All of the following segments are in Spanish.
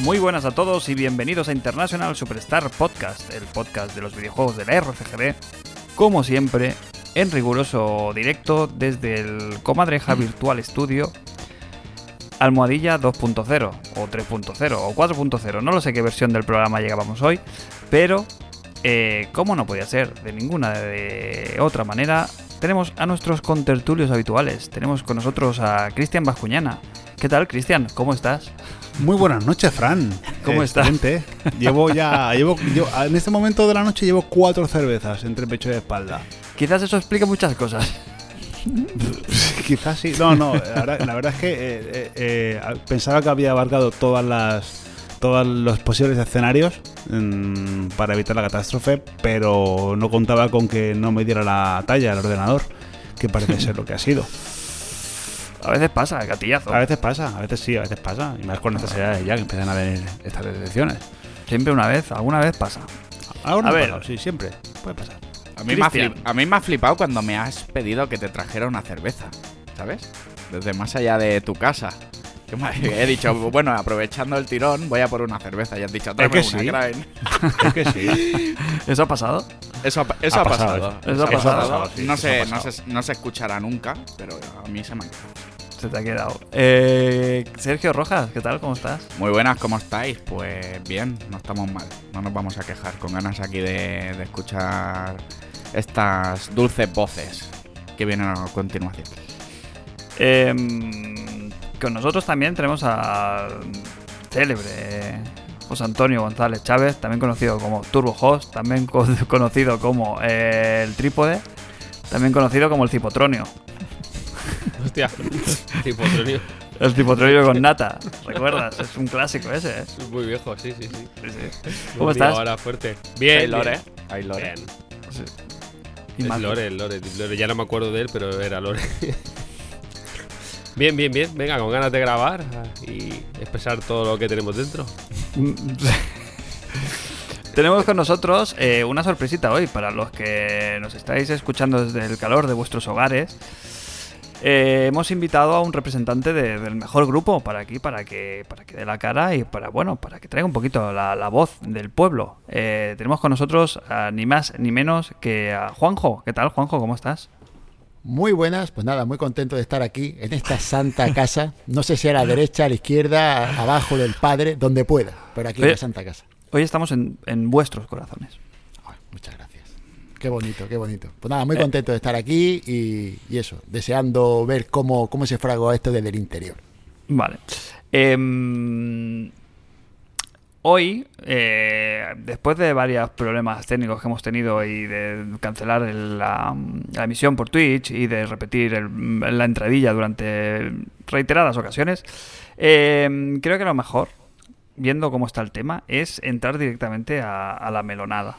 Muy buenas a todos y bienvenidos a International Superstar Podcast, el podcast de los videojuegos de la RFGB. Como siempre, en riguroso directo desde el Comadreja Virtual Studio, Almohadilla 2.0 o 3.0 o 4.0, no lo sé qué versión del programa llegábamos hoy, pero eh, como no podía ser de ninguna de otra manera, tenemos a nuestros contertulios habituales. Tenemos con nosotros a Cristian Bascuñana. ¿Qué tal, Cristian? ¿Cómo estás? Muy buenas noches, Fran. ¿Cómo estás? Excelente. Llevo ya, llevo, llevo- en este momento de la noche llevo cuatro cervezas entre pecho y espalda. Quizás eso explica muchas cosas. Quizás sí. No, no. La verdad, la verdad es que eh, eh, eh, pensaba que había abarcado todas las, todos los posibles escenarios mm, para evitar la catástrofe, pero no contaba con que no me diera la talla el ordenador, que parece ser lo que ha sido. A veces pasa, gatillazo. A veces pasa, a veces sí, a veces pasa. Y más con estas edades ya que empiezan a venir estas decepciones. Siempre una vez, alguna vez pasa. Ahora A ha ver. pasado, sí, siempre. Puede pasar. A mí, me ha Cristian. flip- a mí me ha flipado cuando me has pedido que te trajera una cerveza, ¿sabes? Desde más allá de tu casa. Que me- He dicho, bueno, aprovechando el tirón, voy a por una cerveza. Y has dicho, tráeme que una, sí. Krain". Es que sí. ¿Eso ha pasado? Eso, ha- eso ha, pasado. pasado, eso ha pasado, sí, no, eso se, ha pasado. No, se, no se escuchará nunca, pero a mí se me ha quedado. Se te ha quedado. Eh, Sergio Rojas, ¿qué tal? ¿Cómo estás? Muy buenas, ¿cómo estáis? Pues bien, no estamos mal. No nos vamos a quejar. Con ganas aquí de, de escuchar estas dulces voces que vienen a continuación. Em, con nosotros también tenemos al célebre José Antonio González Chávez, también conocido como Turbo Host, también co- conocido como eh, el Trípode, también conocido como el Cipotronio. Hostia, tipo Tronio. El Cipotronio con nata, ¿recuerdas? Es un clásico ese, ¿eh? Es muy viejo, sí, sí, sí. Sí, sí. Me ¿Cómo he liado estás? Ahora fuerte. Hay Bien, lore, bien. hay lore. Bien. Y Es más- Lore, el Lore, Deep Lore. Ya no me acuerdo de él, pero era Lore. bien, bien, bien. Venga, con ganas de grabar y expresar todo lo que tenemos dentro. Mm, Tenemos con nosotros eh, una sorpresita hoy para los que nos estáis escuchando desde el calor de vuestros hogares. Eh, hemos invitado a un representante de- del mejor grupo para aquí, para que, para que dé la cara y para, bueno, para que traiga un poquito la, la voz del pueblo. Eh, tenemos con nosotros a ni más ni menos que a Juanjo. ¿Qué tal, Juanjo? ¿Cómo estás? Muy buenas, pues nada, muy contento de estar aquí en esta santa casa. No sé si a la derecha, a la izquierda, a- abajo del padre, donde pueda, pero aquí en Oye. la santa casa. Hoy estamos en, en vuestros corazones. Ay, muchas gracias. Qué bonito, qué bonito. Pues nada, muy contento de estar aquí y, y eso, deseando ver cómo, cómo se fragua esto desde el interior. Vale. Em, hoy, eh, después de varios problemas técnicos que hemos tenido y de cancelar el- la, la emisión por Twitch y de repetir el- la entradilla durante reiteradas ocasiones, em, creo que lo mejor, viendo cómo está el tema, es entrar directamente a- a la melonada.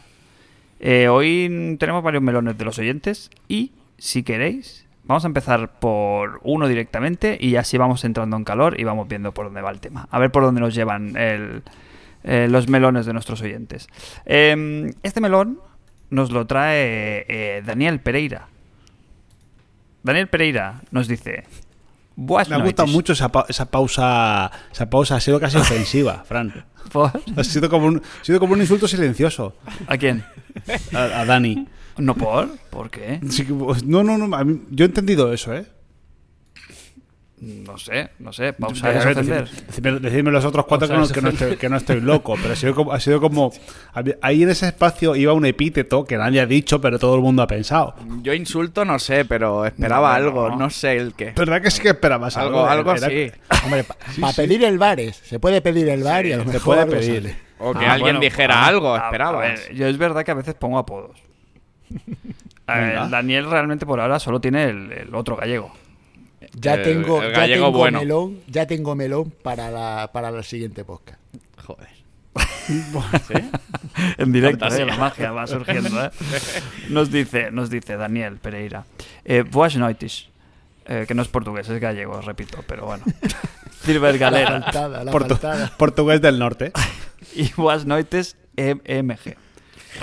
Eh, hoy tenemos varios melones de los oyentes y, si queréis, vamos a empezar por uno directamente y así vamos entrando en calor y vamos viendo por dónde va el tema. A ver por dónde nos llevan el- eh, los melones de nuestros oyentes. Em, este melón nos lo trae eh, Daniel Pereira. Daniel Pereira nos dice... Buenas Me ha gustado noites". mucho esa, pa- esa pausa. Esa pausa ha sido casi ofensiva, Fran. ¿Por? Ha sido como un, ha sido como un insulto silencioso ¿A quién? a, a Dani. ¿No por? ¿Por qué? Sí que- no, no, no. a mí- yo he entendido eso, ¿eh? No sé, no sé. Pausa es ofender. Decidme, decidme los otros cuatro que no, Pausa que no estoy, que no estoy loco, pero ha sido como. Ha sido como había- ahí en ese espacio iba un epíteto que nadie ha dicho, pero todo el mundo ha pensado. Yo insulto no sé, pero No, esperaba no, algo, no. no. sé el qué. ¿Verdad que sí que esperabas algo? algo algo Era- así. Hombre, para pedir el bares, se puede pedir el bar y a lo se mejor puede algo pedir. sale. O que Ah, alguien bueno, dijera a- algo, a- a esperabas. ver, yo es verdad que a veces pongo apodos. A ver, Venga. Daniel realmente por ahora solo tiene el, el otro gallego. Ya El- tengo, el ya gallego tengo bueno. melón, ya tengo melón para la, para la siguiente podcast. Joder. En directo, ¿eh? la magia va surgiendo. ¿eh? Nos dice, nos dice Daniel Pereira. Eh, boas noites. Eh, que no es portugués, es gallego, repito, pero bueno. Silver La Galera faltada, la Portu- faltada. portugués del norte. y boas noites EMG.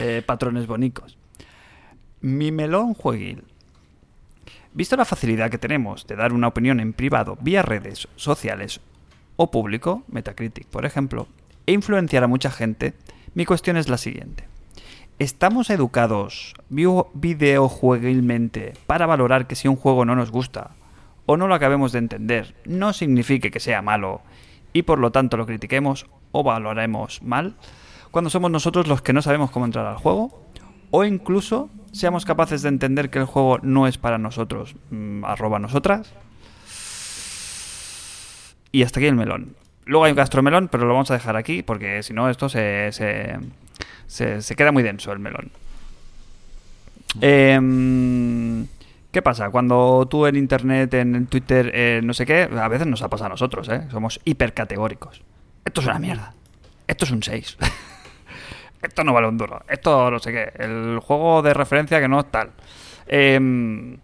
Eh, patrones bonicos. Mi melón jueguil. Visto la facilidad que tenemos de dar una opinión en privado vía redes sociales o público, Metacritic por ejemplo, e influenciar a mucha gente, mi cuestión es la siguiente. ¿Estamos educados vio- videojueguilmente para valorar que si un juego no nos gusta o no lo acabemos de entender, no signifique que sea malo y por lo tanto lo critiquemos o valoremos mal? Cuando somos nosotros los que no sabemos cómo entrar al juego o incluso seamos capaces de entender que el juego no es para nosotros, mm, arroba nosotras. Y hasta aquí el melón. Luego hay un gastromelón, pero lo vamos a dejar aquí porque si no esto se, se, se- se queda muy denso el melón. Em, ¿Qué pasa? Cuando tú en internet, en el Twitter, eh, no sé qué, a veces nos ha pasado a nosotros, ¿eh? Somos hipercategóricos. Esto es una mierda. Esto es un 6. esto no vale un duro. Esto no sé qué. El juego de referencia que no es tal. Em,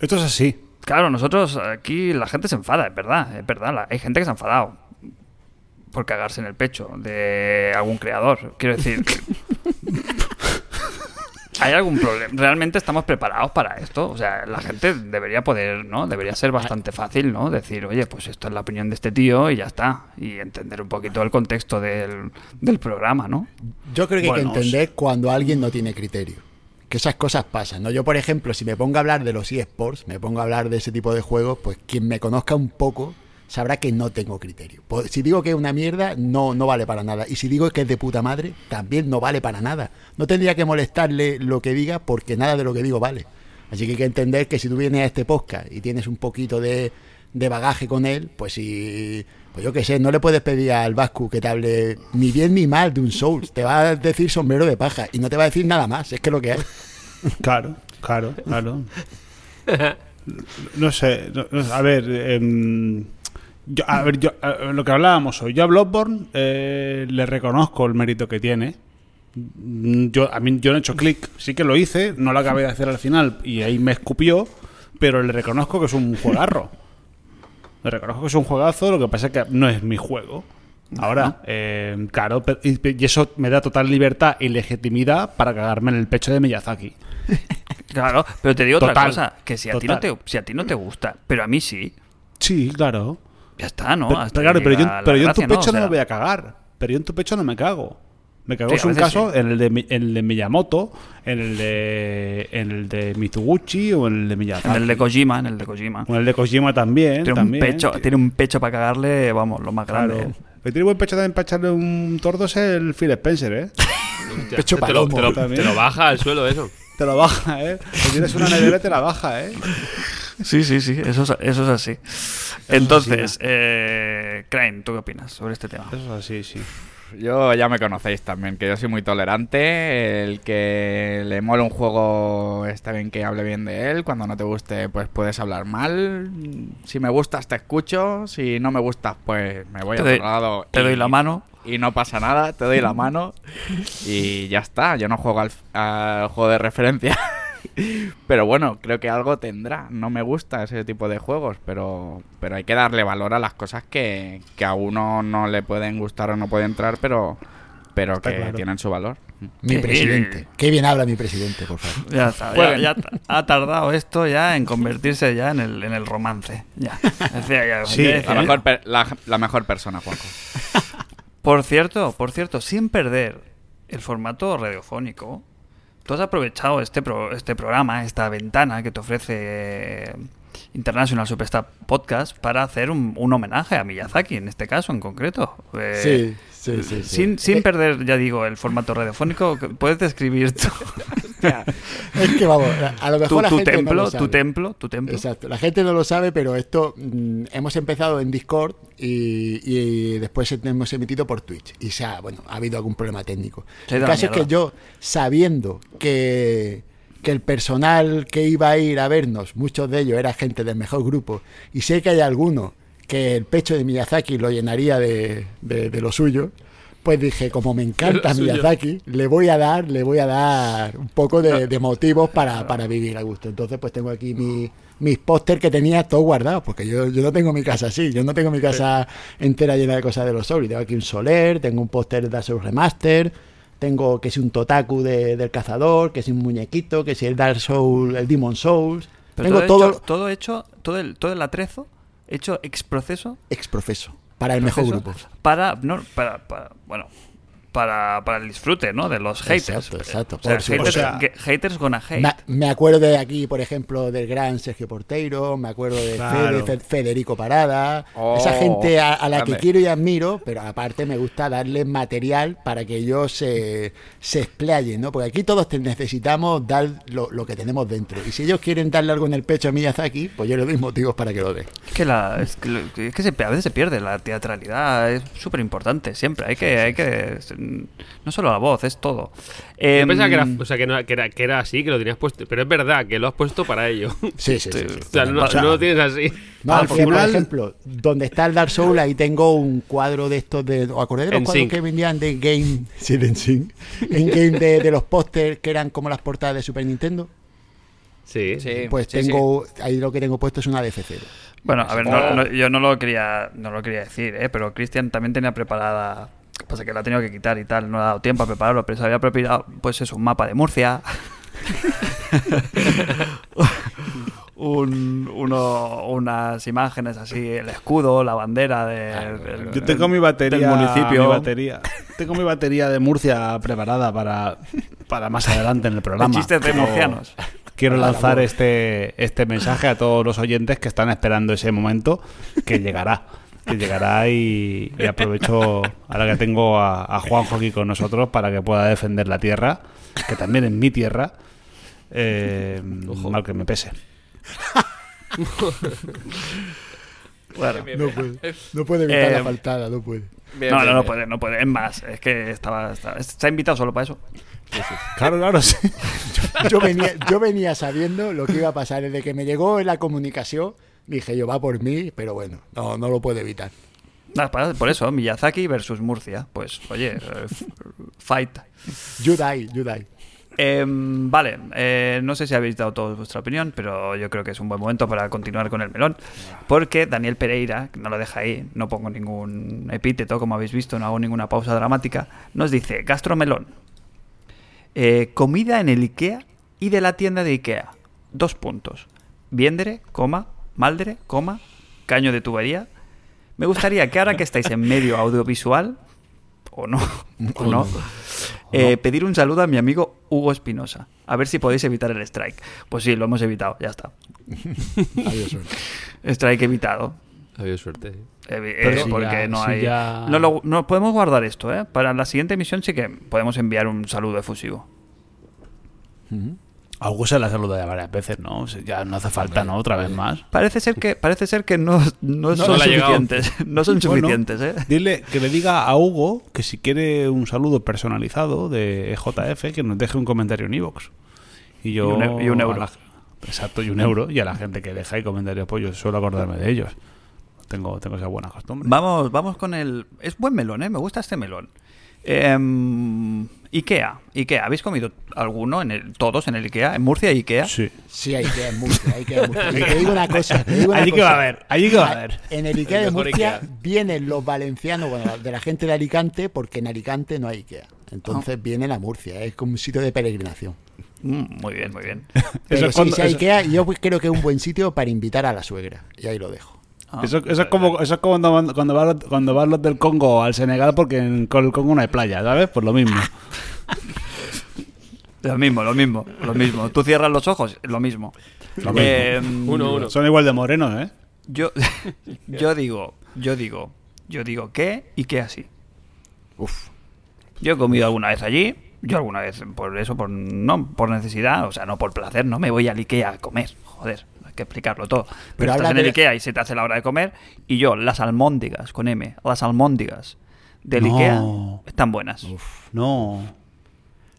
Esto es así. Claro, nosotros aquí la gente se enfada, es verdad, es verdad. la- hay gente que se ha enfadado por cagarse en el pecho de algún creador. Quiero decir, ¿hay algún problema? ¿Realmente estamos preparados para esto? O sea, la gente debería poder, ¿no? Debería ser bastante fácil, ¿no? Decir, oye, pues esto es la opinión de este tío y ya está. Y entender un poquito el contexto del, del programa, ¿no? Yo creo que hay Bueno, que entender cuando alguien no tiene criterio. Que esas cosas pasan, ¿no? Yo, por ejemplo, si me pongo a hablar de los eSports, me pongo a hablar de ese tipo de juegos, pues quien me conozca un poco sabrá que no tengo criterio. Pues, si digo que es una mierda, no, no vale para nada. Y si digo que es de puta madre, también no vale para nada. No tendría que molestarle lo que diga porque nada de lo que digo vale. Así que hay que entender que si tú vienes a este podcast y tienes un poquito de, de bagaje con él, pues si, pues yo qué sé, no le puedes pedir al Vasco que te hable ni bien ni mal de un Souls. Te va a decir sombrero de paja y no te va a decir nada más. Es que es lo que hay. Claro, claro, claro. No sé, no- no sé, a ver, em, yo, a ver yo, a- lo que hablábamos hoy, yo a Bloodborne eh, le reconozco el mérito que tiene. Mm, Yo, a mí, yo no he hecho clic, sí que lo hice, no lo acabé de hacer al final y ahí me escupió, pero le reconozco que es un juegarro. Le reconozco que es un juegazo, lo que pasa es que no es mi juego. Ahora, eh, claro, pero- y, y eso me da total libertad y legitimidad para cagarme en el pecho de Miyazaki. Claro, pero te digo otra Total, cosa, que si a, ti no te, total. si a ti no te gusta, pero a mí sí, Sí, claro. ya está, ¿no? pero, Hasta que claro, pero yo, llega la pero yo en tu gracia, pecho O ¿no? sea, me voy a cagar. Pero yo en tu pecho no me cago. Me cago Sí, es a un veces caso sí. en el, de, Mi- en el de Miyamoto, en el de, en el de Mitsuguchi o en el de Miyazaki. En el de Kojima, en el de Kojima. o en el de Kojima también. tiene, también. un pecho, Ti- tiene un pecho para cagarle, vamos, lo más grande. Claro. El que tiene buen pecho también para echarle un tordo es el Phil Spencer, ¿eh? Hostia, Pecho te, lo, palomo. te lo- También. te lo baja al suelo eso. Te lo baja, ¿eh? Si tienes una nevera, te la baja, ¿eh? Sí, sí, sí, eso es, eso es así. Entonces, eh, Crane, ¿tú qué opinas sobre este tema? Eso es así, sí. Yo ya me conocéis también, que yo soy muy tolerante. El que le mola un juego está bien que hable bien de él. Cuando no te guste, pues puedes hablar mal. Si me gustas, te escucho. Si no me gustas, pues me voy Te a doy- otro lado. te y- doy la mano. Y no pasa nada, te doy la mano. Y ya está. Yo no juego al, al juego de referencia. Pero bueno, creo que algo tendrá. No me gusta ese tipo de juegos, pero, pero hay que darle valor a las cosas que, que a uno no le pueden gustar o no pueden entrar, pero, pero Está que claro. tienen su valor. Mi Sí. presidente. Qué bien habla mi presidente, por favor. Ya está, ya, Jueguen. ya ta- ha tardado esto ya en convertirse ya en el, en el romance. Ya. Decía ya- Sí, eh, ya decía, La mejor, per- la- la mejor persona, Juanjo. Por cierto, por cierto, sin perder el formato radiofónico, tú has aprovechado este, pro- este programa, esta ventana que te ofrece eh, International Superstar Podcast para hacer un, un homenaje a Miyazaki, en este caso en concreto. Eh, Sí, sí, sí, sí. Sin, sin Eh, perder, ya digo, el formato radiofónico, que- ¿puedes describir tu, Es que vamos, a lo mejor tu, la tu gente no templo, lo sabe. tu templo, tu templo? Exacto, la gente no lo sabe, pero esto mm, hemos empezado en Discord y, y después hemos emitido por Twitch. Y se ha, bueno, ha habido algún problema técnico. Se ha el ido a la caso es que mierda. yo, sabiendo que, que el personal que iba a ir a vernos, muchos de ellos era gente del mejor grupo, y sé que hay alguno que el pecho de Miyazaki lo llenaría de, de- de lo suyo. Pues dije, como me encanta lo suyo. Miyazaki, le voy a dar, le voy a dar un poco Ah. de, de motivos para, para vivir a gusto. Entonces, pues tengo aquí mi, mis póster que tenía todos guardados, porque yo, yo no tengo mi casa así, yo no tengo mi casa entera llena de cosas de los Souls. Tengo aquí un Soler, tengo un póster de Souls Remaster, tengo que si un Totaku de- del cazador, que si un muñequito, que si el Dark Souls, el Demon Souls. Pero tengo todo, todo, hecho, todo hecho, todo el, todo el atrezo hecho ex proceso exprofeso. Para el mejor proceso grupo. Para, no, para, para- bueno, para, para el disfrute, ¿no? De los haters. Eh, Exacto, exacto. O sea, Por haters, supuesto. ge- haters gonna hate. Me, me acuerdo de aquí, por ejemplo, del gran Sergio Porteiro, me acuerdo de Claro. Fede- Fe- Federico Parada, Oh, esa gente a, a la grande. que quiero y admiro, pero aparte me gusta darles material para que ellos se, se explayen, ¿no? Porque aquí todos te- necesitamos dar lo, lo que tenemos dentro. Y si ellos quieren darle algo en el pecho a Miyazaki, pues yo les doy motivos para que lo dé. Es que, la, es que, lo- es que se- a veces se pierde la teatralidad, es súper importante siempre. Hay que, hay que. No solo la voz, es todo. Yo Em, pensaba que era, o sea, que, no- que era, que era así, que lo tenías puesto. Pero es verdad que lo has puesto para ello. o Sí, sí, sí. sí. sea, no, O sea, no lo tienes así. No, Al porque, por final- ejemplo, donde está el Dark Souls, ahí tengo un cuadro de estos de. ¿Os acordáis de los En cuadros Sync. que vendían de Game? Sí, de en Sync. En Game de, de los pósters que eran como las portadas de Super Nintendo. Sí. Sí, Pues sí, sí. tengo. Ahí lo que tengo puesto es una DF0. Bueno, a ver, no- no- yo no lo quería, no lo quería decir, ¿eh? pero Cristian también tenía preparada. Pasa que la ha tenido que quitar y tal, no le ha dado tiempo a prepararlo, pero se había preparado, pues es un mapa de Murcia. un, uno- unas imágenes así, el escudo, la bandera de- Ah, del, Yo tengo mi batería, del municipio. mi batería. Tengo mi batería de Murcia preparada para, para más adelante en el programa. chistes de Quiero- murcianos. Quiero lanzar este, este mensaje a todos los oyentes que están esperando ese momento que llegará. Que llegará y, y aprovecho ahora que tengo a, a Juanjo aquí con nosotros para que pueda defender la tierra, que también es mi tierra. Eh, mal que me pese. Claro. No puede, no puede evitar Eh, la faltada, no puede. Bien, no, no, bien, no bien. puede, no puede. Es más, es que estaba, está, está invitado solo para eso. Claro, claro, sí. Yo venía, yo venía sabiendo lo que iba a pasar. Desde que me llegó la comunicación, dije yo, va por mí, pero bueno, no, no lo puedo evitar. Nada, para- Ah, por eso, Miyazaki versus Murcia. Pues, oye, eh, f- fight. You die, you die. Em, vale, eh, no sé si habéis dado todos vuestra opinión, pero yo creo que es un buen momento para continuar con el melón. Porque Daniel Pereira, que no lo deja ahí, no pongo ningún epíteto, como habéis visto, no hago ninguna pausa dramática, nos dice, gastromelón, eh, comida en el IKEA y de la tienda de IKEA. Dos puntos. Viendre, coma, maldre, coma, caño de tubería. Me gustaría que ahora que estáis en medio audiovisual, o no, o no, eh, pedir un saludo a mi amigo Hugo Espinosa. A ver si podéis evitar el strike. Pues sí, lo hemos evitado, ya está. Adiós. suerte. Strike evitado. Ha habido suerte. sí. Evi- Pero eh, si porque ya- no si hay. ya- No, lo- no podemos guardar esto, ¿eh? Para la siguiente misión sí que podemos enviar un saludo efusivo. A Hugo se la saluda ya varias veces, ¿no? O sea, Ya no hace falta, ¿no? Otra vez más. Parece ser que, parece ser que no, no, son le ha llegado. suficientes. No son Bueno, suficientes, ¿eh? Dile que le diga a Hugo que si quiere un saludo personalizado de JF, que nos deje un comentario en iVoox. Y yo. Y un e- y un a euro. la- exacto, y un euro. Y a la gente que deja ahí comentarios, pues yo suelo acordarme de ellos. Tengo, tengo esa buena costumbre. Vamos, vamos con el. Es buen melón, ¿eh? Me gusta este melón. Em, Ikea, Ikea. ¿Habéis comido alguno? En el, todos en el Ikea. En Murcia, Ikea. Sí. Sí, hay que ir Murcia, hay que ir Murcia. Y te digo una cosa, te digo una Allí que va a cosa. haber, allí que va a haber. En el Ikea El de mejor Murcia Ikea. vienen los valencianos, bueno, de la gente de Alicante, porque en Alicante no hay Ikea. Ah. Entonces vienen a Murcia, ¿eh? es como un sitio de peregrinación. Mm, muy bien, muy bien. Pero es sí, cuando- sí hay eso- Ikea, y yo pues creo que es un buen sitio para invitar a la suegra. Y ahí lo dejo. Ah. Eso, eso es como, eso es como cuando, van- cuando van, los- cuando van los del Congo al Senegal porque en con el Congo no hay playa, ¿sabes? Pues lo mismo. Lo mismo, lo mismo, lo mismo. Tú cierras los ojos, lo mismo. Lo mismo. Em, Uno, uno. Son igual de morenos, ¿eh? Yo, yo digo, yo digo, yo digo qué y qué así. Yo he comido alguna vez allí, yo alguna vez por eso, por no por necesidad, o sea, no por placer, no me voy al Ikea a comer, joder, hay que explicarlo todo. Pero, Pero estás habla en el de- Ikea y se te hace la hora de comer y yo las almóndigas con M, las almóndigas del No. Ikea están buenas. No.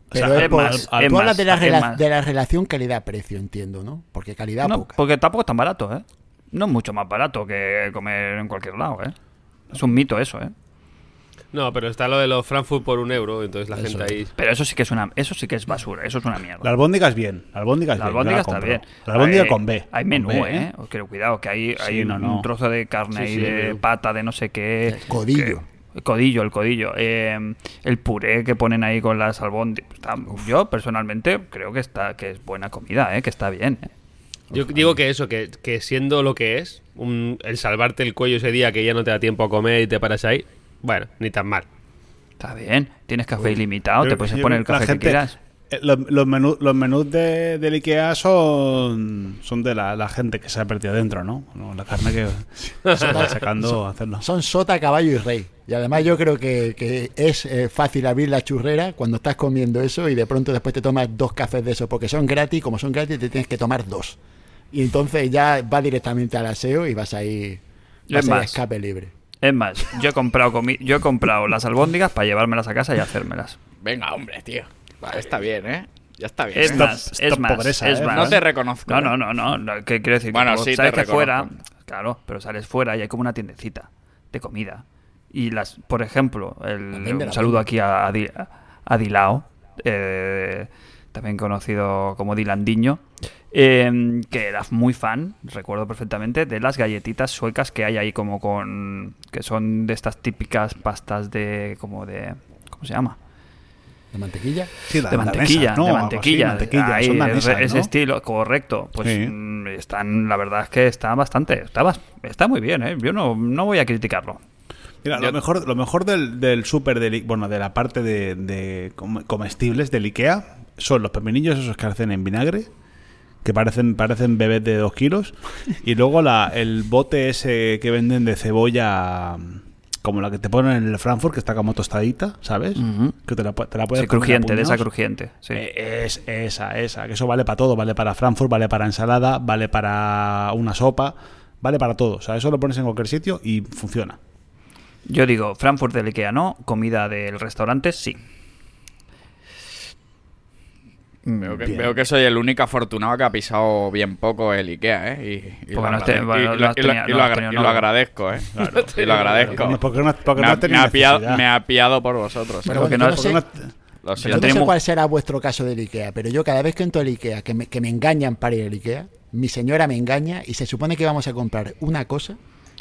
Pero sea, es es por- más, tú es hablas más, de, la es rela- más. de la relación calidad-precio, entiendo, ¿no? Porque calidad No, poca. porque tampoco es tan barato, ¿eh? No es mucho más barato que comer en cualquier lado, ¿eh? Es un mito eso, ¿eh? No, pero está lo de los Frankfurt por un euro, entonces la Eso gente ahí. Pero eso sí que es una, eso sí que es basura, eso es una mierda. La albóndiga es bien. La albóndiga es La bien, yo albóndiga está compro. bien. La albóndiga Hay- con B. Hay con menú, B, ¿eh? Os quiero cuidado, que hay, Sí, hay no, un, no. trozo de carne ahí sí, de menú. pata, de no sé qué. Codillo. que- codillo, el codillo. Eh, el puré que ponen ahí con las albóndigas. Está- Yo, personalmente, creo que está que es buena comida, ¿eh? Que está bien. ¿eh? Yo digo que eso, que, que siendo lo que es, un- el salvarte el cuello ese día que ya no te da tiempo a comer y te paras ahí, bueno, ni tan mal. Está bien, tienes café ilimitado, Yo- te puedes yo- poner el la café gente- que quieras. eh, Los, los menú- los menús de, del IKEA son, son de la, la gente que se ha perdido dentro, ¿no? No, La carne que se va sacando a hacerlo. Son sota, caballo y rey. Y además yo creo que, que es eh, fácil abrir la churrera cuando estás comiendo eso y de pronto después te tomas dos cafés de eso porque son gratis, como son gratis te tienes que tomar dos. Y entonces ya vas directamente al aseo y vas ahí, Es vas ahí a más. escape libre. Es más, yo he comprado comi- yo he comprado las albóndigas para llevármelas a casa y hacérmelas. Venga, hombre, tío. Está bien, ¿eh? Ya está bien. Es ¿eh? más, esta es más, pobreza, es ¿eh? más. No te reconozco. No, no, no, no, no, ¿qué quiero decir? Bueno, Como sí, te sabes que reconozco. fuera, claro, pero sales fuera y hay como una tiendecita de comida. Y las, por ejemplo, el- La vende, la un saludo aquí a, Adi- a Dilao, eh, también conocido como Dilandiño, eh, que era muy fan, recuerdo perfectamente, de las galletitas suecas que hay ahí como con... que son de estas típicas pastas de... como de... ¿cómo se llama? ¿La mantequilla? Sí, la- de la mantequilla, mesa, ¿no? de Algo así, mantequilla, mantequilla, ahí, son es- danesas, ese ¿no? estilo, correcto. Pues Sí. mm, están, la verdad es que está bastante, está, bas- está muy bien, ¿eh? yo no, no voy a criticarlo. Mira, lo Yo- mejor, lo mejor del, del súper, del I- bueno, de la parte de, de com- comestibles del IKEA son los pepinillos esos que hacen en vinagre, que parecen, parecen bebés de dos kilos, y luego la, el bote ese que venden de cebolla, como la que te ponen en el Frankfurt, que está como tostadita, ¿sabes? Ujú. Que te la, pu- te la puedes Sí, comer a crujiente, de esa puñados. crujiente. Sí. Eh, Es esa, esa, que eso vale para todo, vale para Frankfurt, vale para ensalada, vale para una sopa, vale para todo. O sea, eso lo pones en cualquier sitio y funciona. Yo digo, Frankfurt del Ikea no, comida del restaurante sí. Veo que, Bien. veo que soy el único afortunado que ha pisado bien poco el Ikea, ¿eh? Y- Y, lo Porque no has agrade- tenido- y bueno, no lo- y lo- has tenido- y no lo has agra- tenido y lo nada. agradezco, ¿eh? Y lo agradezco. Porque no- porque Me no ha- has tenido me ha pillado- necesidad. me ha pillado por vosotros. ¿eh? Pero porque bueno, no yo es- sé- Porque no- Lo Yo siento. no sé tenemos- cuál será vuestro caso del IKEA, pero yo cada vez que entro al IKEA, que me, que me engañan para ir al IKEA, mi señora me engaña y se supone que vamos a comprar una cosa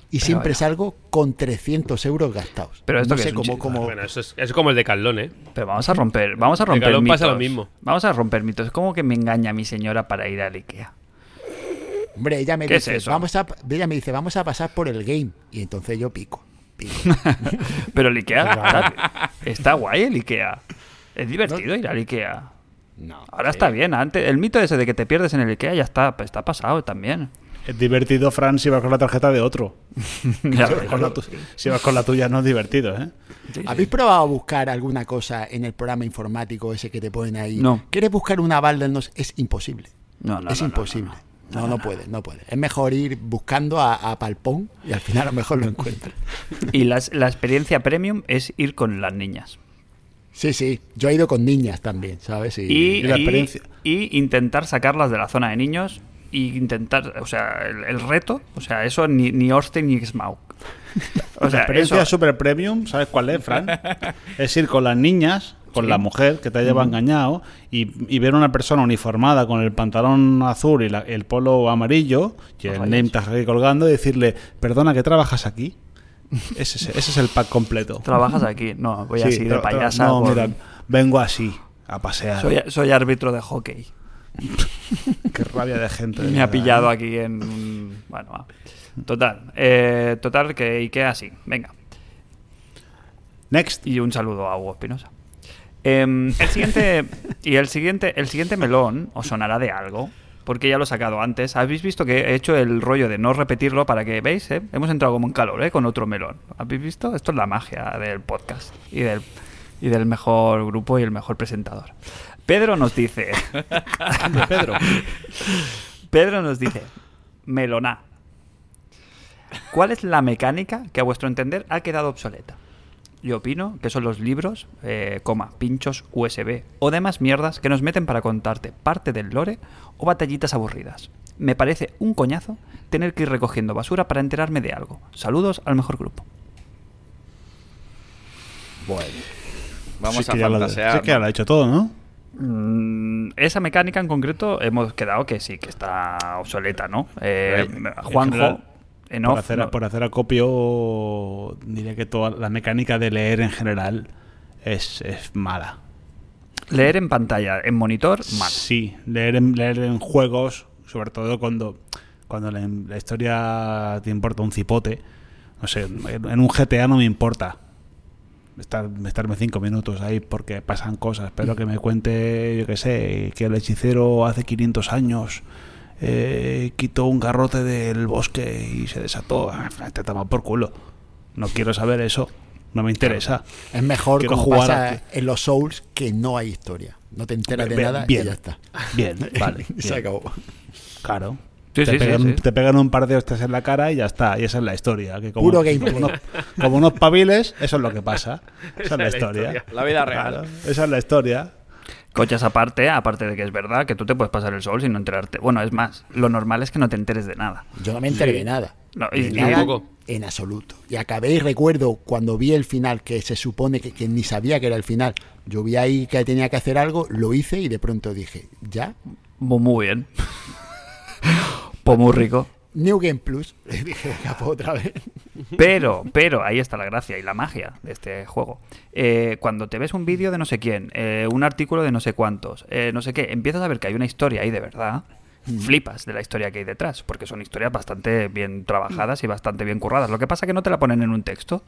y siempre vaya. salgo con 300 euros gastados. Pero esto no que sé es un cómo, chi- cómo- Bueno, eso es, es como el de Carlón, ¿eh? Pero vamos a romper, vamos a romper Decathlon mitos. pasa lo mismo. Vamos a romper mitos. ¿Cómo que me engaña mi señora para ir al Ikea? Hombre, ella me ¿Qué es dice, eso? vamos a, ella me dice, vamos a pasar por el game y entonces yo pico. pico. Pero el Ikea está, está guay el Ikea. Es divertido ir al Ikea. No. Ahora está bien, antes el mito ese de que te pierdes en el IKEA ya está, pues, está pasado también. Es divertido, Fran, si vas con la tarjeta de otro. Ya Si vas ves. con la tu- si vas con la tuya no es divertido, ¿eh? ¿Habéis probado a buscar alguna cosa en el programa informático ese que te ponen ahí? No. ¿Quieres buscar una balda? No, es imposible. No, no, es no, no, imposible. No, no, puede, no puede. Es mejor ir buscando a, a Palpón y al final a lo mejor lo encuentras. Y las- la experiencia premium es ir con las niñas. Sí, sí. Yo he ido con niñas también, ¿sabes? Y, y la y- experiencia. y intentar sacarlas de la zona de niños y intentar, o sea, el, el reto, o sea, eso ni, ni Orsten ni Smaug. O la sea, experiencia eso- super premium, ¿sabes cuál es, Fran? es ir con las niñas, con la mujer que te haya Mm. engañado y, y ver a una persona uniformada con el pantalón azul y la- el polo amarillo y el name tag ahí colgando y decirle, perdona, que trabajas aquí? Ese es, ese es el pack completo. trabajas aquí. No, voy Sí, así de tra- tra- payasa. No, por- mira, vengo así, a pasear. soy, soy árbitro de hockey. Qué rabia de gente. de Me ha verdad, pillado ¿eh? aquí en. un- Bueno, va. Total. eh, total, que Ikea sí. Venga. Next. Y un saludo a Hugo Espinosa. Em, el siguiente. y el siguiente, el siguiente melón os sonará de algo. Porque ya lo he sacado antes. Habéis visto que he hecho el rollo de no repetirlo para que veis, eh? hemos entrado como en calor, eh, con otro melón. ¿Habéis visto? Esto es la magia del podcast y del, y del mejor grupo y el mejor presentador. Pedro nos dice. Pedro. Pedro nos dice, meloná. ¿Cuál es la mecánica que a vuestro entender ha quedado obsoleta? Yo opino que son los libros, eh, coma, pinchos USB o demás mierdas que nos meten para contarte parte del lore o batallitas aburridas. Me parece un coñazo tener que ir recogiendo basura para enterarme de algo. Saludos al mejor grupo. Bueno. Vamos Sí, es a que ya lo- fantasear. sí, es que ya lo ha hecho todo, ¿no? Mm, esa mecánica en concreto hemos quedado que sí, que está obsoleta, ¿no? Eh, Pero en- en Juanjo, general, en por, off, hacer, no- por hacer acopio, diría que toda la mecánica de leer en general es, es mala. leer en pantalla, en monitor, mal. Sí, leer en, leer en juegos, sobre todo cuando Cuando la, la historia te importa un cipote, no sé, en, en un GTA no me importa estar, estarme cinco minutos ahí porque pasan cosas, pero que me cuente, yo qué sé, que el hechicero hace 500 años eh, quitó un garrote del bosque y se desató. Ah, Te toma por culo. No quiero saber eso. No me interesa. Es mejor Quiero como jugar pasa a- en los Souls que no hay historia. No te enteras de Bien, nada bien. y ya está. Bien, vale. Y se bien. acabó. Claro. Sí, te, sí, sí, pegan, sí. te pegan un par de hostias en la cara y ya está. Y esa es la historia. Que como, Puro gameplay. Como unos, como unos paviles, eso es lo que pasa. Esa es la historia. historia. La vida real. Claro, esa es la historia. Cochas aparte, aparte de que es verdad que tú te puedes pasar el sol sin no enterarte. Bueno, es más, lo normal es que no te enteres de nada. Yo no me enteré de nada. No, De y- nada tampoco. en absoluto. Y acabé y recuerdo cuando vi el final, que se supone que, que ni sabía que era el final. Yo vi ahí que tenía que hacer algo, lo hice y de pronto dije, ya, Muy, muy bien. pues muy rico. New Game Plus. Y dije, venga, pues otra vez. Pero, pero, ahí está la gracia y la magia de este juego. Eh, cuando te ves un vídeo de no sé quién, eh, un artículo de no sé cuántos, eh, no sé qué, empiezas a ver que hay una historia ahí de verdad, flipas de la historia que hay detrás, porque son historias bastante bien trabajadas y bastante bien curradas. Lo que pasa es que no te la ponen en un texto.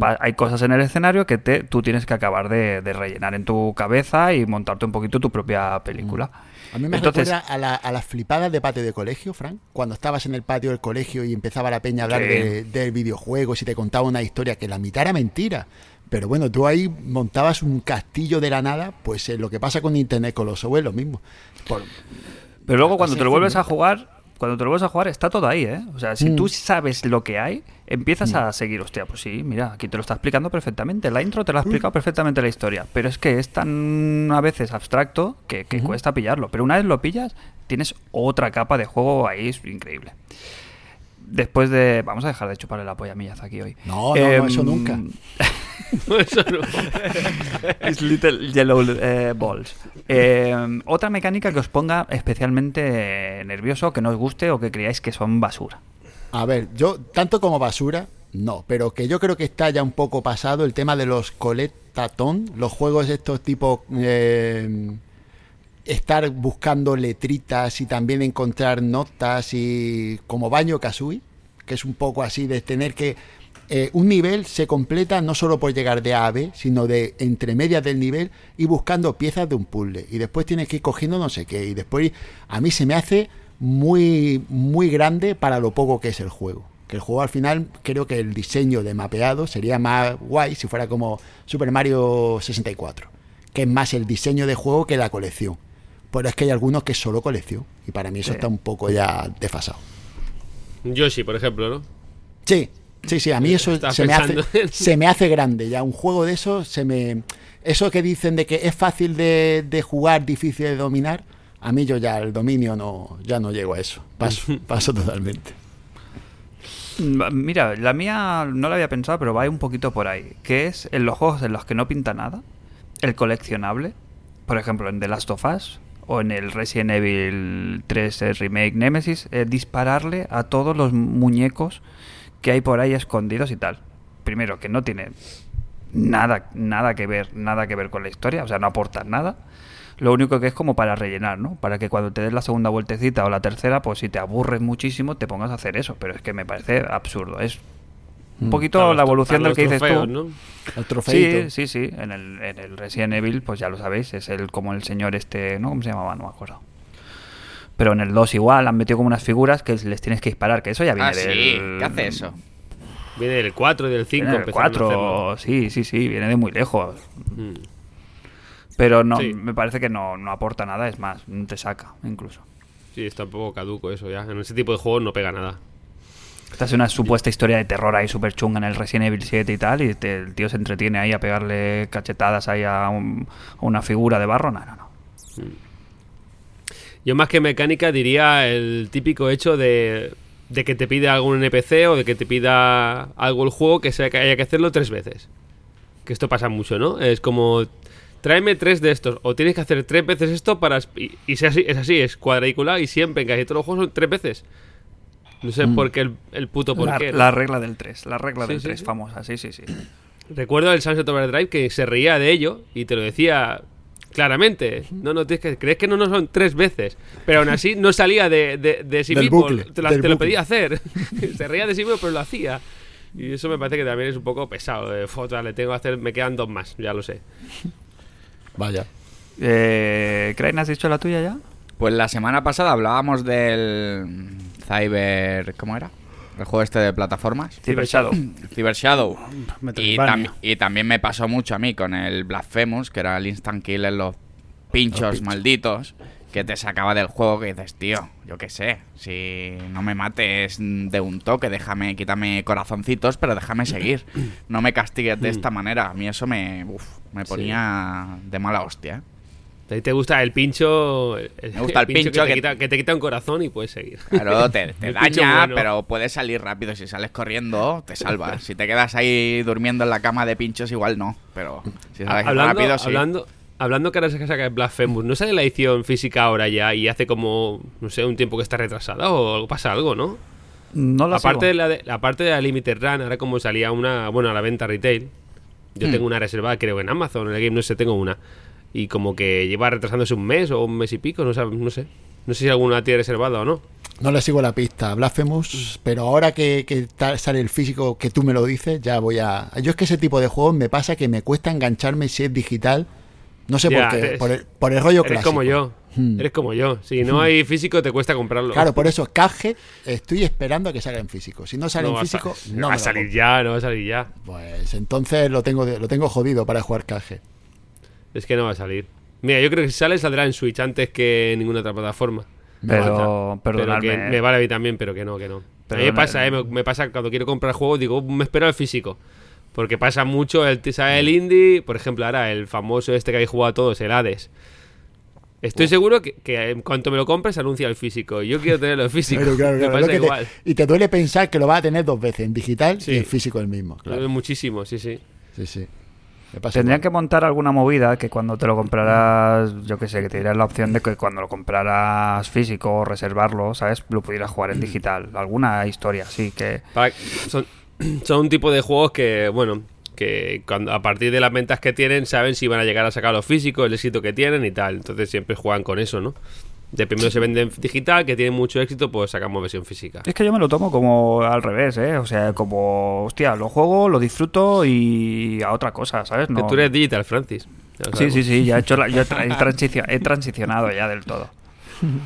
Pa- Hay cosas en el escenario que te, tú tienes que acabar de, de rellenar en tu cabeza y montarte un poquito tu propia película. A mí me Entonces, recuerda a, la- a las flipadas de patio de colegio, Frank. Cuando estabas en el patio del colegio y empezaba la peña a hablar Sí. de, de videojuegos y te contaba una historia que la mitad era mentira. Pero bueno, tú ahí montabas un castillo de la nada, pues eh, lo que pasa con internet con los abuelos mismo. Por, Pero luego cuando cosa te lo vuelves a fundamental. jugar, cuando te lo vuelves a jugar, está todo ahí, ¿eh? O sea, si Mm. tú sabes lo que hay, empiezas a seguir, hostia, pues sí, mira, aquí te lo está explicando perfectamente, la intro te Mm. lo ha explicado perfectamente la historia, pero es que es tan a veces abstracto que, que cuesta pillarlo, pero una vez lo pillas, tienes otra capa de juego ahí es increíble. Después de... Vamos a dejar de chuparle la polla a Miyazaki hoy. Em, No, no, no, eso nunca. Eso no. It's Little Yellow eh, Balls. Eh, otra mecánica que os ponga especialmente nervioso, que no os guste o que creáis que son basura. A ver, yo, tanto como basura, no, pero que yo creo que está ya un poco pasado el tema de los coletatón, los juegos estos tipo eh, estar buscando letritas y también encontrar notas y como baño Kazooie, que es un poco así de tener que eh, un nivel se completa no solo por llegar de A a B, sino de entre medias del nivel y buscando piezas de un puzzle y después tienes que ir cogiendo no sé qué y después a mí se me hace muy muy grande para lo poco que es el juego. Que el juego al final creo que el diseño de mapeado sería más guay si fuera como Super Mario 64, que es más el diseño de juego que la colección. Pero es que hay algunos que es solo colección. Y para mí eso Sí. está un poco ya desfasado. Yoshi, por ejemplo, ¿no? Sí, sí, sí. A mí eso Estaba se me, hace, pensando en- se me hace grande. Ya un juego de eso se me. Eso que dicen de que es fácil de, de jugar, difícil de dominar. A mí yo ya el dominio no, ya no llego a eso. Paso, paso totalmente. Mm, Mira, la mía no la había pensado, pero va un poquito por ahí. Que es en los juegos en los que no pinta nada, el coleccionable, por ejemplo en The Last of Us o en el Resident Evil 3 el Remake Nemesis, eh, dispararle a todos los muñecos que hay por ahí escondidos y tal. Primero, que no tiene nada, nada que ver, nada que ver con la historia, o sea, no aportan nada. Lo único que es como para rellenar, ¿no? Para que cuando te des la segunda vueltecita o la tercera, pues si te aburres muchísimo, te pongas a hacer eso. Pero es que me parece absurdo. Es un poquito Para Mm. los la tro- evolución para del que los dices tú. trofeos, ¿no? El trofeito. Sí, sí, sí. En el, en el Resident Evil, pues ya lo sabéis, es el como el señor este, ¿no? ¿Cómo se llamaba? No me acuerdo. Pero en el 2 igual han metido como unas figuras que les tienes que disparar, que eso ya viene Ah, del... sí. ¿Qué hace eso? Viene del 4 y del 5. viene del empezaron a hacerlo. 4, sí, sí, sí, viene de muy lejos. Mm. Pero no, Sí. me parece que no, no aporta nada, es más, te saca incluso. Sí, está un poco caduco eso ya. En ese tipo de juegos no pega nada. Estás en una supuesta historia de terror ahí súper chunga en el Resident Evil 7 y tal, y te- el tío se entretiene ahí a pegarle cachetadas ahí a, un- a una figura de barro. No, no, no. Yo más que mecánica diría el típico hecho de, de que te pida algún NPC o de que te pida algo el juego que, sea, que haya que hacerlo tres veces. Que esto pasa mucho, ¿no? Es como, tráeme tres de estos o tienes que hacer tres veces esto para... Y, y es, así, es así, es cuadrícula y siempre en casi todos los juegos son tres veces. No sé por qué el, el puto por Mm. La, qué. la regla del 3, la regla Sí, del sí, 3, sí. famosa, sí, sí, sí. Recuerdo el Sunset Overdrive que se reía de ello y te lo decía claramente. No, no tienes que. Crees que no, no son tres veces. Pero aún así no salía de, de, de sí Del mismo. bucle, te, la- del te lo bucle. pedía hacer. Se reía de sí mismo, pero lo hacía. Y eso me parece que también es un poco pesado. De foto, le tengo que hacer. Me quedan dos más, ya lo sé. Vaya. Eh, Crane, ¿has dicho la tuya ya? Pues la semana pasada hablábamos del Cyber... ¿Cómo era? El juego este de plataformas. Cyber Shadow. Cyber Shadow. Y, Metroidvania. tam- y también me pasó mucho a mí con el Blasphemous, que era el instant kill en los pinchos malditos, que te sacaba del juego que dices, tío, yo qué sé, si no me mates de un toque, déjame, quítame corazoncitos, pero déjame seguir. No me castigues de esta manera. A mí eso me, uf, me ponía de mala hostia. ¿eh? A ti te gusta el pincho. Me gusta el pincho que, te que- quita, que te quita un corazón y puedes seguir. Claro, te, te El pincho daña, bueno. pero puedes salir rápido. Si sales corriendo, te salvas. Si te quedas ahí durmiendo en la cama de pinchos, igual no. Pero si Ha- sales Ah, hablando, Ah, rápido, sí. hablando, hablando que ahora se saca el Blasphemous, ¿no sale la edición física ahora ya y hace como, no sé, un tiempo que está retrasada o algo- pasa algo, ¿no? No la Aparte de sigo. la, de, la parte de la Limited Run, ahora como salía una, bueno, a la venta retail, Hmm. yo tengo una reservada creo en Amazon, en el Game no sé, tengo una. Y como que lleva retrasándose un mes o un mes y pico, no, sab- no sé. No sé si alguna tiene reservada o no. No le sigo la pista, Blasphemous, pero ahora que, que ta- sale el físico que tú me lo dices, ya voy a... Yo es que ese tipo de juegos me pasa que me cuesta engancharme si es digital, no sé Ya, por qué, eres- por, el, por el rollo Eres clásico. como yo. Hmm. Eres como yo. Si no hay físico, te cuesta comprarlo. Claro, por eso Cuphead estoy esperando a que salga en físico. Si no sale no en va a sa- físico, no no va me a lo salir compro. ya, no va a salir ya. Pues entonces lo tengo de- lo tengo jodido para jugar Cuphead. Es que no va a salir. Mira, yo creo que si sale, saldrá en Switch antes que en ninguna otra plataforma. Pero, Pero perdonadme. que eh. me vale a mí también, pero que no, que no. a mí me Perdonadme. pasa, ¿eh? me, me pasa cuando quiero comprar juegos, digo, "Uh, me espero el físico. Porque pasa mucho, el, ¿sabes? El indie, por ejemplo, ahora el famoso este que habéis jugado todos, el Hades. Estoy seguro que, que en cuanto me lo compres, anuncia el físico. Yo quiero tenerlo en físico. Claro, claro, claro, me pasa lo que te- igual. y te duele pensar que lo vas a tener dos veces, en digital Sí. y en físico el mismo. Lo veo Muchísimo, sí, sí. Sí, sí. Me pasa Tendrían que igual. montar alguna movida que cuando te lo compraras, yo que sé, que te dieras la opción de que cuando lo compraras físico o reservarlo, ¿sabes? Lo pudieras jugar en digital. Alguna historia, sí, que... Para- son, son un tipo de juegos que, bueno, que cuando, a partir de las ventas que tienen saben si van a llegar a sacar los físicos, el éxito que tienen y tal. Entonces siempre juegan con eso, ¿no? De primero se venden digital, que tienen mucho éxito, pues sacamos versión física. Es que yo me lo tomo como al revés, ¿eh? O sea, como, hostia, lo juego, lo disfruto y a otra cosa, ¿sabes? Que No... Tú eres digital, Francis. Ya lo Sí, sí, sabemos. sí, ya he, hecho la- yo he tra- he transicio- he transicionado ya del todo.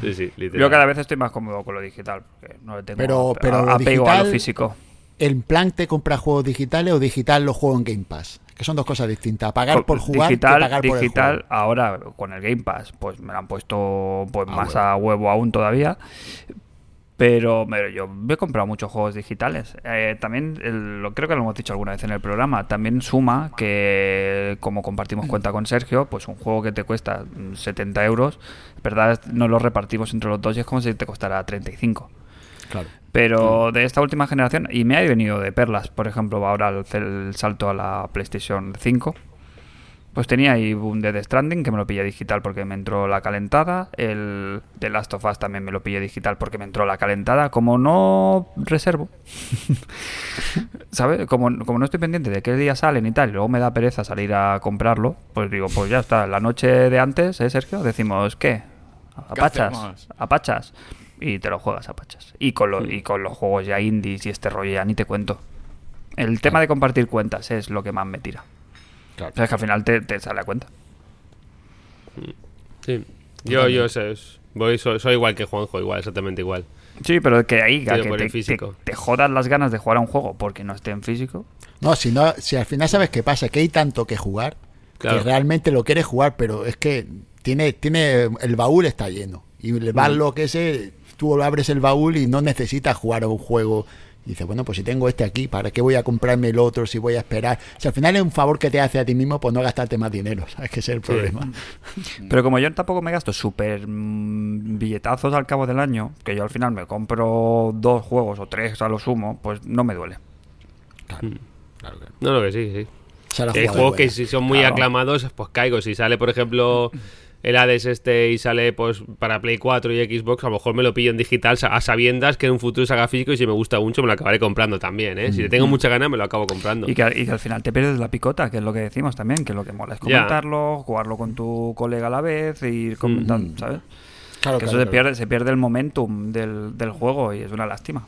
Sí, sí, literal. Yo cada vez estoy más cómodo con lo digital, porque no le tengo Pero- ap- pero a- lo apego a lo digital- físico. ¿En plan te compras juegos digitales o digital los juegos en Game Pass? Que son dos cosas distintas. Pagar por jugar digital, que pagar digital, por el juego. ahora con el Game Pass, pues me lo han puesto pues, Ah, más bueno. a huevo aún todavía. Pero, pero yo he comprado muchos juegos digitales. Eh, también, el- lo creo que lo hemos dicho alguna vez en el programa, también suma que, como compartimos cuenta con Sergio, pues un juego que te cuesta mm, 70 euros, ¿verdad? No lo repartimos entre los dos y es como si te costara 35. Claro. Pero de esta última generación, y me ha venido de perlas, por ejemplo, ahora el, el salto a la PlayStation 5. Pues tenía ahí un Dead Stranding que me lo pillé digital porque me entró la calentada. El The Last of Us también me lo pillé digital porque me entró la calentada. Como no reservo, ¿sabes? Como, como no estoy pendiente de qué día salen y tal, y luego me da pereza salir a comprarlo, pues digo, pues ya está. La noche de antes, ¿eh, Sergio? Decimos, ¿qué? Apachas. hacemos? Apachas. Y te lo juegas a pachas. Y con, lo- y con los juegos ya indies y este rollo ya ni te cuento. El tema de compartir cuentas es lo que más me tira. Claro. O sea, es que al final te, te sale a cuenta. Sí. Yo, yo sé, es- voy, soy, soy igual que Juanjo, igual, exactamente igual. Sí, pero que ahí Pero que por te, el físico. te- te jodas las ganas de jugar a un juego porque no esté en físico. No, si no, si al final sabes qué pasa, que hay tanto que jugar, Claro. que realmente lo quieres jugar, pero es que tiene, tiene el baúl está lleno. Y el Mm. lo que ese, tú abres el baúl y no necesitas jugar a un juego. Y dices, bueno, pues si tengo este aquí, ¿para qué voy a comprarme el otro? Si voy a esperar. Si al final es un favor que te hace a ti mismo, pues no gastarte más dinero, ¿sabes? Que ese es el problema. Mm. Pero como yo tampoco me gasto súper mm, billetazos al cabo del año, que yo al final me compro dos juegos o tres a lo sumo, pues no me duele. No, no, que sí, sí. Esa es la Hay jugada juegos que buena. si son muy Claro. aclamados, pues caigo. Si sale, por ejemplo, el Hades este y sale pues para Play 4 y Xbox, a lo mejor me lo pillo en digital sa- a sabiendas que en un futuro salga físico y si me gusta mucho me lo acabaré comprando también, ¿eh? Si le tengo mucha gana me lo acabo comprando. Y que, al- y que al final te pierdes la picota, que es lo que decimos también, que lo que mola es Ya. comentarlo, jugarlo con tu colega a la vez y ir comentando, ¿sabes? Claro, que claro, eso se claro. pierde, se pierde el momentum del, del juego y es una lástima.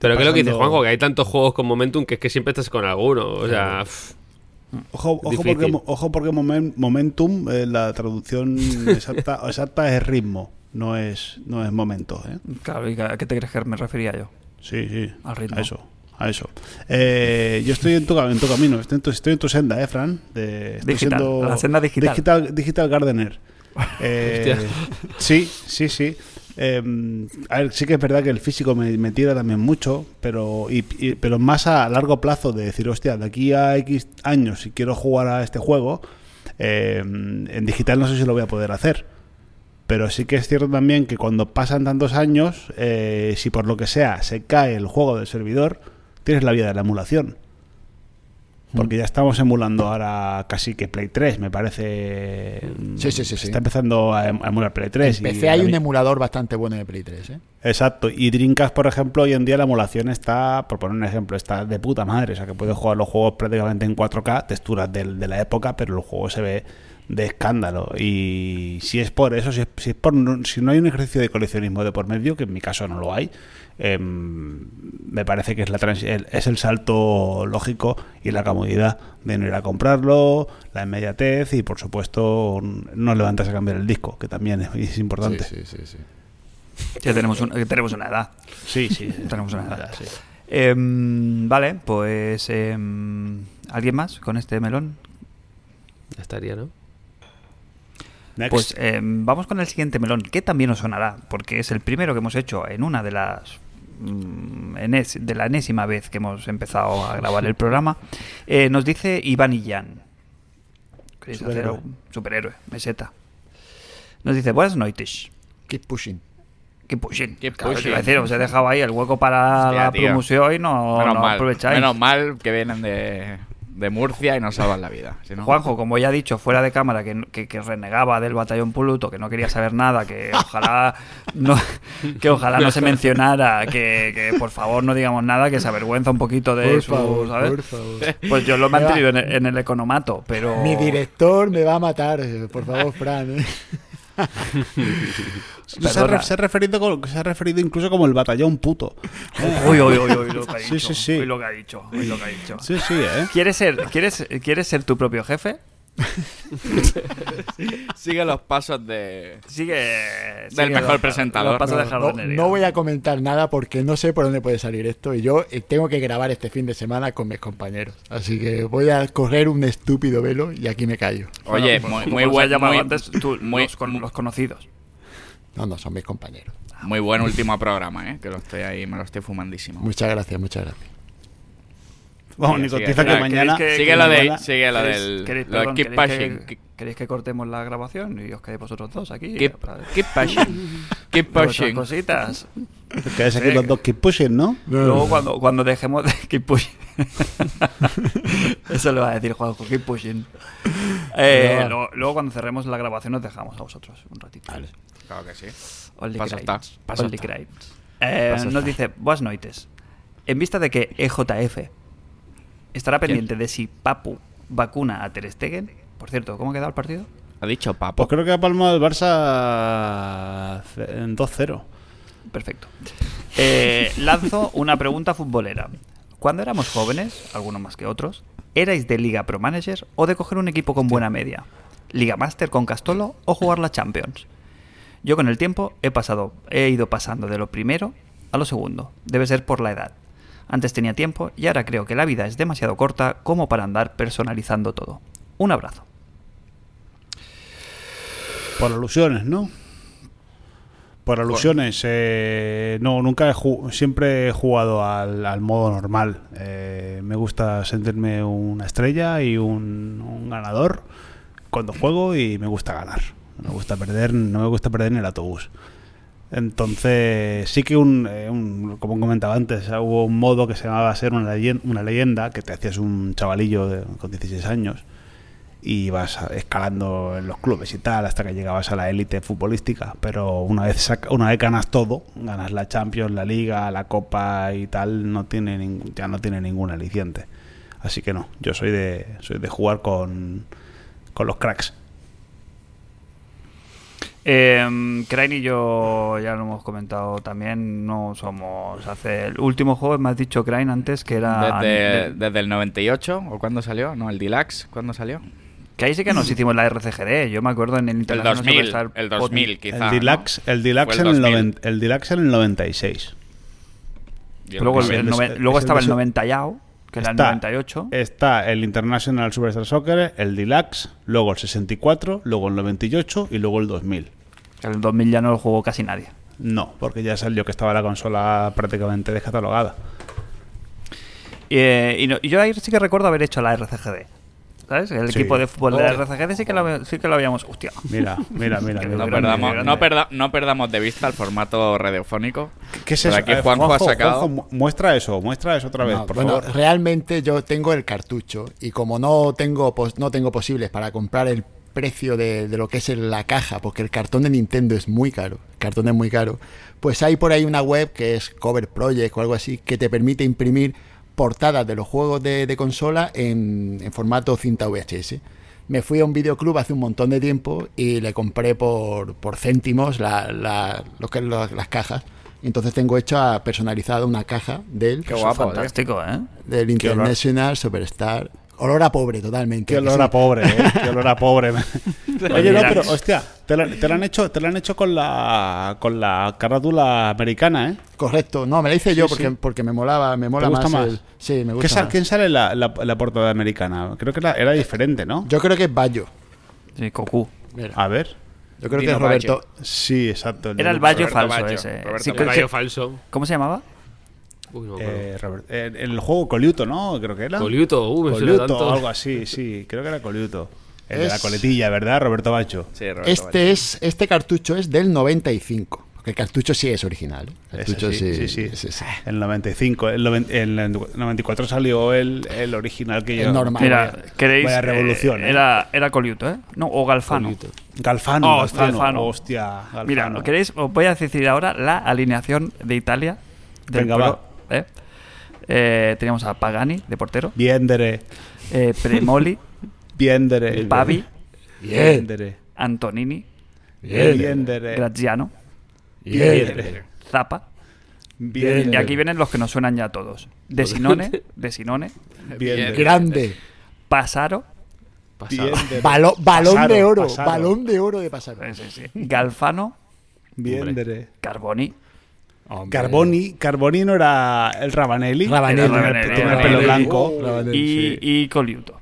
Pero que es lo que dice pasando- Juanjo, que hay tantos juegos con Momentum que es que siempre estás con alguno. O sea, pff, Ojo, ojo Difícil. porque, mo- ojo porque momen- momentum, eh, la traducción exacta, exacta es ritmo, no es, no es momento. ¿eh? Claro, ¿y a qué te crees que me refería yo? Sí, sí. Al ritmo. A eso. A eso. Eh, yo estoy en tu, ca- en tu camino, estoy en tu, estoy en tu senda, ¿eh, Fran? De, estoy Digital, a la senda digital. Digital, digital Gardener. Eh, sí, sí, sí. Eh, a ver, sí que es verdad que el físico me, me tira también mucho, pero, y- y- pero más a largo plazo de decir, hostia, de aquí a X años, si quiero jugar a este juego, eh, en digital no sé si lo voy a poder hacer. Pero sí que es cierto también que cuando pasan tantos años, eh, si por lo que sea se cae el juego del servidor, tienes la vida de la emulación. Mm. Porque ya estamos emulando ahora casi que Play 3, me parece. Sí, sí, sí, Se sí. está empezando a em- a emular Play 3. En y PC ahora hay un mi- emulador bastante bueno de Play 3, ¿eh? Exacto. Y Dreamcast, por ejemplo, hoy en día la emulación está, por poner un ejemplo, está de puta madre. O sea, que puedes jugar los juegos prácticamente en 4K, texturas del- de la época, pero el juego se ve de escándalo. Y si es por eso, si, es, si, es por, no, si no hay un ejercicio de coleccionismo de por medio, que en mi caso no lo hay, em, me parece que es, la trans- el, es el salto lógico y la comodidad de no ir a comprarlo, la inmediatez y, por supuesto, no levantas a cambiar el disco, que también es, es importante. Sí, sí, sí, sí. Ya tenemos, un- ya tenemos una edad. Sí, sí. Tenemos una edad. Sí. Em, vale, pues... em, ¿Alguien más con este melón? ya estaría, ¿no? Next. Pues em, vamos con el siguiente melón, que también os sonará, porque es el primero que hemos hecho en una de las mm, enés- de la enésima vez que hemos empezado a grabar el programa. Eh, nos dice Iván Illán. ¿Queréis hacer Superhéroe. un- superhéroe, meseta. Nos dice, buenas noches. Keep pushing. Qué pushing. Qué Claro, te pushing. iba a decir, os he dejado ahí el hueco para Hostia, la tío. promoción y no, menos, no mal, aprovecháis. menos mal que vienen de, de Murcia y nos salvan la vida. Si no- Juanjo, como ya he dicho fuera de cámara, que, que- que renegaba del batallón Puluto, que no quería saber nada, que ojalá no, que ojalá no se mencionara, que, que por favor no digamos nada, que se avergüenza un poquito de Por su- favor, ¿sabes? por favor. Pues yo lo he mantenido en el, en el economato, pero. Mi director me va a matar, eh, por favor, Fran. ¿eh? Se ha, Perdona. ref- se ha referido con- se ha referido incluso como el batallón puto. Uy, uy, uy, uy, lo que ha Sí, dicho. sí, sí. uy, lo que ha dicho. uy, lo que ha dicho. Sí, sí, ¿eh? ¿Quieres ser, quieres, ¿Quieres ser tu propio jefe? Sigue los pasos de. Sigue. Del sigue mejor los- los presentador. pasos de No, jardinería. no voy a comentar nada porque no sé por dónde puede salir esto y yo eh, tengo que grabar este fin de semana con mis compañeros. Así que voy a correr un estúpido velo y aquí me callo. Oye, Bueno, muy, Pues como muy se ha buen. llamado muy- antes, tú, muy- los con- los conocidos. No, no, son mis compañeros. muy buen último programa, ¿eh? Que lo estoy ahí, me lo estoy fumandísimo. Muchas gracias, muchas gracias. Vamos, ni Sí, sí, cotiza sí, que sí. mañana. ¿Queréis que- sigue lo de. mañana- Sigue lo ¿Queréis- del. queréis- lo de perdón, Keep ¿queréis Passion. que, queréis que cortemos la grabación y os quedéis vosotros dos aquí? Keep, Para- keep Passion. Keep para vuestras Passion. cositas. Que es aquí los dos que pushen, ¿no? Luego cuando, cuando dejemos de keep pushing. Eso lo va a decir Juanjo, keep pushing. Eh, No. luego, luego cuando cerremos la grabación nos dejamos a vosotros un ratito. Vale. Claro que sí. Paso está, paso está. Eh, nos dice, buenas noites. En vista de que EJF estará pendiente de si Papu vacuna a Ter Stegen, por cierto, ¿cómo ha quedado el partido? Ha dicho papo. Pues creo que ha palmado el Barça eh, en 2-0. Perfecto. Eh, lanzo una pregunta futbolera. Cuando éramos jóvenes, algunos más que otros, ¿erais de Liga Pro Manager o de coger un equipo con buena media? ¿Liga Master con Castolo o jugar la Champions? Yo con el tiempo he pasado, he ido pasando de lo primero a lo segundo. Debe ser por la edad. Antes tenía tiempo y ahora creo que la vida es demasiado corta como para andar personalizando todo. Un abrazo. Por alusiones, ¿no? Por alusiones, eh, no, nunca he ju- siempre he jugado al, al modo normal. Eh, me gusta sentirme una estrella y un, un ganador cuando juego y me gusta ganar. No me gusta perder, no me gusta perder en el autobús. Entonces, sí que un, eh, un- como comentaba antes, hubo un modo que se llamaba ser una leyenda, una leyenda que te hacías un chavalillo de- con 16 años y vas a- escalando en los clubes y tal hasta que llegabas a la élite futbolística. Pero una vez, saca- una vez ganas todo, ganas la Champions, la Liga, la Copa y tal, no tiene ningún- ya no tiene ningún aliciente. Así que no, yo soy de, soy de jugar con, con los cracks. Eh, Crane y yo ya lo hemos comentado también, no somos... Hace el último juego, me has dicho Crane antes, que era... de- Desde, desde el 98, ¿o cuándo salió? No, el Deluxe, ¿cuándo salió? que ahí sí que nos hicimos la RCGD, yo me acuerdo en el El Internacional 2000, Superstar el Pot- 2000 quizá. el Deluxe, ¿no? el Deluxe Fue en el, 2000. noven- el Deluxe en el 96. Y Luego, el, Es el- noven- es el- luego es el estaba el beso- 90 yao, que era el 98. Está el International Superstar Soccer, el Deluxe, luego el 64, luego el 98 y luego el 2000. El 2000 ya no lo jugó casi nadie. No, porque ya salió que estaba la consola prácticamente descatalogada. Eh, y, no- y yo ahí sí que recuerdo haber hecho la RCGD. ¿Sabes? El Sí. equipo de fútbol de Oh. la RCGD sí que, lo, sí que lo habíamos. Hostia. Mira, mira, mira. Que mira, grande, mira, No perdamos, mira. grande. no, perda- no perdamos de vista el formato radiofónico. ¿Qué es Por eso? aquí Eh, Juanjo ha sacado- Juanjo, mu- muestra eso, muestra eso otra vez, No, por bueno, favor. realmente yo tengo el cartucho y como no tengo pos- no tengo posibles para comprar el precio de, de lo que es el- la caja, porque el cartón de Nintendo es muy caro, el cartón es muy caro, pues hay por ahí una web que es Cover Project o algo así que te permite imprimir portadas de los juegos de, de consola en, en formato cinta VHS. Me fui a un videoclub hace un montón de tiempo y le compré por, por céntimos la- la- lo que es la- las cajas. Entonces tengo hecha personalizada una caja de él Qué Eso es guapo, Fantástico, ¿eh? del olor. International Superstar. Olor a pobre, totalmente. Qué ¿a que olor sí? a pobre, eh. Qué olor a pobre. Oye, no, pero hostia, te la, te la han hecho, te la han hecho con la con la carátula americana, ¿eh? Correcto. No, me la hice yo porque, porque me molaba, me mola ¿Te gusta más. más? el- sí, me ¿Qué gusta. sa- más. ¿Quién sale la, la, la portada americana? Creo que era, era diferente, ¿no? Yo creo que es Bayo. Sí, Cocu. A ver. Yo creo que Dino es Roberto. Sí, exacto. Era el Linux. Bayo Roberto falso Baggio, ese. Roberto Sí, El creo que- rayo falso. ¿Cómo se llamaba? Uy, no, me Eh, Robert- eh, el juego Coliuto, ¿no? Creo que era. Coliuto, uh, me suena Coliuto, tanto. algo así, sí. Creo que era Coliuto. El de la Es- coletilla, ¿verdad, Roberto Bacho? Sí, Roberto Valle. Este, es, este cartucho es del 95. Porque el cartucho sí es original. ¿eh? El Ese cartucho sí, sí, sí, ese sí. El 95, el, noven- el 94 salió el, el original que Es yo. normal. Era, Vaya- queréis. vaya eh, revolución, ¿eh? Era, era Coliuto, ¿eh? No, o Galfano. Coliuto. Galfano, Oh, Galfano, Galfano. Hostia, Galfano. Mira, ¿lo queréis? Os voy a decir ahora la alineación de Italia. del Venga, pro- va. ¿eh? Eh, teníamos a Pagani de portero, Viendere, eh, Premoli, Viendere. Pavi, Bien, Viendere. Antonini, bien, Viendere. Graziano, bien. Zappa. Viendere. Y aquí vienen los que nos suenan ya todos. De Sinone, de Sinone, Viendere. Grande. Pasaro, pasado. Viendere. Balo- balón Pasaro, de oro. pasaro. Balón de oro de pasar. eh, sí, sí, Galfano, Viendere. Carboni, Carboni, Carboni no era el Rabanelli. Rabanelli. Era el- Rabanelli, Tenía el pelo Rabanelli. blanco. y, Rabanelli, sí. y Coliuto.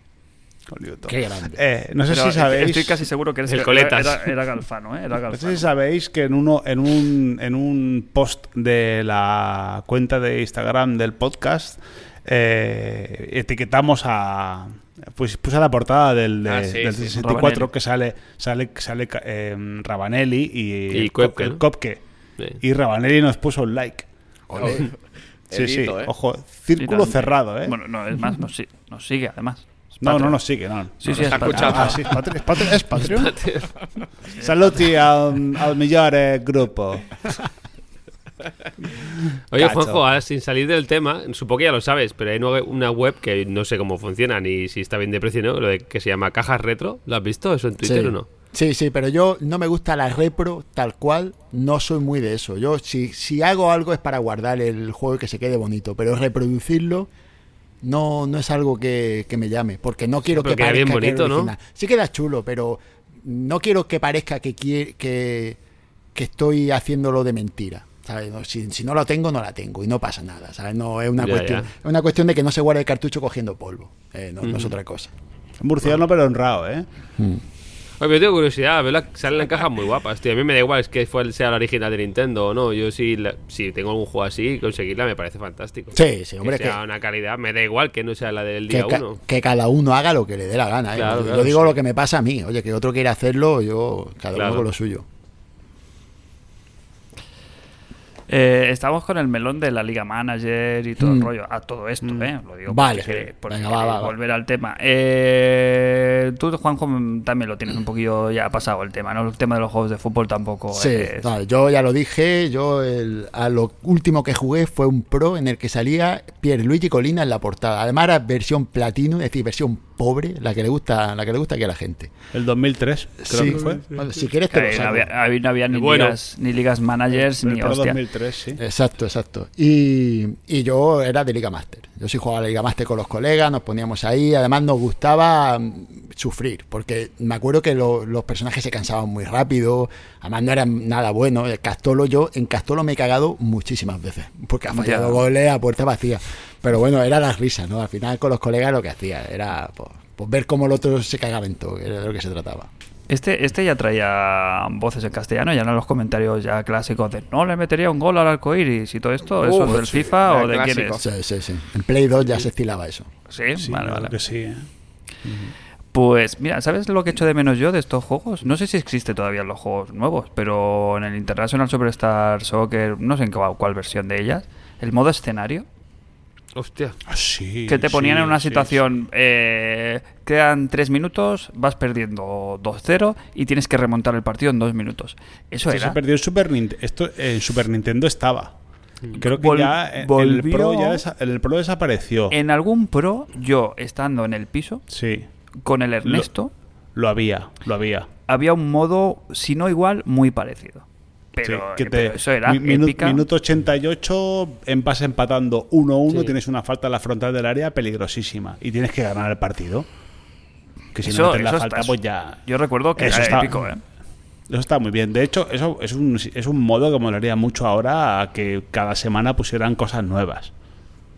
Coliuto. Qué grande. Eh, no sé Pero si sabéis. Estoy casi seguro que eres El que- Coletas. Era, era Galfano, ¿eh? Era No Galfano. sé si sabéis que en uno, en un, en un post de la cuenta de Instagram del podcast eh, etiquetamos a pues puse la portada del, de- Ah, sí, del sí. 64 Rabanelli. que sale sale sale eh, Rabanelli y, Y Koepke, el ¿no? Koepke. Sí. y Rabanelli nos puso un like. Ole. Sí, sí, Edito, ¿eh? ojo, Sí, círculo también. cerrado, ¿eh? Bueno, no, es más, nos, si- nos sigue además. Es no, no Patreon. nos sigue, no. Sí, No sí, nos está sigue. escuchando. Ah, sí, es Patreon, es Patreon, es Patreon. Saluti al, al mejor eh, grupo. Oye, Cacho. Juanjo, ahora sin salir del tema, supongo que ya lo sabes, pero hay una- una web que no sé cómo funciona ni si está bien de precio, ¿no? Lo de- que se llama Cajas Retro. ¿Lo has visto eso en Twitter sí. o no? Sí, sí, pero yo no me gusta la repro tal cual, no soy muy de eso. Yo si, si hago algo es para guardar el juego y que se quede bonito, pero reproducirlo no, no es algo que, que me llame, porque no quiero pero que queda parezca bien que es bonito, ¿no? original. Sí queda chulo, pero no quiero que parezca que quie- que, que estoy haciéndolo de mentira. ¿sabes? No, si, si no lo tengo, no la tengo y no pasa nada. ¿sabes? No, es, una Ya, cuestión, ya. es una cuestión de que no se guarde el cartucho cogiendo polvo. eh, no, no es otra cosa. Murciano, pero honrado, ¿eh? Oye, pero tengo curiosidad, veo la- salen las cajas muy guapas, tío. A mí me da igual es que fue, sea la original de Nintendo o no. Yo si, la- si tengo algún juego así, conseguirla me parece fantástico. Sí, sí, hombre, que sea que- una calidad, me da igual que no sea la del que, día ca- 1. que cada uno haga lo que le dé la gana. ¿eh? Claro, yo claro, digo sí. lo que me pasa a mí. Oye, que otro quiere hacerlo, yo cada Claro. uno con lo suyo. Eh, estamos con el melón de la Liga Manager y todo el Mm. rollo. A todo esto, Mm. ¿eh? Lo digo Vale, porque, queréis- porque venga, va, queréis va, va. volver al tema. Eh, tú, Juanjo, también lo tienes un poquillo ya pasado el tema, ¿no? El tema de los juegos de fútbol tampoco Sí, Pues es- no, yo ya lo dije, yo el- a lo último que jugué fue un pro en el que salía Pierluigi Colina en la portada. Además era versión platino, es decir, versión pobre, la que le gusta, la que le gusta aquí a la gente. El 2003, creo Sí. que fue. Bueno, si quieres te que lo ahí no saco. había, ahí no había ni, Bueno. ligas, ni ligas managers El ni Pro hostia. Eh, 2003, sí. Exacto, exacto. Y, y yo era de Liga Master. Yo sí jugaba a la Liga Master con los colegas, nos poníamos ahí. Además, nos gustaba mm, sufrir, porque me acuerdo que lo- los personajes se cansaban muy rápido. Además, no eran nada bueno. El Castolo, yo en Castolo me he cagado muchísimas veces, porque ha fallado Ya. goles a puerta vacía. Pero bueno, era las risas, ¿no? Al final, con los colegas lo que hacía era pues, pues ver cómo el otro se cagaba en todo, era de lo que se trataba. Este, este ya traía voces en castellano, ya no los comentarios ya clásicos de no le metería un gol al arcoiris y todo esto, eso Uf, es del sí, FIFA o de era quién clásico. es. Sí, sí, sí. En Play 2 ya se estilaba eso. Sí, Sí, vale, claro vale. que sí. ¿eh? Pues mira, ¿sabes lo que echo de menos yo de estos juegos? No sé si existe todavía en los juegos nuevos, pero en el International Superstar Soccer, no sé en cuál, cuál versión de ellas, el modo escenario, Hostia. Ah, sí, que te ponían sí, en una sí, situación, eh, quedan tres minutos, vas perdiendo 2-0 y tienes que remontar el partido en dos minutos. Eso Esto se era... perdió en Super, Nin- esto, en Super Nintendo estaba. Creo que Vol- ya en el volvió- Pro ya desa- el Pro desapareció. En algún pro, yo estando en el piso Sí, con el Ernesto, lo había, lo había. había un modo, si no igual, muy parecido. Pero, eh, Sí, que te- pero eso era mi- minu- épica. Minuto 88, en base empatando 1-1, Sí. tienes una falta en la frontal del área peligrosísima y tienes que ganar el partido. Que si Eso- no metes la eso falta, está- pues ya. Yo recuerdo que Eso era está- épico, ¿eh? Eso está muy bien. De hecho, eso es un, es un modo que molaría mucho ahora a que cada semana pusieran cosas nuevas.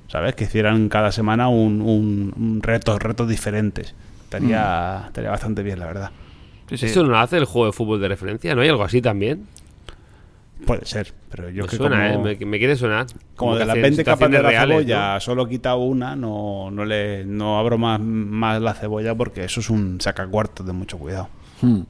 ¿Sabes? Que hicieran cada semana un, un- un reto- retos diferentes. Estaría, Mm. estaría bastante bien, la verdad. Sí, sí. ¿Eso no lo hace el juego de fútbol de referencia? ¿No hay algo así también? Puede ser, pero yo me creo suena, que ¿eh? como, Me, me quiere sonar. como que de las hacen 20 capas de situaciones la reales, cebolla ¿no? solo he quitado una, no, no, le, no abro más, más la cebolla porque eso es un sacacuartos de mucho cuidado. Hmm,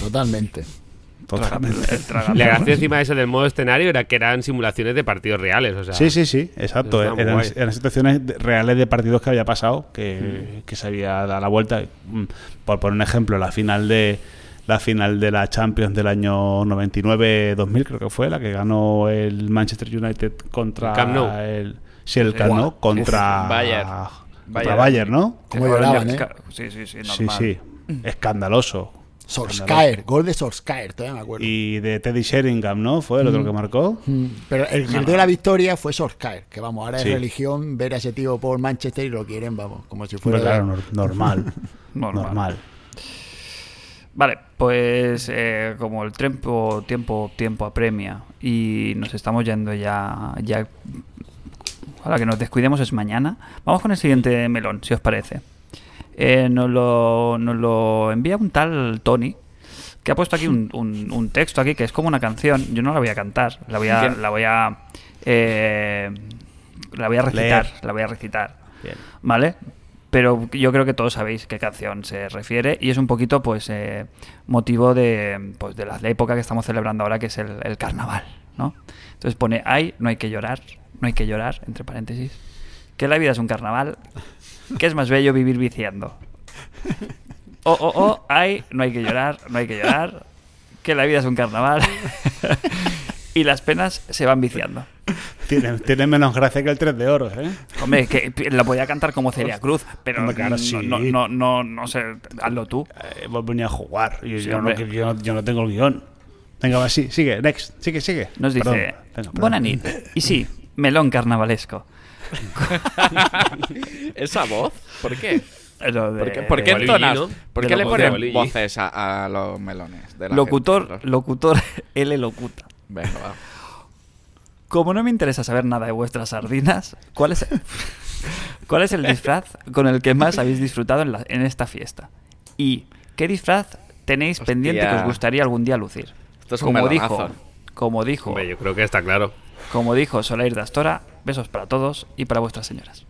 Totalmente. Totalmente. El traga- La gracia encima de eso del modo escenario era que eran simulaciones de partidos reales, o sea... Sí, sí, sí, exacto. Está muy Eran, guay. eran situaciones de- reales de partidos que había pasado, Mm. que, que se había dado la vuelta. Mm, Por poner un ejemplo, la final de la final de la Champions del año 99-2000 creo que fue, la que ganó el Manchester United contra El Camp Nou. el sí, el Camp Nou, contra Uf, Bayern. contra Bayern. Bayern, ¿no? Cómo Ahora lloraban, ya- ¿eh? Sí, sí, sí, Sí, normal. Mm. sí. Escandaloso. Sorskaer, gol de Sorskaer, todavía me acuerdo. Y de Teddy Sheringham, ¿no? Fue el otro que marcó. Mm, Pero el que de la victoria fue Sorskaer, que vamos, ahora Sí. es religión ver a ese tío por Manchester y lo quieren, vamos, como si fuera. Pues claro, nor- normal. Normal. normal. Vale, pues eh, como el tiempo, tiempo, tiempo apremia y nos estamos yendo ya, ya, ojalá que nos descuidemos es mañana. Vamos con el siguiente melón, si os parece. Eh, nos, lo, nos lo envía un tal Tony que ha puesto aquí un, un- un texto aquí que es como una canción. Yo no la voy a cantar, la voy a, Bien. la voy a, eh, la voy a recitar, Leer. la voy a recitar. Bien. ¿Vale? Pero yo creo que todos sabéis qué canción se refiere y es un poquito pues eh, motivo de, pues, de la la época que estamos celebrando ahora, que es el, el carnaval, ¿no? Entonces pone, ay, no hay que llorar, no hay que llorar, entre paréntesis, que la vida es un carnaval, que es más bello vivir viciando. Oh, oh, oh, ay, no hay que llorar, no hay que llorar, que la vida es un carnaval y las penas se van viciando. Tiene, tiene menos gracia que el 3 de oros, ¿eh? Hombre, que la podía cantar como Celia Cruz, pero Hombre, claro, no, sí. no, no, no, no sé, hazlo tú. Eh, Vos venía a jugar. Yo, Sí, yo no, hombre. yo no- yo no tengo el guión. Venga, va, sí, sigue, next, sigue, sigue. Nos dice, Perdón, venga, perdón. buena nit. Y sí, melón carnavalesco. ¿Esa voz? ¿Por qué? Lo de- ¿Por qué, por qué Bolillo, entonas? ¿no? ¿Por De qué le locutor. ponen Bolillo. voces a, a los melones? de la Locutor, gente? locutor, L locuta. Venga, va. Como no me interesa saber nada de vuestras sardinas, ¿cuál es, ¿cuál es el disfraz con el que más habéis disfrutado en, la- en esta fiesta? ¿Y qué disfraz tenéis Hostia. pendiente que os gustaría algún día lucir? Esto es un como dijo, melonazo. como dijo, Hombre, yo creo que está claro. como dijo Solair de Astora, besos para todos y para vuestras señoras.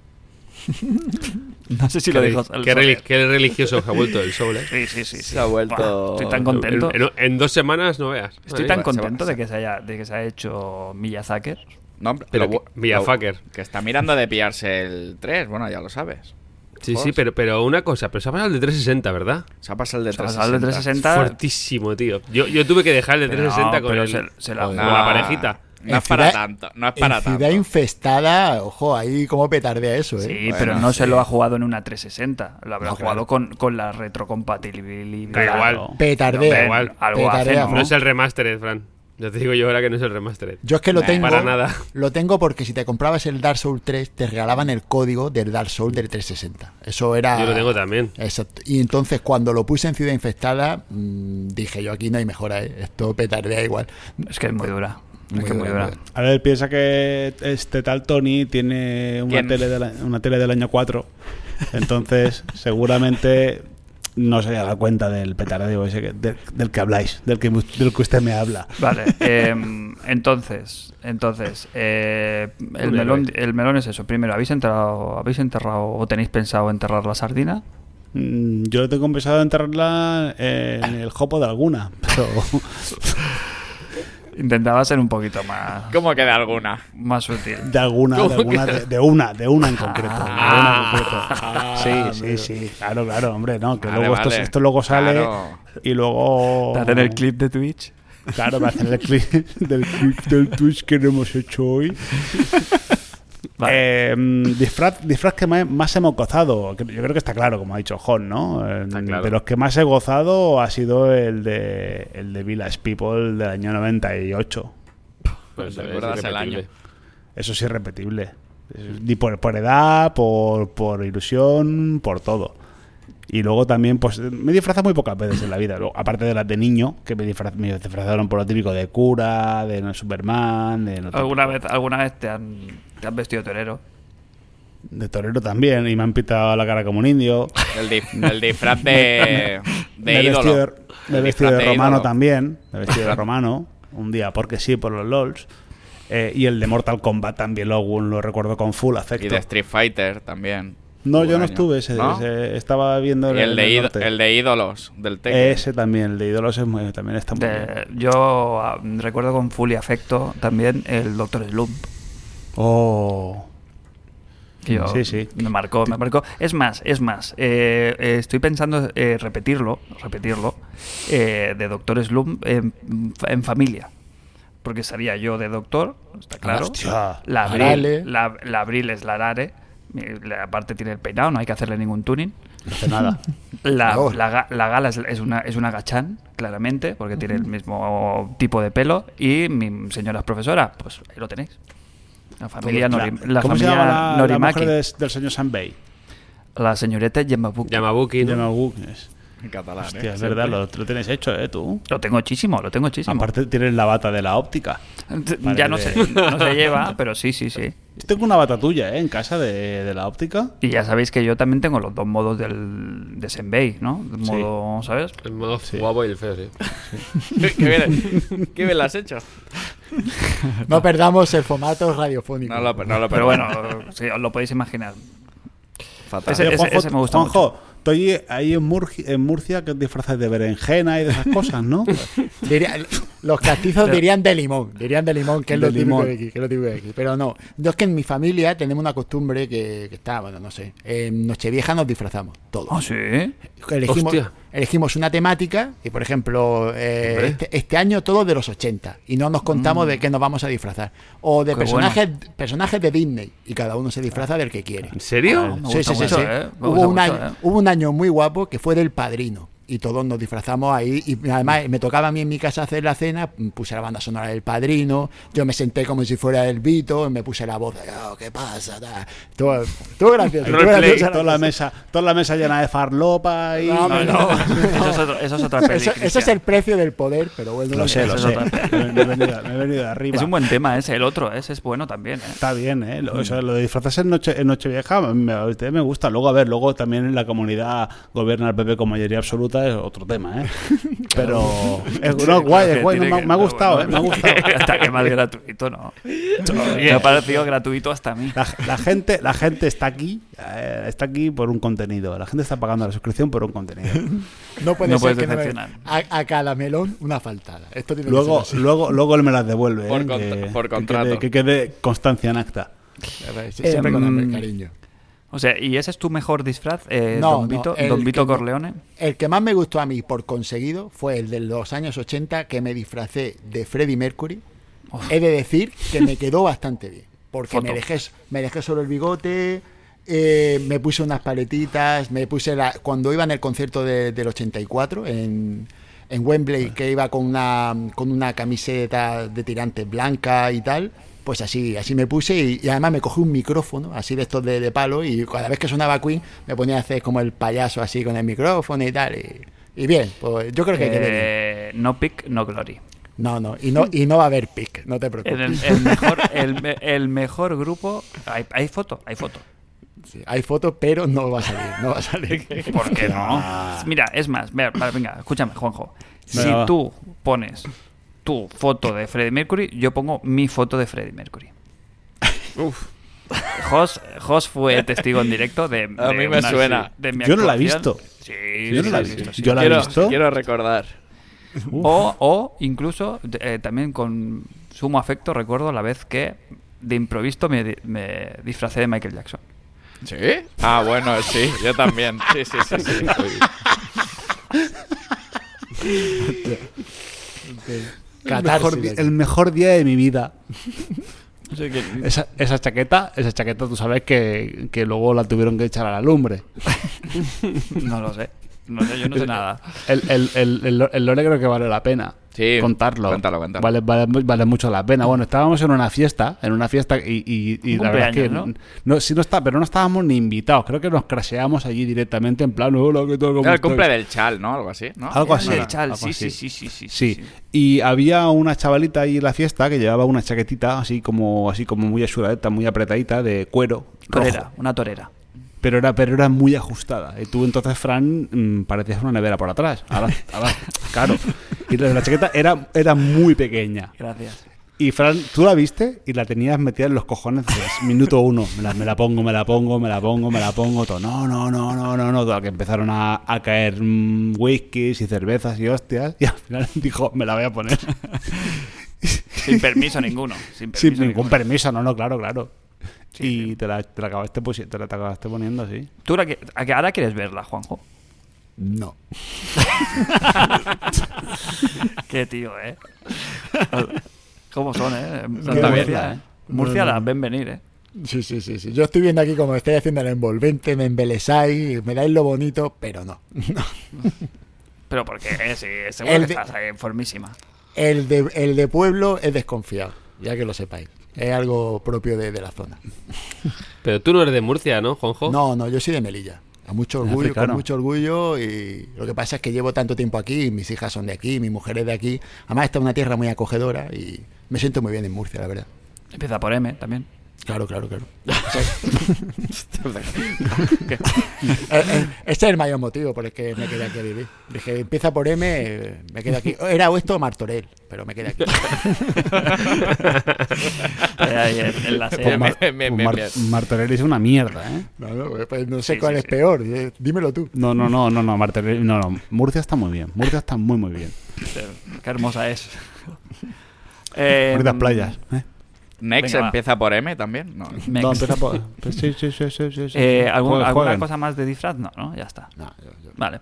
No sé si lo Qué dijo. relig- qué, relig- qué religioso se ha vuelto el Soul, eh. Sí, sí, sí. sí. Se ha vuelto- Buah, estoy tan contento. En, en- en dos semanas no veas. Estoy Ahí tan va. se va, contento se de que se haya, de que se haya hecho Miyazaki. No, hombre, Pero lo bu- que- Villafucker. lo- Que está mirando de pillarse el 3, bueno, ya lo sabes. Sí, sí, pero, pero una cosa, pero se ha pasado el de 360, ¿verdad? Se ha pasado el de Se ha 360. pasado el de 360. Fuertísimo, tío. Yo, yo tuve que dejar el de Pero 360 no, con, pero el- se- se la con Nah, la parejita. No En es para ciudad- tanto, no es en para ciudad tanto. infestada, ojo, ahí cómo petardea eso, ¿eh? Sí, Bueno, pero no sí. se lo ha jugado en una 360. Lo habrá No, jugado claro. con, con la retrocompatibilidad. Da igual. ¿no? Petardea. Da igual. Algo hace, Petardea, ¿no? No es el remastered, Fran. Ya te digo yo ahora que no es el remastered. Yo es que lo Nah, tengo. para nada. Lo tengo porque si te comprabas el Dark Souls 3, te regalaban el código del Dark Souls del 360. Eso era. Yo lo tengo también. Exacto. Y entonces cuando lo puse en Ciudad Infestada, mm, dije yo aquí no hay mejora, ¿eh? esto petardea igual. Es que es muy dura. Es Muy que es muy dura, dura. A ver, piensa que este tal Tony tiene una ¿Quién? tele, de la- una tele del año 4. Entonces, seguramente no se da cuenta del petardeo ese que- del, del que habláis, del que, del que usted me habla. Vale, eh, entonces, entonces, eh, el, Un melón, héroe. el melón es eso. Primero, ¿habéis enterrado, habéis enterrado o tenéis pensado enterrar la sardina? Mm, Yo lo tengo pensado enterrarla en el jopo de alguna, pero Intentaba ser un poquito más, ¿Cómo queda alguna? más sutil. de alguna, de, ¿Cómo alguna, que? de, de una, de una en concreto. de una en concreto. Ah, sí, sí, sí, claro, claro, hombre, no, que Vale, luego esto, vale. esto luego sale Claro. y luego... Te hacen el clip de Twitch? Claro, va a hacer el clip del clip del Twitch que no hemos hecho hoy. Vale. Eh, mm, disfraz, disfraz que más, más hemos gozado, que yo creo que está claro, como ha dicho Jon, ¿no? Eh, Está claro. De los que más he gozado ha sido el de, el de Village People del año 98. Pues ¿Te es acuerdas el irrepetible. año? Eso es irrepetible. Es- Ni por, por edad, por, por ilusión, por todo. Y luego también, pues me disfraza muy pocas veces en la vida. Luego, aparte de las de niño, que me, disfra- me disfrazaron por lo típico de cura, de Superman, de, lo ¿Alguna vez, alguna vez te han, te han vestido torero? típico- de torero también, y me han pintado la cara como un indio. El, dif- el disfraz de, de me he ídolo. vestido de- me he vestido de El disfraz de romano ídolo. también. Me he vestido de romano. Un día, porque sí, por los LOLs. Eh, y el de Mortal Kombat también lo, lo recuerdo con full Y afecto. de Street Fighter también. No, yo Un no año. estuve ese, ¿No? ese- Estaba viendo Y el, de ído- norte. el de este ídolos del Tekken. Ese también, el de ídolos es muy, también está muy bien. De- yo ah, recuerdo con full y afecto también el Doctor Slump. Oh. Que yo- Sí, sí. Me marcó, me marcó. Es más, es más, eh, eh, estoy pensando eh, repetirlo, repetirlo, eh, de Doctor Slum en, en familia. Porque sería yo de doctor, está claro. Hostia. Ah, la, Arale. abril, la, la abril es la arare. eh, la- Aparte tiene el peinado, no hay que hacerle ningún tuning. No hace nada. La, Oh. No. la ga- la gala es, es una, es una gachán, claramente, porque tiene el mismo tipo de pelo. Y mi señora es profesora, pues ahí lo tenéis. La familia, La- Nori- la ¿Cómo se familia llama la- la, Norimaki. mujer de- del señor Sanbei? La señorita Yemabuki. Yamabuki, ¿no? Yamaguchi. Hostia, En catalán, ¿eh? es verdad, lo, lo tienes hecho, ¿eh? Tú. Lo tengo chísimo, lo tengo chísimo. Aparte tienes la bata de la óptica. ya no de- se, no se lleva, pero sí, sí, sí. Yo tengo una bata tuya, ¿eh? En casa de, de la óptica. Y ya sabéis que yo también tengo los dos modos del de Senbei, ¿no? El Sí. modo, ¿sabes? El modo guapo y el feo, sí. ¿Qué, bien, qué bien lo has hecho. No perdamos el formato radiofónico. No lo, no lo Pero bueno, sí, os lo podéis imaginar. Fatal. ese- Oye, Juanjo, ese me gusta Juanjo, estoy ahí en, Murgi- en Murcia que te disfrazas de berenjena y de esas cosas, ¿no? Diría- los castizos dirían de limón, dirían de limón, que es, De lo típico limón. de aquí, que es lo típico de aquí. Pero no, yo es que en mi familia tenemos una costumbre que, que está, bueno, no sé. En Nochevieja nos disfrazamos, todos. Ah, sí. elegimos, Hostia. elegimos una temática y, por ejemplo, eh, Hombre. este, este año todos de los 80 y no nos contamos de qué nos vamos a disfrazar. O de Qué personajes, personajes de Disney y cada uno se disfraza del que quiere. ¿En serio? me Sí, gusta sí, sí, mucho, sí. ¿eh? Me Hubo, gusta un mucho, año, ¿eh? hubo un año muy guapo que fue del padrino. Y todos nos disfrazamos ahí. Y además me tocaba a mí en mi casa hacer la cena. Puse la banda sonora del padrino. Yo me senté como si fuera el Vito. Me puse la voz. "Oh, ¿Qué pasa? tal". Todo, todo gracioso. todo Roleplay, gracioso. toda la mesa, toda la mesa llena de farlopa y No, hombre, no. Ah, Eso es, otro- eso es otra peli. Eso, eso es Cristian. el precio del poder, pero bueno. lo sé, Eso lo es sé. otra- Me, me he venido, me he venido de arriba. Es un buen tema ese, el otro, ese es bueno también. ¿eh? Está bien, ¿eh? Lo, eso, lo de disfrazarse en noche, en noche vieja, me, a ustedes me gusta. Luego, a ver, luego también en la comunidad gobierna el PP con mayoría absoluta absoluta es otro tema, ¿eh? Pero es no, guay, es guay, no, me, ha- me ha gustado, ¿eh? Me ha gustado. Hasta que más gratuito, no. Me ha parecido gratuito hasta a mí. La, la gente, la gente está aquí, eh, está aquí por un contenido. La gente está pagando la suscripción por un contenido. No puede No ser puedes que no me- decepcionar. a, a cada melón una faltada. Esto tiene Luego, que ser así. luego, luego él me las devuelve. Por ¿eh? contra- que, por que contrato. quede- Que quede, constancia en acta. Siempre con hambre, em, cariño. O sea, ¿y ese es tu mejor disfraz, eh, No, Don no, Vito, el Don que Vito no- Corleone? El que más me gustó a mí por conseguido fue el de los años 80 que me disfracé de Freddie Mercury. He de decir que me quedó bastante bien. Porque me Foto. dejé, me dejé solo el bigote, eh, me puse unas paletitas, me puse la, cuando iba en el concierto de- del 84 en, en Wembley, que iba con una, con una camiseta de tirantes blanca y tal. Pues así, así me puse y, y además me cogí un micrófono, así de estos de, de palo, y cada vez que sonaba Queen me ponía a hacer como el payaso así con el micrófono y tal. Y, y bien, pues yo creo que quedé bien. Eh, no pick, no glory. No, no, y no, y no va a haber pick, no te En preocupes. el, el mejor, el, me- el mejor grupo. Hay, hay foto, hay foto. Sí, hay fotos, pero no va a salir, no va a salir. ¿Por qué no? Mira, es más, ve- vale, venga, escúchame, Juanjo. Si Venga, va. tú pones tu foto de Freddie Mercury, yo pongo mi foto de Freddie Mercury. Uf. Jos, Jos fue testigo en directo de. A de mí me suena. de mi Yo no la he actuación. visto. Sí, Yo no sí, la he sí, visto. sí. Yo la he quiero, visto. quiero recordar. O, o incluso eh, también con sumo afecto recuerdo la vez que de improviso me, di- me disfracé de Michael Jackson. ¿Sí? Ah, bueno, sí, yo también. Sí, sí, sí. sí. El mejor, Catarsis di- aquí. el mejor día de mi vida. O sea que- Esa, esa chaqueta, esa chaqueta tú sabes que, que luego la tuvieron que echar a la lumbre. No lo sé. No sé, yo no sé nada. El, el, el, el, el lore creo que vale la pena Sí, contarlo. cuéntalo, cuéntalo. Vale, vale, mu- vale mucho la pena. Bueno, estábamos en una fiesta, en una fiesta y, y, y Un la verdad es que cumpleaños, no, sí, no está, pero no estábamos ni invitados. Creo que nos crasheamos allí directamente en plan, hola, ¿qué tal? ¿Cómo Era el estáis?". cumple del chal, ¿no? Algo así, ¿no? Algo así. El chal, algo sí, sí, sí, así. sí, sí, Sí. sí, sí. y había una chavalita ahí en la fiesta que llevaba una chaquetita así como así como muy achuradeta, muy apretadita de cuero rojo. Torera, una torera. pero era pero era muy ajustada. Y tú entonces Fran mm, parecías una nevera por atrás. Ahora, ahora, claro. Y la la chaqueta era era muy pequeña. Gracias. Y Fran, tú la viste y la tenías metida en los cojones desde el minuto uno. Me la, me la pongo, me la pongo, me la pongo, me la pongo. Todo. No, no, no, no, no, no. Todo, que empezaron a, a caer mm, whiskies y cervezas y hostias. Y al final dijo, me la voy a poner. Sin permiso ninguno. Sin, permiso Sin ningún ninguno. permiso, no, no, claro, claro. y Te, la, te la acabaste, posi- te la te acabaste poniendo así. ¿Tú la que- a que ahora quieres verla, Juanjo? No. Qué tío, ¿eh? ¿Cómo son, eh? está Murcia, bien. ¿eh? Murcia las ven venir, ¿eh? Sí, sí, sí, sí. Yo estoy viendo aquí como estáis haciendo el envolvente, me embelesáis, me dais lo bonito, pero no. Pero porque, eh, sí, seguro El que de- estás ahí en formísima. El de, el de pueblo es desconfiado, ya que lo sepáis. Es algo propio de, de la zona. Pero tú no eres de Murcia, ¿no, Juanjo? No, no, yo soy de Melilla. A mucho orgullo, Africano. con mucho orgullo. Y lo que pasa es que llevo tanto tiempo aquí, mis hijas son de aquí, mi mujer es de aquí. Además, esta es una tierra muy acogedora y me siento muy bien en Murcia, la verdad. Empieza por M también. Claro, claro, claro. Eh, eh, Este es el mayor motivo por el que me quedé aquí a vivir. Dije, empieza por M, eh, me quedo aquí. Era o esto o Martorell, pero me quedé aquí. Ahí, en, en la Pues serie. Mar- me- me- pues Mar- me- Martorell es una mierda, ¿eh? No, no, pues no sé Sí, cuál sí, es sí. peor. eh, Dímelo tú. No, no, no, no, no, Martorell, no, no. Murcia está muy bien. Murcia está muy, muy bien. Qué hermosa es. Eh, Bonitas playas. ¿eh? Next Venga, va. empieza por M también. No. Next. No, empieza por. pues sí, sí, sí, sí, sí, sí. Eh, ¿algún- Jueguen, ¿Alguna jueguen. cosa más de disfraz? No, ¿no? Ya está. No, yo- yo- Vale.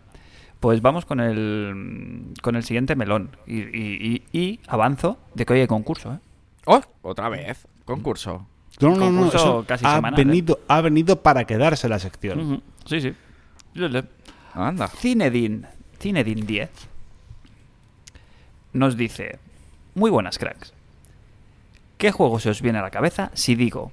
Pues vamos con el, con el siguiente melón. Y, y- y- y avanzo de que hoy hay concurso, ¿eh? ¡Oh! Otra vez. Concurso. No, no, no. concurso eso casi ha, semanal, ¿eh? venido, ha venido para quedarse la sección. Ujú. Sí, sí. Lele. Anda. Cinedin, Cinedin 10 nos dice, muy buenas cracks, ¿qué juego se os viene a la cabeza si digo,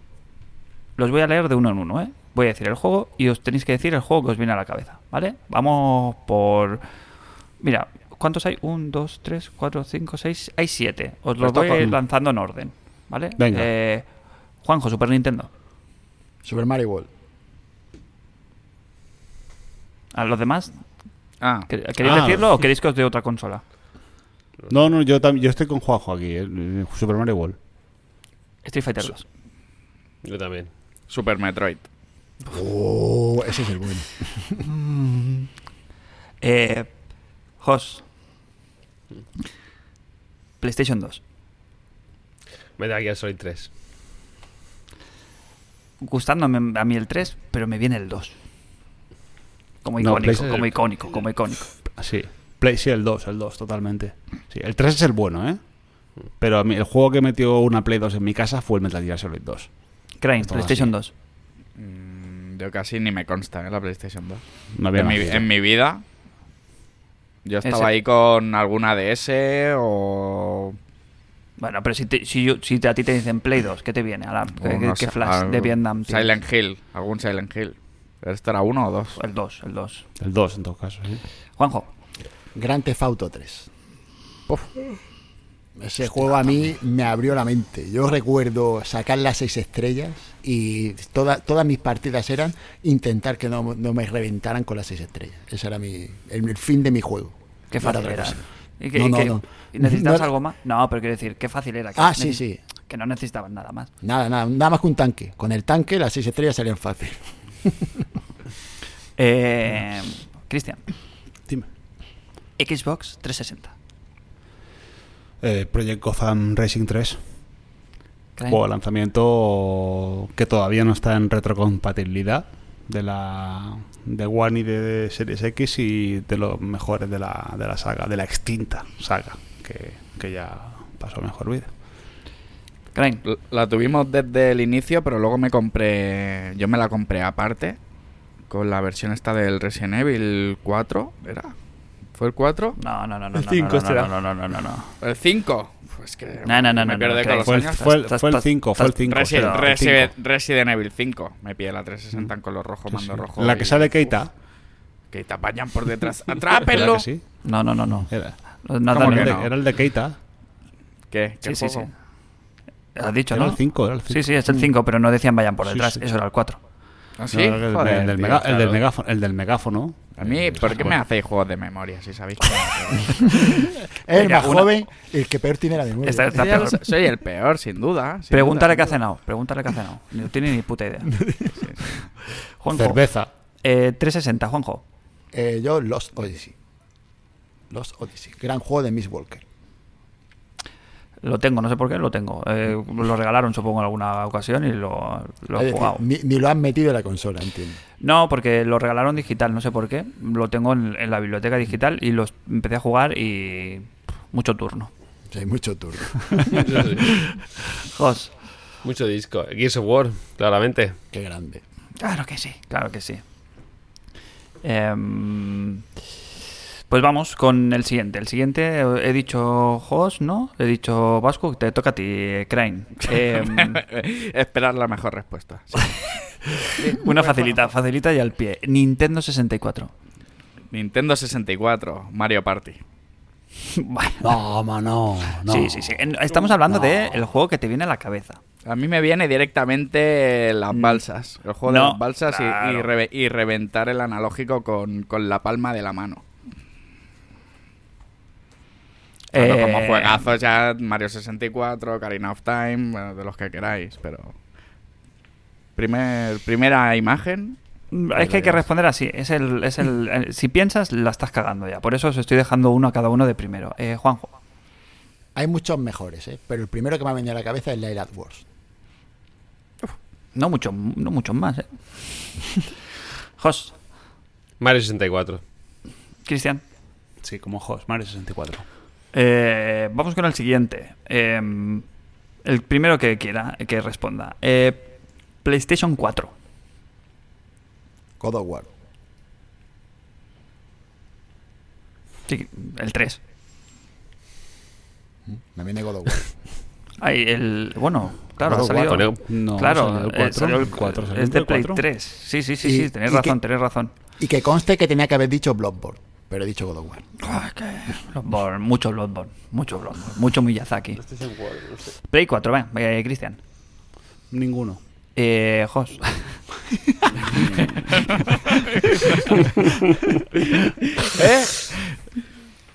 los voy a leer de uno en uno, ¿eh? voy a decir el juego y os tenéis que decir el juego que os viene a la cabeza, ¿vale? Vamos por... Mira, ¿cuántos hay? 1, 2, 3, 4, 5, 6, hay 7. Os los Esto voy a ir con- lanzando en orden, ¿vale? Venga. Eh, Juanjo, Super Nintendo. Super Mario World. A los demás, Ah, ¿Quer- ¿Queréis Ah. decirlo o queréis que os dé otra consola? No, no, yo, tam- yo estoy con Juanjo aquí, eh, Super Mario World. Street Fighter 2. Yo también. Super Metroid. Oh, ese es el bueno. Eh, Jos. PlayStation 2. Metal Gear Solid 3. Gustándome a mí el 3, pero me viene el 2. Como No, icónico, PlayStation- como icónico, como icónico. Sí. Play, sí, el 2, el 2, totalmente. Sí, el 3 es el bueno, ¿eh? Pero a mí- el juego que metió una Play 2 en mi casa fue el Metal Gear Solid 2. Crane, Esto va PlayStation 2. Mm, yo casi ni me consta, ¿eh? La PlayStation 2. No había En mi, nacido. en mi vida. Yo estaba Ese. ahí con alguna DS o. Bueno, pero si, te- si, yo- si te- a ti te dicen Play 2, ¿qué te viene? A la- o ¿Qué, qué- no qué sé, flash de algún- Vietnam? tienes? Silent Hill, algún Silent Hill. ¿Este era uno o dos? El 2, el 2. El 2, en todo caso. ¿eh? Juanjo, Gran Theft Auto 3. Ese juego a mí me abrió la mente. Yo recuerdo sacar las seis estrellas y toda- todas mis partidas eran intentar que no, no me reventaran con las seis estrellas. Ese era mi, el, el fin de mi juego. qué No era fácil otra era. cosa. ¿Y qué- No, y no, qué- no. ¿y ¿Necesitabas No- algo más? No, pero quiero decir, qué fácil era. Que Ah, sí, neces- sí. Que no necesitabas nada más. Nada, nada, nada más que un tanque. Con el tanque las seis estrellas salían fácil. Eh, Cristian, Dime. Xbox 360. Eh, Project Gotham Racing 3. Crane, Juego de lanzamiento que todavía no está en retrocompatibilidad de la de One y de Series X y de los mejores de la, de la saga, de la extinta saga, que, que ya pasó mejor vida. Crane, L- La tuvimos desde el inicio, pero luego me compré. Yo me la compré aparte. Con la versión esta del Resident Evil 4. ¿Era? ¿Fue el 4? No, no, no, no. El no, cinco no, no, será. No, no, no, no, no. ¿El 5? Pues que. No, no, no, Me no, pierdo no, con que los Fue el, años. fue el- Estás- fue el estás- 5, fue el estás- 5. Resident- sí, el Resident, 5. Resident Evil 5. Me pide la 360 Mm. en color rojo, mando rojo. La que y- sale Keita. Que te apañan por detrás. ¿Verdad ¡Atrápenlo! que sí? No, no, no, no. Era, No, nada, ¿Cómo era no, el de, no. era el de Keita. ¿Qué? ¿Qué Sí, sí, sí. juego? Has dicho, Era ¿no? el 5, era el 5. Sí, sí, es el 5, pero no decían vayan por Sí, detrás. sí. Eso era el 4. ¿Ah, No, sí? era el, Joder, del- del tío, mega- el del claro. megáfono, el del megáfono. A mí, Eh, ¿por qué me bueno. hacéis juegos de memoria si sabéis que El Mira, más una- joven, el que peor tiene la memoria. Esta- esta- Ya lo sé, Soy el peor, sin duda. sin Pregúntale qué duda, ha cenado. Pregúntale qué ha cenado. No tiene ni puta idea. Juanjo. Cerveza. Eh, 360, Juanjo. Eh, yo Lost Odyssey. Lost Odyssey. Gran juego de Miss Walker. Lo tengo, no sé por qué, lo tengo. Eh, lo regalaron, supongo, en alguna ocasión y lo, lo Es he decir, jugado. ni, ni lo han metido en la consola, entiendo. No, porque lo regalaron digital, no sé por qué. Lo tengo en, en la biblioteca digital y los empecé a jugar y. pff, mucho turno. O sea, hay mucho turno. Eso sí. Jos. Mucho disco. Gears of War, claramente. Qué grande. Claro que sí, claro que sí. Em, pues vamos con el siguiente. El siguiente, eh, he dicho Jos, ¿no? He dicho Vasco, te toca a ti, eh, Crane. Em, tío. Esperar la mejor respuesta. sí. una facilita, facilita y al pie. Nintendo 64. Nintendo 64, Mario Party. Bueno, No, mano, no. Sí, sí, sí. En- Estamos hablando de el juego que te viene a la cabeza. A mí me viene directamente las balsas. El juego No, de las balsas y- y, claro. reve- y reventar el analógico con, con la palma de la mano. Claro, Eh, como juegazos ya, Mario 64, Karina of Time, bueno, de los que queráis, pero... Primer, primera imagen. Es que hay que responder así. Es el, es el, el- si piensas, la estás cagando ya. Por eso os estoy dejando uno a cada uno de primero. Eh, Juanjo. Hay muchos mejores, ¿eh? pero el primero que me ha venido a la cabeza es Light at Wars. No mucho, no mucho más, ¿eh? Jos, Mario 64. Cristian. Sí, como Jos, Mario 64. Eh, vamos con el siguiente. Eh, el primero que quiera, que responda. Eh, PlayStation 4. God of War. Sí, el 3. Me viene God of War. Ay, el, bueno, claro, Claro, ha salido. cuatro. No, claro, salió el eh, cuatro, salió el- el cuatro, salió es el de Play cuatro. 3. Sí, sí, sí, Y- sí, tenés y razón, que- tenés razón. Y que conste que tenía que haber dicho Bloodborne, pero he dicho God of War. Ah, que Bloodborne, mucho Bloodborne, mucho Bloodborne, mucho Miyazaki. Play 4, ven, eh, Cristian. Ninguno. Eh, Jos. ¿Eh?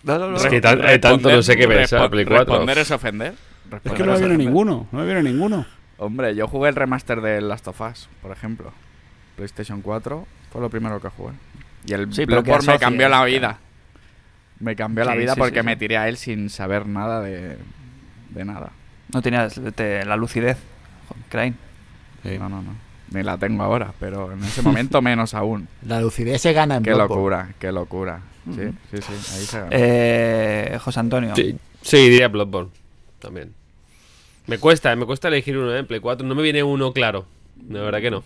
No, no, no. Es que tan- eh, tanto no sé qué pensar, respon- Play 4. Responder es ofender. Es Responder que no me es viene ofender. ninguno, no me viene ninguno. Hombre, yo jugué el remaster de Last of Us, por ejemplo. PlayStation 4 fue lo primero que jugué. Y el Sí, pero que Bloodborne me asocias, cambió la claro. vida. Me cambió la Sí, vida sí, porque sí, me sí. tiré a él sin saber nada de, de nada. No tenías te- la lucidez, Crane. No, no, no. Ni la tengo ahora, pero en ese momento menos aún. La lucidez se gana en Qué Bloodborne. locura, qué locura. Sí, sí, sí, ahí se ganó. Eh, José Antonio. Sí, sí, diría Bloodborne también. Me cuesta, eh, me cuesta elegir uno, ¿eh? En Play 4 no me viene uno claro. La verdad que no.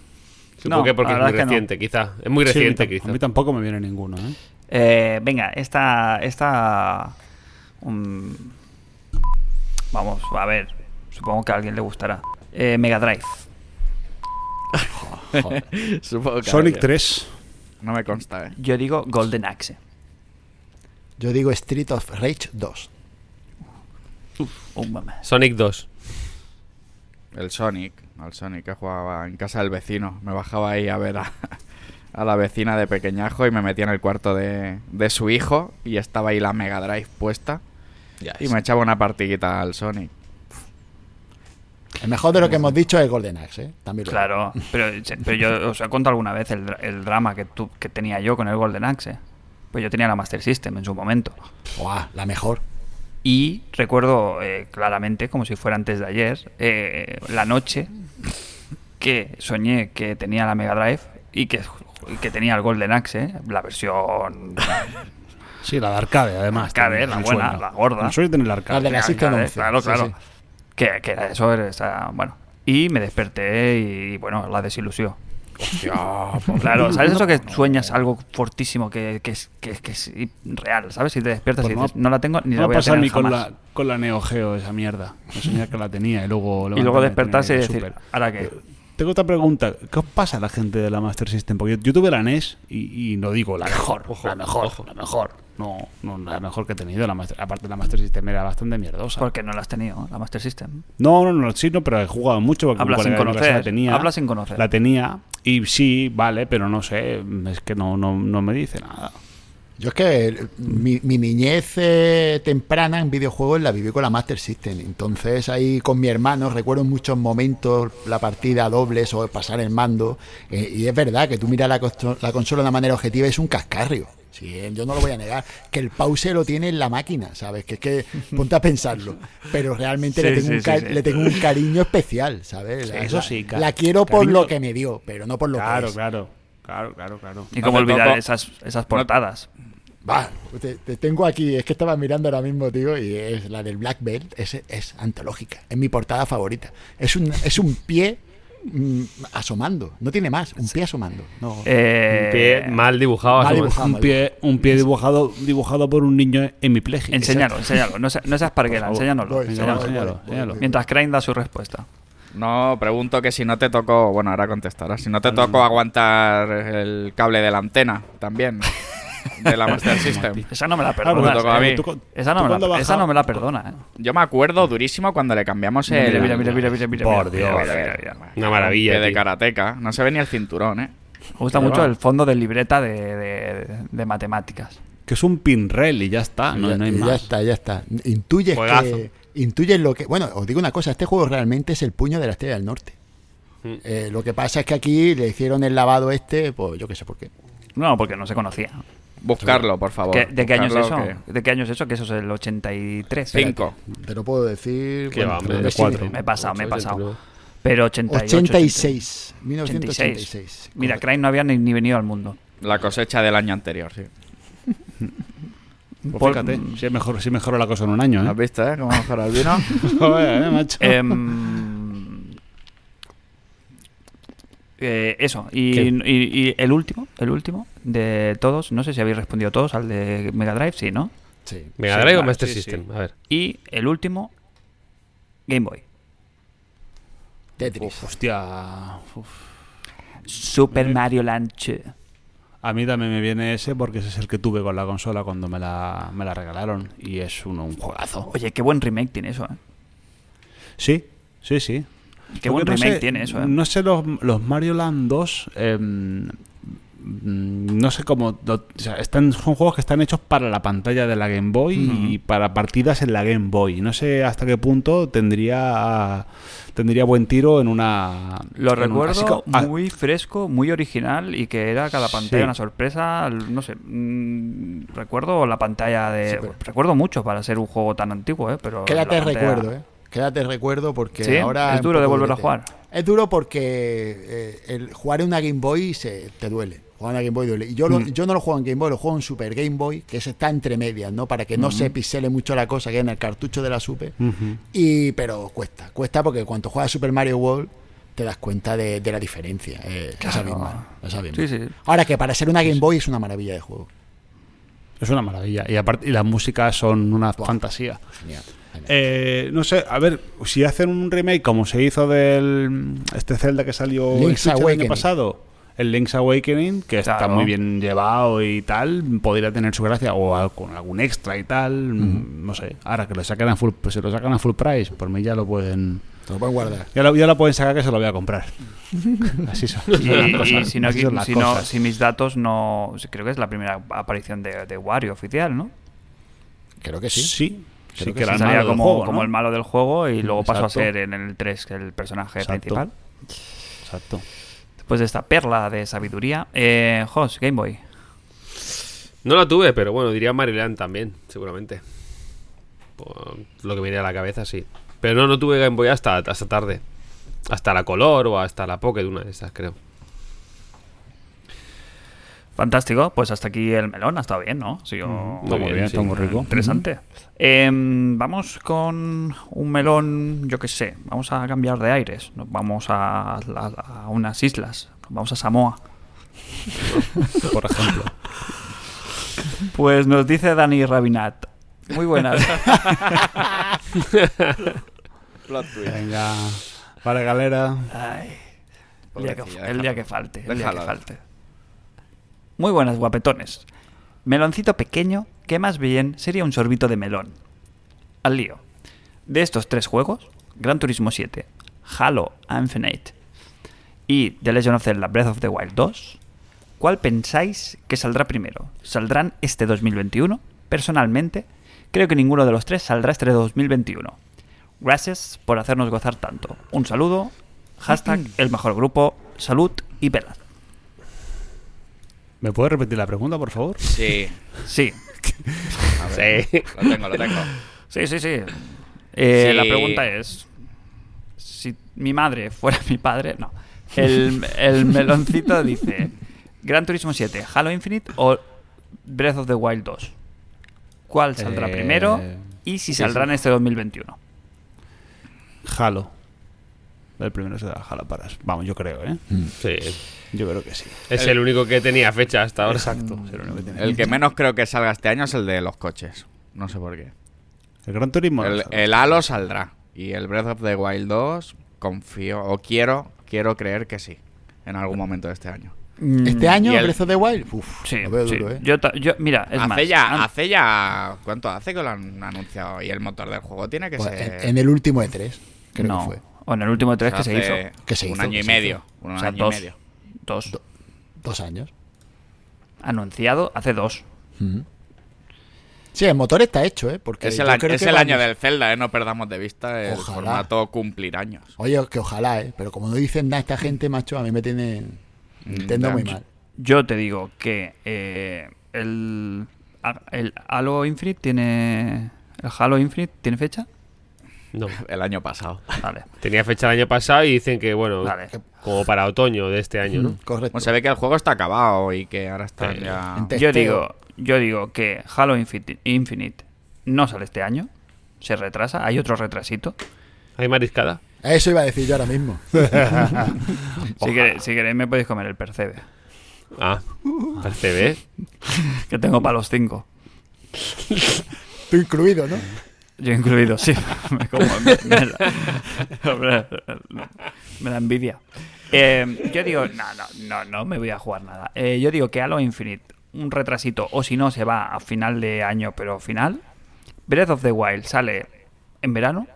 Supongo No, que porque la es muy verdad que no. reciente, quizá. Es muy reciente, sí, a mí tam- quizá. a mí tampoco me viene ninguno, ¿eh? Eh, venga, esta. esta um, vamos, a ver. Supongo que a alguien le gustará. Eh, Mega Drive. Eh, Supongo que Sonic habría. 3. No me consta, ¿eh? Yo digo Golden Axe. Yo digo Street of Rage 2. Oh, mamá. Sonic 2. El Sonic, al Sonic que jugaba en casa del vecino. Me bajaba ahí a ver a, a la vecina de pequeñajo y me metía en el cuarto de, de su hijo y estaba ahí la Mega Drive puesta y me echaba una partidita al Sonic. El mejor de lo que hemos dicho es Golden Axe, ¿eh? También lo Claro, pero, pero yo os he contado alguna vez el, dra- el drama que, tú, que tenía yo con el Golden Axe. Pues yo tenía la Master System en su momento. Buah, la mejor. Y recuerdo eh, claramente, como si fuera antes de ayer, eh, la noche que soñé que tenía la Mega Drive y que, y que tenía el Golden Axe, eh, la versión Sí, la de arcade, además. Arcade, también, la me buena, suena. la gorda. Me suena tener la La de arcade. la System Arcade, 11. eh, Claro, Sí, claro. sí. Que, que era eso era esa- bueno. Y me desperté y, bueno, la desilusión. pues Claro, ¿sabes eso que sueñas algo fortísimo que, que es, que, es- que es real? ¿Sabes? Si te despiertas Pues y no dices, no la tengo ni No la va voy a a pasar tener ni con jamás". la, con la Neo Geo esa mierda. Me soñaba que la tenía y luego... Y luego levantarme tenía despertarse y la decir, Super. ¿ahora Eh, qué? Tengo otra pregunta. ¿Qué os pasa a la gente de la Master System? Porque yo, yo tuve la NES y, y no digo la mejor, la mejor, la mejor. No, no, la mejor que he tenido. La Master- aparte, la Master System era bastante mierdosa. Porque no la has tenido, la Master System. No, no, no, sí, no, pero he jugado mucho. Porque Habla un sin colega de conocer, mi clase La tenía, habla sin conocer. La tenía y sí, vale, pero no sé. Es que no, no, no me dice nada. Yo es que el- mi, mi niñez eh, temprana en videojuegos la viví con la Master System. Entonces ahí con mi hermano recuerdo muchos momentos la partida a dobles o pasar el mando. Eh, y es verdad que tú miras la, costo- la consola de una manera objetiva y es un cascarrio. Sí, eh, yo no lo voy a negar. Que el pause lo tiene en la máquina, ¿sabes? Que es que ponte a pensarlo. Pero realmente Sí, le, tengo sí, un ca- sí, sí. le tengo un cariño especial, ¿sabes? La- Eso la- sí, ca- La quiero por cariño. lo que me dio, pero no por lo que Claro, es. claro. Claro, claro, claro. Y cómo No te olvidar toco. esas, esas portadas. Va, te, te tengo aquí, es que estaba mirando ahora mismo, tío, y es la del Black Belt, es, es antológica, es mi portada favorita. Es un, es un pie mm, asomando, no tiene más, un pie asomando. No. Eh, Un pie mal dibujado. mal así- dibujado. un pie, un pie dibujado, dibujado por un niño hemipléjico. enséñalo, enséñalo. No, se- no seas parguera, enséñanoslo. Voy, enséñalo, voy, voy, enséñalo, voy, enséñalo. voy. Mientras Crane da su respuesta. No, pregunto que si no te tocó, bueno, ahora contestarás, si no te tocó aguantar el cable de la antena también de la Master System. Esa no me la Claro, perdonas. tocó a mí. eh. tú co- Esa tú no, me cuando la, esa baja- no me la perdona. eh. Yo me acuerdo durísimo cuando le cambiamos el... Mira, mira, mira, mira, mira, mira, Por mira, Dios. mira, mira, mira, mira. Una maravilla, pie de tío. karateca. No se ve ni el cinturón, ¿eh? Me gusta mucho el fondo de libreta de, de- de matemáticas. Que es un pin rel y ya está, no, ya, no hay ya más. está, ya está. Intuyes Juegazo. que. Intuyes lo que. Bueno, os digo una cosa, este juego realmente es el puño de la estrella del norte. Mm. Eh, lo que pasa es que aquí le hicieron el lavado este, pues yo qué sé por qué. No, porque no se conocía. Buscarlo, por favor. ¿Qué- ¿De qué año es eso? buscarlo, ¿De qué año es eso? Que eso es el 83. que- Cinco. Te lo puedo decir. Qué va, hombre, creo que de sí, cuatro. mira. Me he pasado, me he pasado. 89. Pero 88. 86, 86. 1986. Mira, Crane no había ni, ni venido al mundo. La cosecha del año anterior, sí. Pues Por- fíjate, si, es mejor, si mejoró la cosa en un ¿Ah? año, ¿Has ¿eh? visto, eh? Cómo mejora el vino. Joder, ¿eh, macho? Em, eh, eso, y, ¿Qué? y- y el último, el último de todos, no sé si habéis respondido todos al de Mega Drive, sí, ¿no? Sí. Mega Sí, Drive o claro, Master sí, sí. System. A ver. Y el último, Game Boy. Tetris. Hostia. uf. Eh. Super Mario Land 2. A mí también me viene ese porque ese es el que tuve con la consola cuando me la, me la regalaron. Y es un, un juegazo. Oye, qué buen remake tiene eso, ¿eh? Sí, sí, sí. Qué Lo buen que no remake sé- tiene eso, ¿eh? No sé, los, los Mario Land 2. eh, mm, no sé cómo. lo- o sea, están, son juegos que están hechos para la pantalla de la Game Boy y para partidas en la Game Boy. No sé hasta qué punto tendría tendría buen tiro en una. Lo en un- así recuerdo co- ah, muy fresco, muy original y que era cada pantalla Sí. una sorpresa. No sé, mm, recuerdo la pantalla de. Sí, pero- Recuerdo mucho para ser un juego tan antiguo, ¿eh? Pero Quédate la pantalla- recuerdo, ¿eh? Quédate recuerdo porque Sí, ahora. es un duro de poco volver a durete. jugar. Es duro porque eh, el jugar en una Game Boy se, te duele. Jugar en una Game Boy duele. Y yo, Mm. lo- yo no lo juego en Game Boy, lo juego en Super Game Boy, que ese está entre medias, ¿no? Para que no Mm-hmm. se pisele mucho la cosa que hay en el cartucho de la Super. ujú. Y, pero cuesta, cuesta porque cuando juegas Super Mario World te das cuenta de, de la diferencia. eh, esa Claro. misma, esa misma. Sí, sí. Ahora que para ser una Game Boy es una maravilla de juego. Es una maravilla. Y aparte, y las músicas son una fantasía. Genial. genial. Eh, no sé, a ver, si hacen un remake como se hizo del este Zelda que salió en Link's Switch el año Awakening. pasado, el Link's Awakening, que está Claro. muy bien llevado y tal, podría tener su gracia o al- con algún extra y tal, mm, no sé. Ahora que lo sacan a full, pues si lo sacan a full price, por mí ya lo pueden, Te lo pueden guardar. ya lo, ya lo pueden sacar que se lo voy a comprar. Así son. así Y, son las y cosas, si, no, así son las si, no- cosas. si mis datos no. Creo que es la primera aparición de, de Wario oficial, ¿no? Creo que sí, sí. sí, Creo que que era el Salía malo del como, juego, ¿no? como el malo del juego y luego pasó a Exacto. ser en el 3 el personaje Exacto. principal. Exacto. Después de esta perla de sabiduría, eh, Jos, Game Boy. No la tuve, pero bueno, diría Maryland también, seguramente. Por lo que me viene a la cabeza, sí. Pero no, no tuve Game Boy hasta, hasta tarde. Hasta la color o hasta la Pocket, una de esas, creo. Fantástico, pues hasta aquí el melón, ha estado bien, ¿no? Ha sido Mm. Muy bien, sí. está muy rico. interesante. Em, vamos con un melón, yo qué sé, vamos a cambiar de aires, nos vamos a, a- a unas islas, nos vamos a Samoa. Por ejemplo. Pues nos dice Dani Rabinat. Muy buenas. Plot twist. Venga, vale, galera. Ay, el, día que, Pobrecilla, el día déjalo. que falte. el día que Déjalo. falte. Muy buenas, guapetones. Meloncito pequeño, que más bien sería un sorbito de melón. Al lío. De estos tres juegos, Gran Turismo 7, Halo Infinite y The Legend of Zelda Breath of the Wild 2, ¿cuál pensáis que saldrá primero? ¿Saldrán este 2021? Personalmente, creo que ninguno de los tres saldrá este 2021. Gracias por hacernos gozar tanto. Un saludo, hashtag el mejor grupo, salud y velas. ¿Me puedes repetir la pregunta, por favor? Sí. Sí, A ver, Sí. Lo tengo, lo tengo. sí, sí, sí. Eh, Sí. La pregunta es, si mi madre fuera mi padre, no. El, el meloncito dice, Gran Turismo 7, Halo Infinite o Breath of the Wild 2. ¿Cuál saldrá Eh, primero y si sí, saldrá sí. en este 2021? Halo. El primero será Halo Paras. Vamos, yo creo, ¿eh? Sí. Yo creo que sí. Es el único que tenía fecha hasta ahora. Exacto. será lo que tiene. El que menos creo que salga este año es el de los coches. No sé por qué. El Gran Turismo. no El, sabe. el Halo saldrá. Y el Breath of the Wild 2, confío, o quiero, quiero creer que sí. En algún momento de este año. Este año, y el- Breath of the Wild, uf, Mm, Sí, lo veo sí. duro, ¿eh? Yo, ta- yo- mira, es hace más. ya, an- hace ya. ¿Cuánto hace que lo han anunciado? Y el motor del juego tiene que Pues, ser. en, en el último E3, creo no, que fue. o en el último tres que se hace hizo. Que se Un hizo, año que y se medio. hizo. Un O sea, año dos. y medio. Dos. Dos años. Anunciado hace dos. Ujú. Sí, el motor está hecho, ¿eh? Porque Es el, yo año, creo es que el cuando- año del Zelda, ¿eh? No perdamos de vista el Ojalá. formato cumplir años. Oye, que ojalá, ¿eh? Pero como no dicen nada esta gente, macho, a mí me tienen... Nintendo ya. muy mal. Yo te digo que eh, el, a- el Halo Infinite tiene. ¿El Halo Infinite tiene fecha? No. El año pasado. Vale, Tenía fecha el año pasado y dicen que, bueno, vale. como para otoño de este año, ¿no? Correcto. Bueno, se ve que el juego está acabado y que ahora está Eh, ya. Ente- Yo Testeo. digo, yo digo que Halo Infinite, Infinite no sale este año. Se retrasa, hay otro retrasito. Hay mariscada. Eso iba a decir yo ahora mismo. Si queréis, si queréis me podéis comer el percebe. Ah, al CB. Que tengo para los cinco. Tú incluido, ¿no? Yo incluido, sí. Me, como- me- me la, hombre, me da envidia. Eh, yo digo, no, no, no, no me voy a jugar nada. Eh, yo digo que Halo Infinite, un retrasito, o si no, se va a final de año, pero final. Breath of the Wild sale en verano.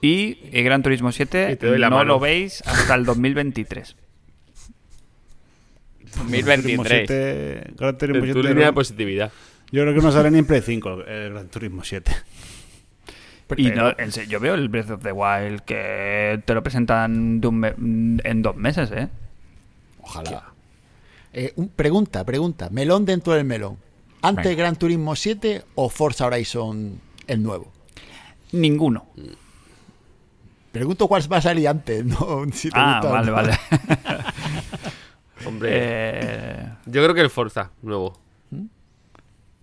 Y eh, Gran Turismo Y 7 te doy la no mano. lo veis hasta el 2023. 2023. Gran Turismo En 7, tu línea pues- de no- positividad. Yo creo que no sale ni en Play 5 el Gran Turismo 7. Y no, en serio, yo veo el Breath of the Wild que te lo presentan de un me- en dos meses, ¿eh? Ojalá. Eh, un- pregunta, pregunta. Melón dentro del melón. ¿Antes Venga. Gran Turismo 7 o Forza Horizon el nuevo? Ninguno. Pregunto cuál va a salir antes, ¿no? Si te Ah, gusta o vale, no. vale. Hombre. Eh, Yo creo que el Forza, nuevo.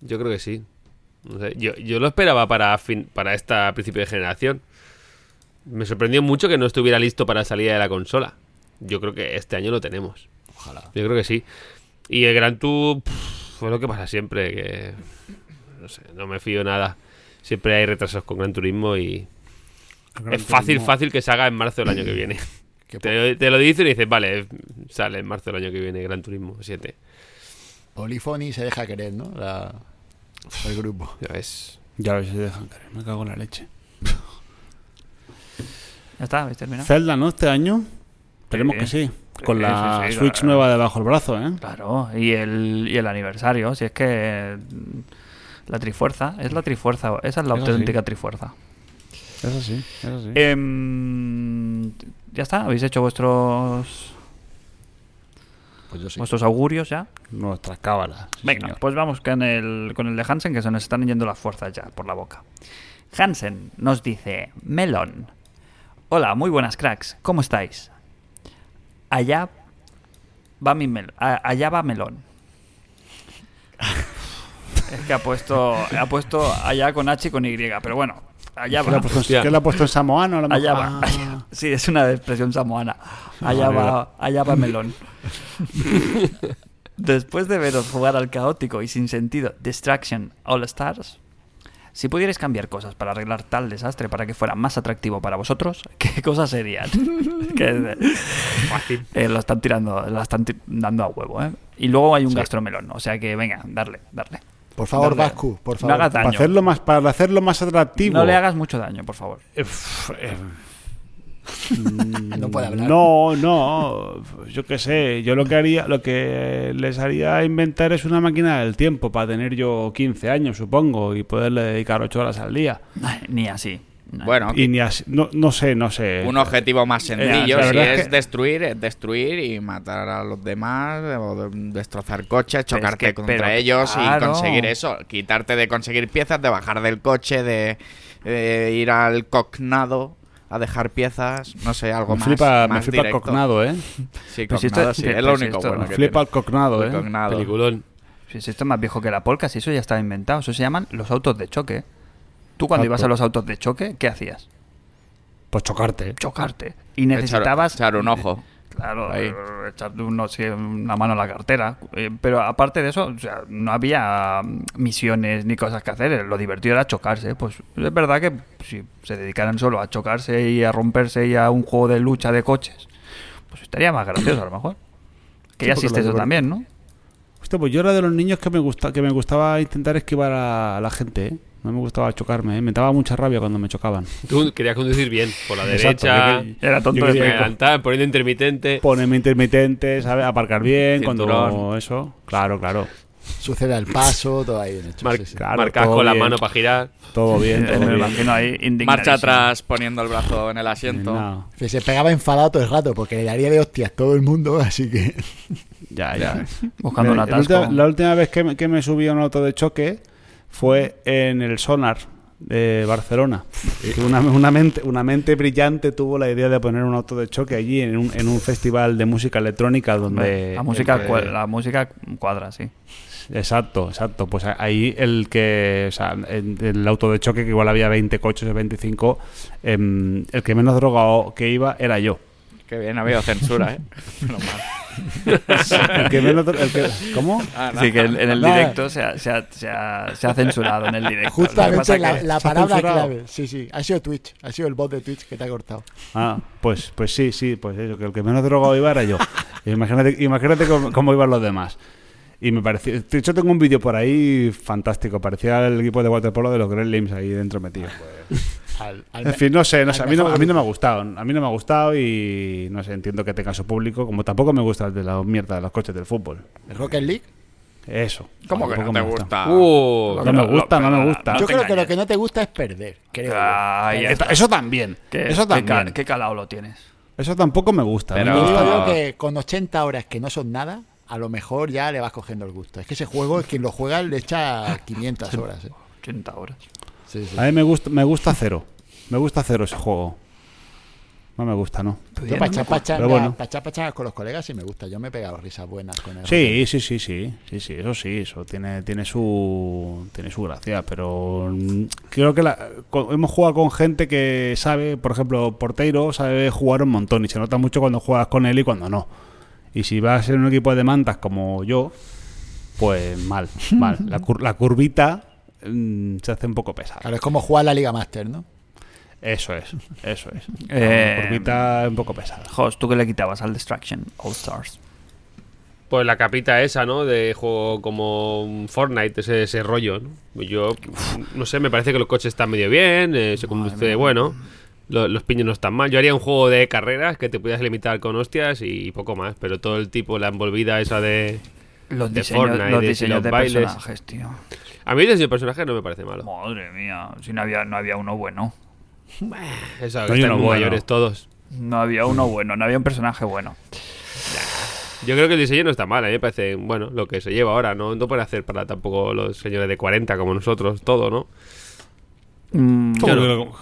Yo creo que sí. No sé, yo, yo lo esperaba para, fin- para esta principio de generación. Me sorprendió mucho que no estuviera listo para la salida de la consola. Yo creo que este año lo tenemos. Ojalá. Yo creo que sí. Y el Gran Tour pff, fue lo que pasa siempre, que no sé, no me fío nada. Siempre hay retrasos con Gran Turismo y Gran es fácil, Turismo- fácil que se haga en marzo del año que viene. Que Te, te lo dicen y dices, vale, sale en marzo del año que viene Gran Turismo 7. Polifoni se deja querer, ¿no? La- el grupo. Ya ves. Ya ves, se dejan caer, me cago en la leche. ya está, habéis terminado. Zelda, ¿no? Este año. Esperemos Sí. que sí. Con Sí, la sí, sí, Switch claro. nueva debajo del brazo, ¿eh? Claro, y el, y el aniversario, si es que mm, la Trifuerza, es la Trifuerza, esa es la Eso auténtica Trifuerza. Eso sí, eso sí. Em, ya está, habéis hecho vuestros Pues yo sí. vuestros augurios ya. Nuestras cábalas. sí, Venga, señor. pues vamos con el, con el de Hansen, que se nos están yendo las fuerzas ya por la boca. Hansen nos dice, Melon, hola, muy buenas cracks, ¿cómo estáis? Allá va mi mel a- allá va Melón. es que ha puesto, ha puesto allá con H y con Y, pero bueno, allá ¿Qué le va. ha puesto, en- Hostia. qué le ha puesto en samoano? A lo Allá mejor? va. Ah. Sí, es una expresión samoana. Allá Vale, va, allá va melón. Después de veros jugar al caótico y sin sentido Distraction All Stars, si pudierais cambiar cosas para arreglar tal desastre para que fuera más atractivo para vosotros, ¿qué cosas serían? que, Fácil. eh, lo están tirando, la están ti- dando a huevo, ¿eh? Y luego hay un gastromelón, o sea que venga, darle, darle. Por favor, Darle. Vascu, por No favor. hagas Para daño. hacerlo, más, para hacerlo más atractivo. No le hagas mucho daño, por favor. Eh, f- eh, Ah, No puede hablar. No, no. Yo qué sé. Yo lo que haría, lo que les haría inventar es una máquina del tiempo para tener yo 15 años, supongo, y poderle dedicar 8 horas al día. Ni así. No. Bueno, Y ni así, no, no sé, no sé. un objetivo más sencillo. la si verdad es, es que- destruir, es destruir y matar a los demás, o de- destrozar coches, Pero es chocarte que- contra pero ellos claro. y conseguir eso. Quitarte de conseguir piezas, de bajar del coche, de eh, ir al cognado a dejar piezas, no sé, algo me más. flipa, me más flipa el directo. cognado, ¿eh? Sí, Pero si cognado, esto- sí, es pero lo si único esto- bueno Me que flipa el tiene. cognado, El ¿eh? cognado. Peliculón. Si es Pues esto es más viejo que la polca, si eso ya estaba inventado, eso se llaman los autos de choque. Tú cuando Exacto. ibas a los autos de choque, ¿qué hacías? Pues chocarte. Chocarte. Y Echar- necesitabas... echar un ojo. Claro, Ahí. echarte un- no sé, una mano a la cartera. Eh, pero aparte de eso, o sea, no había mm, misiones ni cosas que hacer. Lo divertido era chocarse. Pues es verdad que si se dedicaran solo a chocarse y a romperse y a un juego de lucha de coches, pues estaría más gracioso a lo mejor. Que Sí, ya porque existe lo eso divert- también, ¿no? Hostia, pues yo era de los niños que me, gusta, que me gustaba intentar esquivar a la gente, ¿eh? No me gustaba chocarme, ¿eh? Me daba mucha rabia cuando me chocaban. Tú querías conducir bien, por la Exacto, yo derecha, que- Era tonto Yo de quería- pegar. adelantar, poniendo intermitente. Ponerme intermitente, ¿sabes? Aparcar bien, cuando Cinturón. eso. Claro, claro. Sucede al paso, todo ahí bien hecho. Mar- sí, sí. Claro, marcas todo con la bien. mano para girar. Todo bien, todo Me bien. imagino ahí Marcha indignadísimo. atrás poniendo el brazo en el asiento. No, Sí, Se pegaba enfadado todo el rato porque le daría de hostias todo el mundo, así que. ya, ya. Buscando Mira, un la, atasco. última, la última vez que me, que me subí a un auto de choque fue en el Sonar de Barcelona. Que Una, una mente, una mente brillante tuvo la idea de poner un auto de choque allí en un, en un festival de música electrónica donde... la, música, eh, cua- la música cuadra, sí. Exacto, exacto. Pues a- ahí el que, o sea, en- en el auto de choque, que igual había 20 coches o 25, em, el que menos drogado que iba era yo. Qué bien, ha habido censura, ¿eh? Menos mal. El que menos, dro- el que- ¿Cómo? Ah, nada. Sí, que en, en el Nada. directo se ha, se, ha, se, ha, se ha censurado en el directo. Lo que Justamente pasa la, que- la se ha palabra censurado. clave. Sí, sí. Ha sido Twitch. Ha sido el bot de Twitch que te ha cortado. Ah, pues, pues sí, sí, pues eso, que el que menos drogado iba era yo. Imagínate, imagínate cómo, cómo iban los demás. Y me pareció, de hecho tengo un vídeo por ahí fantástico, parecía el equipo de waterpolo de los Gremlins ahí dentro metido. al- al- En fin, no sé, no sé, al a, mí no, mejor a mí no me ha grupo. gustado. A mí no me ha gustado y no sé, entiendo que tenga su público, como tampoco me gusta el de la mierda de los coches del fútbol. ¿El Rocket League? Eso. ¿Cómo que no Tampoco te me gusta. gusta? Uh, No me gusta, no me gusta. te Yo creo que engañes. lo que no te gusta es perder. Creo. Ay, Esta- Eso también. Ah, qué- eso qué, también. cal- qué calado lo tienes. Eso tampoco me gusta. No Pero- me Yo gusta. digo Ah. yo que con 80 horas que no son nada, a lo mejor ya le vas cogiendo el gusto. Es que ese juego, es quien lo juega le echa 500 horas. ¿eh? 80 horas. Sí, sí. A mí me gusta, me gusta cero. Me gusta cero ese juego. No me gusta, ¿no? Yo pachar, pachar, Pero bueno. pachar, pachar con los colegas y me gusta. Yo me he pegado risas buenas con él. Sí, sí, sí, sí, sí, sí, eso sí, eso tiene, tiene su, tiene su gracia, pero mm, creo que la- co- hemos jugado con gente que sabe, por ejemplo, Porteiro sabe jugar un montón y se nota mucho cuando juegas con él y cuando no. Y si vas en un equipo de mantas como yo, pues mal, mal. La, cur- la curvita mm, se hace un poco pesada. Claro, es como jugar la Liga Master, ¿no? Eso es, eso es. Eh, La curvita un poco pesada. Jos, ¿tú qué le quitabas al Destruction All Stars? pues la capita esa, ¿no? De juego como un Fortnite, ese, ese rollo, ¿no? Yo, no sé, me parece que los coches están medio bien, eh, se conduce bueno, lo- los piños no están mal. Yo haría un juego de carreras que te pudieras limitar con hostias y poco más, pero todo el tipo, la envolvida esa de... Los De diseños, Fortnite, los de- diseños los de bailes. personajes, tío. A mí el diseño de personaje no me parece malo. Madre mía, si no había, no había uno bueno. Eso, que Coño, están no, muy bueno. mayores todos. No había uno bueno, no había un personaje bueno. Yo creo que el diseño no está mal, a mí me parece, bueno, lo que se lleva ahora, no, no puede hacer para tampoco los señores de 40 como nosotros, todo, ¿no? Mm, ¿Cómo, que lo,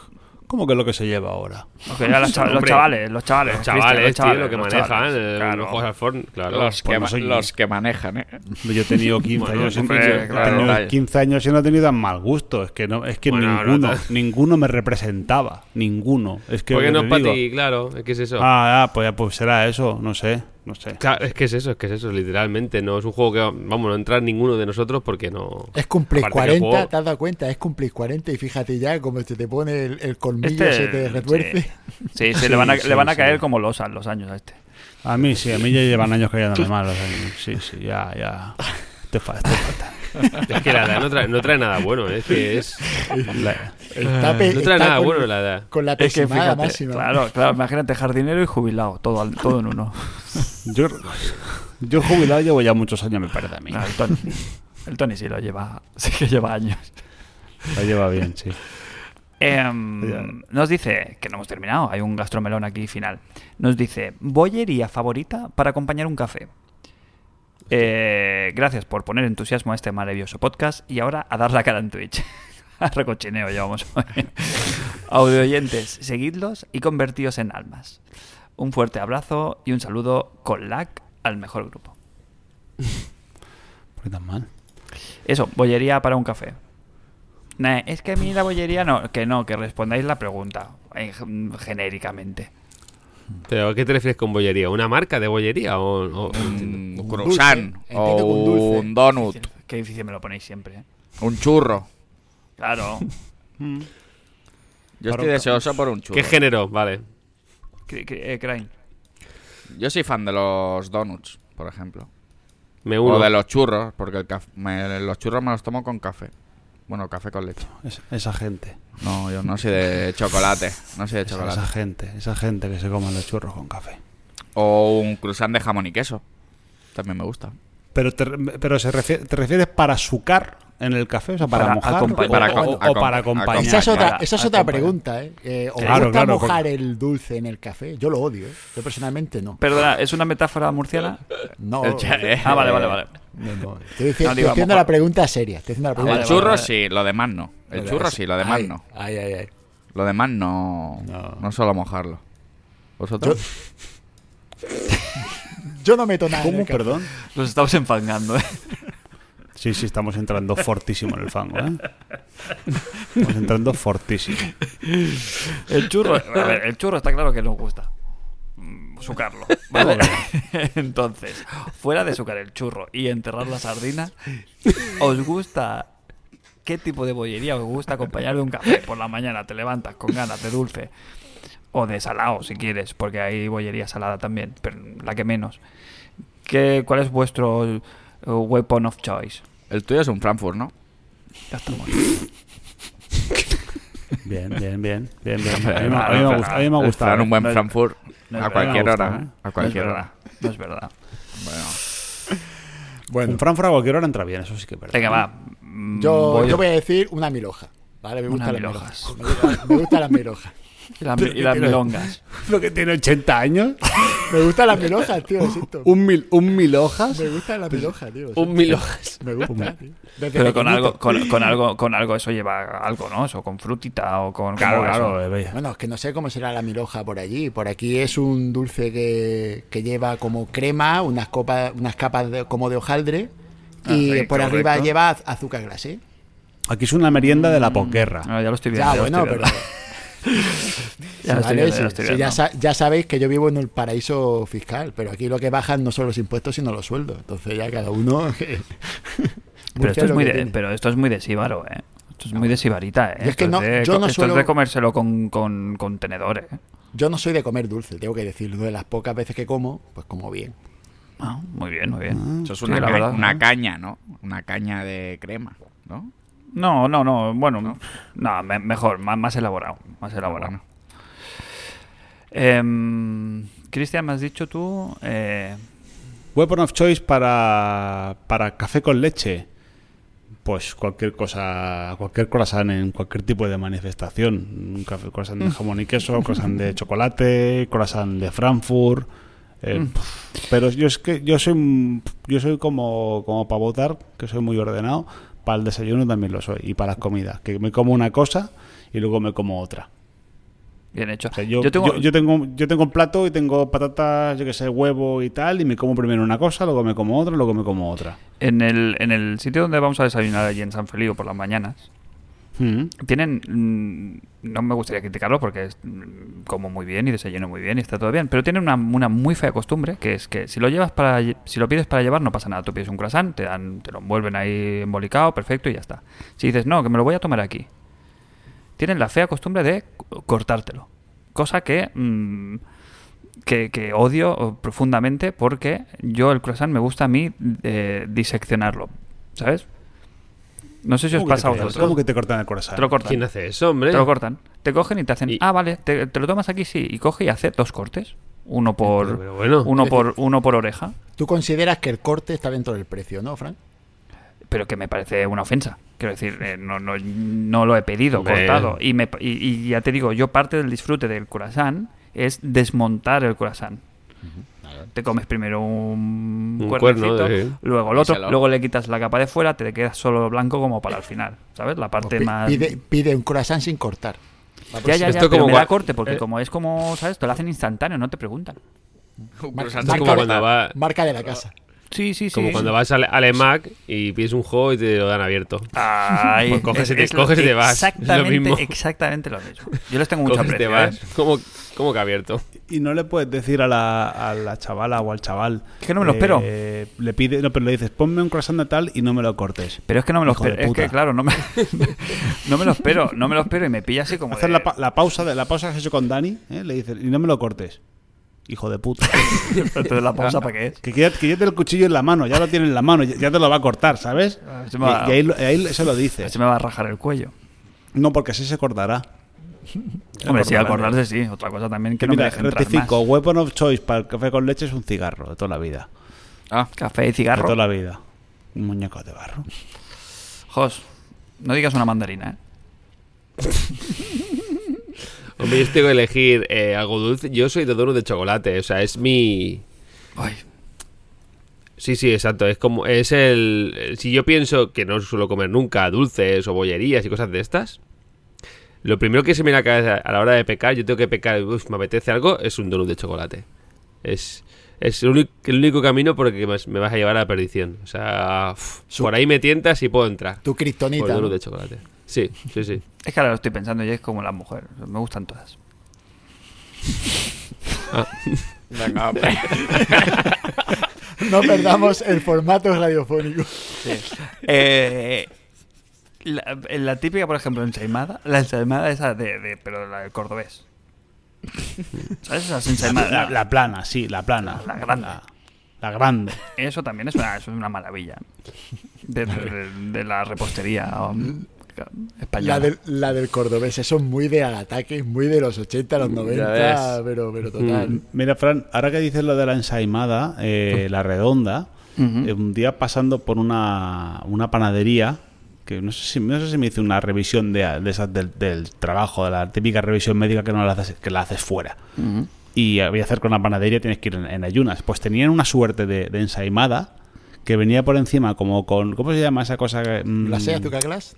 cómo que lo que se lleva ahora? porque ya los, cha- los Hombre. chavales, los chavales, Los chavales, Cristian, eh, tío, lo que los manejan, chavales, eh, claro. los juegos al Fortnite, claro. Los, Pues que, no ma- soy yo. los que manejan, ¿eh? Yo he tenido 15 Bueno, años, hombre, y he tenido claro, vaya. 15 años y no he tenido tan mal gusto. Es que no, es que Bueno, no, ninguno, no. ninguno me representaba. Ninguno. Es que Porque lo no que es para digo- ti, claro, es que es eso. Ah, ah, pues, ya, pues será eso, no sé, no sé. Claro, es que es eso, es que es eso, literalmente. No es un juego que, vamos, no entrar ninguno de nosotros porque no. Es cumplir Aparte que el 40, juego- ¿te has dado cuenta? Es cumplir 40 y fíjate ya como se te pone el, el colmillo, Este, Eh, se te retuerce. Sí, sí, sí, le van a, Sí, le van a sí, caer sí. como losas los años a este. A mí sí, a mí ya llevan años cayéndome mal. o sea, sí, sí, ya, ya. Te falta, te falta. Es que la edad no trae, no trae nada bueno, es que es. La- Está pe- No trae está nada con, bueno la edad. con la Es que pesimada fíjate, máxima. claro, claro, imagínate jardinero y jubilado, todo, al- todo en uno. Yo, yo jubilado llevo ya muchos años, me parece a mí. No, el, Tony, el Tony sí lo lleva, sí que lleva años. Lo lleva bien, sí. Em, Ya. nos dice, que no hemos terminado, hay un gastromelón aquí final. Nos dice, bollería favorita para acompañar un café. Eh, gracias por poner entusiasmo a este maravilloso podcast y ahora a dar la cara en Twitch. Recochineo llevamos hoy. Audio oyentes, seguidlos y convertíos en almas. Un fuerte abrazo y un saludo con LAC al mejor grupo. ¿Por qué tan mal? Eso, bollería para un café. Nah, es que a mí la bollería no, que no, que respondáis la pregunta eh, gen- genéricamente. ¿Pero a qué te refieres con bollería? ¿Una marca de bollería? O, o- Un, Un croissant dulce, entiendo que o un dulce. un donut, Qué difícil me lo ponéis siempre. ¿eh? un churro. Claro. Yo estoy deseoso por un churro. ¿Qué género? Vale. Cri- cri- eh, Crane. Yo soy fan de los donuts, por ejemplo. Me O uno. de los churros, porque el caf- me- los churros me los tomo con café. Bueno, café con leche. Es- esa gente. No, yo no soy de chocolate. No soy de Esa, esa chocolate. gente. Esa gente que se come los churros con café. O un croissant de jamón y queso. También me gusta. Pero, te, pero se refiere- te refieres para sucar en el café, o sea, para, Para mojar acompañar. o, Para o- acom- o para acom- acompañar. Esa es otra, Para esa es otra acompañar. pregunta, ¿eh? Eh, ¿Os Claro, gusta claro, mojar el dulce en el café? Yo lo odio, ¿eh? Yo personalmente no. Perdona, ¿es una metáfora murciana? No, eh, Ah, vale, vale, vale. no, no. No, Estoy dici- digo, estoy haciendo mojar. la pregunta seria. Estoy haciendo la El pregunta vale, churro vale. sí, lo demás no. El churro sí, lo demás Ay, no. Ay, ay, ay. Lo demás no. No. No, solo mojarlo. ¿Vosotros? Yo no meto nada. en el ¿Cómo? café. Perdón. Los estamos enfangando, ¿eh? Sí, sí, estamos entrando fortísimo en el fango, ¿eh? Estamos entrando fortísimo. El churro, Pues, a ver, el churro está claro que nos gusta. Mm, Sucarlo, ¿vale? Entonces, fuera de sucar el churro y enterrar la sardina, ¿os gusta qué tipo de bollería os gusta acompañar de un café? Por la mañana te levantas con ganas de dulce o de salado si quieres, porque hay bollería salada también, pero la que menos. ¿Qué, ¿Cuál es vuestro eh, weapon of choice? El tuyo es un Frankfurt, ¿no? Ya estamos. Bien, bien, bien, bien, bien. Hombre, A mí me- no, a mí me ha pero gust- a mí me ha Fran, gustado. ¿eh? un buen No es- Frankfurt no es a verdad, cualquier me ha gustado, ¿eh? hora. A No es cualquier verdad. hora. No es verdad. Bueno, Bueno, Un Frankfurt a cualquier hora entra bien, eso sí que es verdad. Venga, va. yo, Mm, yo voy a decir una miloja. ¿Vale? Me gustan las Una milojas. Me gusta- me gustan las milojas. Y las, y las milongas. Lo que tiene 80 años. Me gustan las milojas, tío. lo siento. Un mil, un mil hojas. Me gustan las milojas, tío. lo siento. Un mil hojas. Me gusta, tío. Desde Pero con pequeñito. algo, con, con algo, con algo eso lleva algo, ¿no? Eso con frutita o con. Claro, ¿cómo va claro. eso? eh, vaya. Bueno, es que no sé cómo será la miloja por allí. Por aquí es un dulce que, que lleva como crema, unas, copas, unas capas de- como de hojaldre. Y Ah, sí, por arriba correcto. lleva az- azúcar glasé. Aquí es una merienda de la posguerra. Ah, ya lo estoy viendo. Ya, lo estoy bueno, viendo. pero. Ya lo estoy Vale, viendo, si- ya lo estoy si ya, viendo. sa- ya sabéis que yo vivo en el paraíso fiscal, pero aquí lo que bajan no son los impuestos, sino los sueldos. Entonces ya cada uno. Pero esto, es muy de, tiene. pero esto es muy de síbaro, ¿eh? Esto es muy de sibarita, ¿eh? Y es que Esto no- de, yo esto no es suelo- de comérselo con, con, con tenedores, ¿eh? Yo no soy de comer dulce, tengo que decirlo. De las pocas veces que como, pues como bien. Ah, muy bien, muy bien. eso es Sí, una, la ca- verdad, una ¿no? caña, ¿no? Una caña de crema, ¿no? No, no, no. Bueno, no, Ah, me- mejor, más, más elaborado. Más elaborado. bueno. Em, Cristian, me has dicho tú. eh, Weapon of choice para, para café con leche. Pues cualquier cosa, cualquier croissant en cualquier tipo de manifestación. Un café, croissant de jamón y queso, croissant de chocolate, croissant de Frankfurt. eh, pf, Pero yo es que yo soy un- yo soy como, como para votar, que soy muy ordenado. Para el desayuno también lo soy. Y para las comidas, que me como una cosa y luego me como otra. bien hecho. O sea, yo, Yo tengo- yo- yo tengo, yo tengo un plato y tengo patatas, yo que sé, huevo y tal, y me como primero una cosa, luego me como otra, luego me como otra. En el, en el sitio donde vamos a desayunar allí en San Feliu por las mañanas, Hmm. Mm. tienen. mm, No me gustaría criticarlo porque es, mm, como muy bien y desayuno muy bien y está todo bien, pero tienen una, una muy fea costumbre que es que si lo llevas para lle- si lo pides para llevar no pasa nada, tú pides un croissant, te, dan, te lo envuelven ahí embolicado, perfecto y ya está. Si dices no, que me lo voy a tomar aquí, tienen la fea costumbre de co- cortártelo, cosa que. mm, que, que odio oh, profundamente porque yo el croissant me gusta a mí eh, diseccionarlo, ¿sabes? No sé si os ¿Cómo que pasa a te- vosotros. ¿Cómo que te cortan el corazón? Te lo cortan. ¿Quién hace eso, hombre? Te lo cortan. Te cogen y te hacen. Y- Ah, vale, te, te lo tomas aquí, sí. Y coge y hace dos cortes. Uno por. Eh, Pero bueno. uno por. Uno por oreja. Tú consideras que el corte está dentro del precio, ¿no, Frank? Pero que me parece una ofensa. Quiero decir, eh, no, no, no lo he pedido Hombre. cortado. Y, me, y, y ya te digo, yo parte del disfrute del croissant es desmontar el croissant. Te comes primero un, Un cuernecito, cuerno, sí. luego el otro, Díselo. luego le quitas la capa de fuera, te quedas solo blanco como para el final, ¿sabes? La parte Pues Pi- más... pide, pide un croissant sin cortar. Ya, ya, ya, La Ah, pues Esto pero como me da cua- corte, porque eh. como es como, ¿sabes? Te lo hacen instantáneo, no te preguntan. Un Mar- croissant Marca- sin como cortar. cuando, va- Marca de la casa. Sí, sí, sí. como cuando vas al, al EMAC y pides un juego y te lo dan abierto. Ay, Pues coges y te- lo- coges y te vas, es lo Exactamente, mismo. exactamente lo mismo. Yo les tengo mucho Coges y te aprecio, ¿eh? vas. ¿Cómo, cómo que abierto? Y no le puedes decir a la, a la chavala o al chaval. eh, Es que no me lo espero. Le pide, no, pero le dices, ponme un croissant de tal y no me lo cortes. Pero es que no me lo Hijo de espero. Es puta. que, claro, no me, no me lo espero. No me lo espero y me pilla así como. Hacer de- la, pa- la pausa de la pausa que has hecho con Dani, ¿eh? le dices, y no me lo cortes. Hijo de puta. Entonces, la pausa para qué es. que, ya- que ya tiene el cuchillo en la mano, ya lo tiene en la mano, ya, ya te lo va a cortar, ¿sabes? Ah, Y, se me va- y ahí, lo- ahí se lo dices. Se me va a rajar el cuello. No, porque así se cortará. Hombre, sí, Acordarme. acordarse sí. Otra cosa también que Que no me mira, dejen entrar más. rectifico, weapon of choice para el café con leche es un cigarro de toda la vida. Ah, Café y De toda cigarro. la vida. Un muñeco de barro. Jos, no digas una mandarina, ¿eh? Hombre, yo tengo que elegir eh, algo dulce. Yo soy de donut de chocolate, o sea, es mi... Ay, Sí, sí, exacto. Es como... Es el... el- Si yo pienso que no suelo comer nunca dulces o bollerías y cosas de estas, lo primero que se me viene a la cabeza a la hora de pecar, yo tengo que pecar, "Uf, me apetece algo, es un donut de chocolate. Es... Es el único, el único camino por el que me vas a llevar a la perdición. O sea, uf, por ahí me tientas y puedo entrar. Por Tu el kriptonita. donut ¿no? de chocolate. Sí, sí, sí. es que ahora lo estoy pensando y es como la mujer. Me gustan todas. venga, hombre. No perdamos el formato radiofónico. Eh, la, eh, la típica, por ejemplo, ensaimada. La ensaimada esa de, de- pero la del cordobés. ¿Sabes? Esas ensaimadas. La, la plana, sí, la plana. La grande. La, la grande. Eso también es una, eso es una maravilla. De, de- de la repostería. um, claro, La española. del, la del cordobés, eso es muy de al ataque, muy de los 80, los 90, ves. pero, pero total. Mm. Mira, Fran, ahora que dices lo de la ensaimada, eh, la redonda, Ah. Ujú. eh, un día pasando por una, una panadería, que no sé, si, no sé si me hice una revisión de, de esas del, del trabajo, de la típica revisión médica que no la haces, que la haces fuera. Ujú. Y había cerca una panadería, tienes que ir en, en ayunas. Pues tenían una suerte de, de ensaimada que venía por encima como con... ¿Cómo se llama esa cosa? que, mm, ¿Glacé azúcar glass?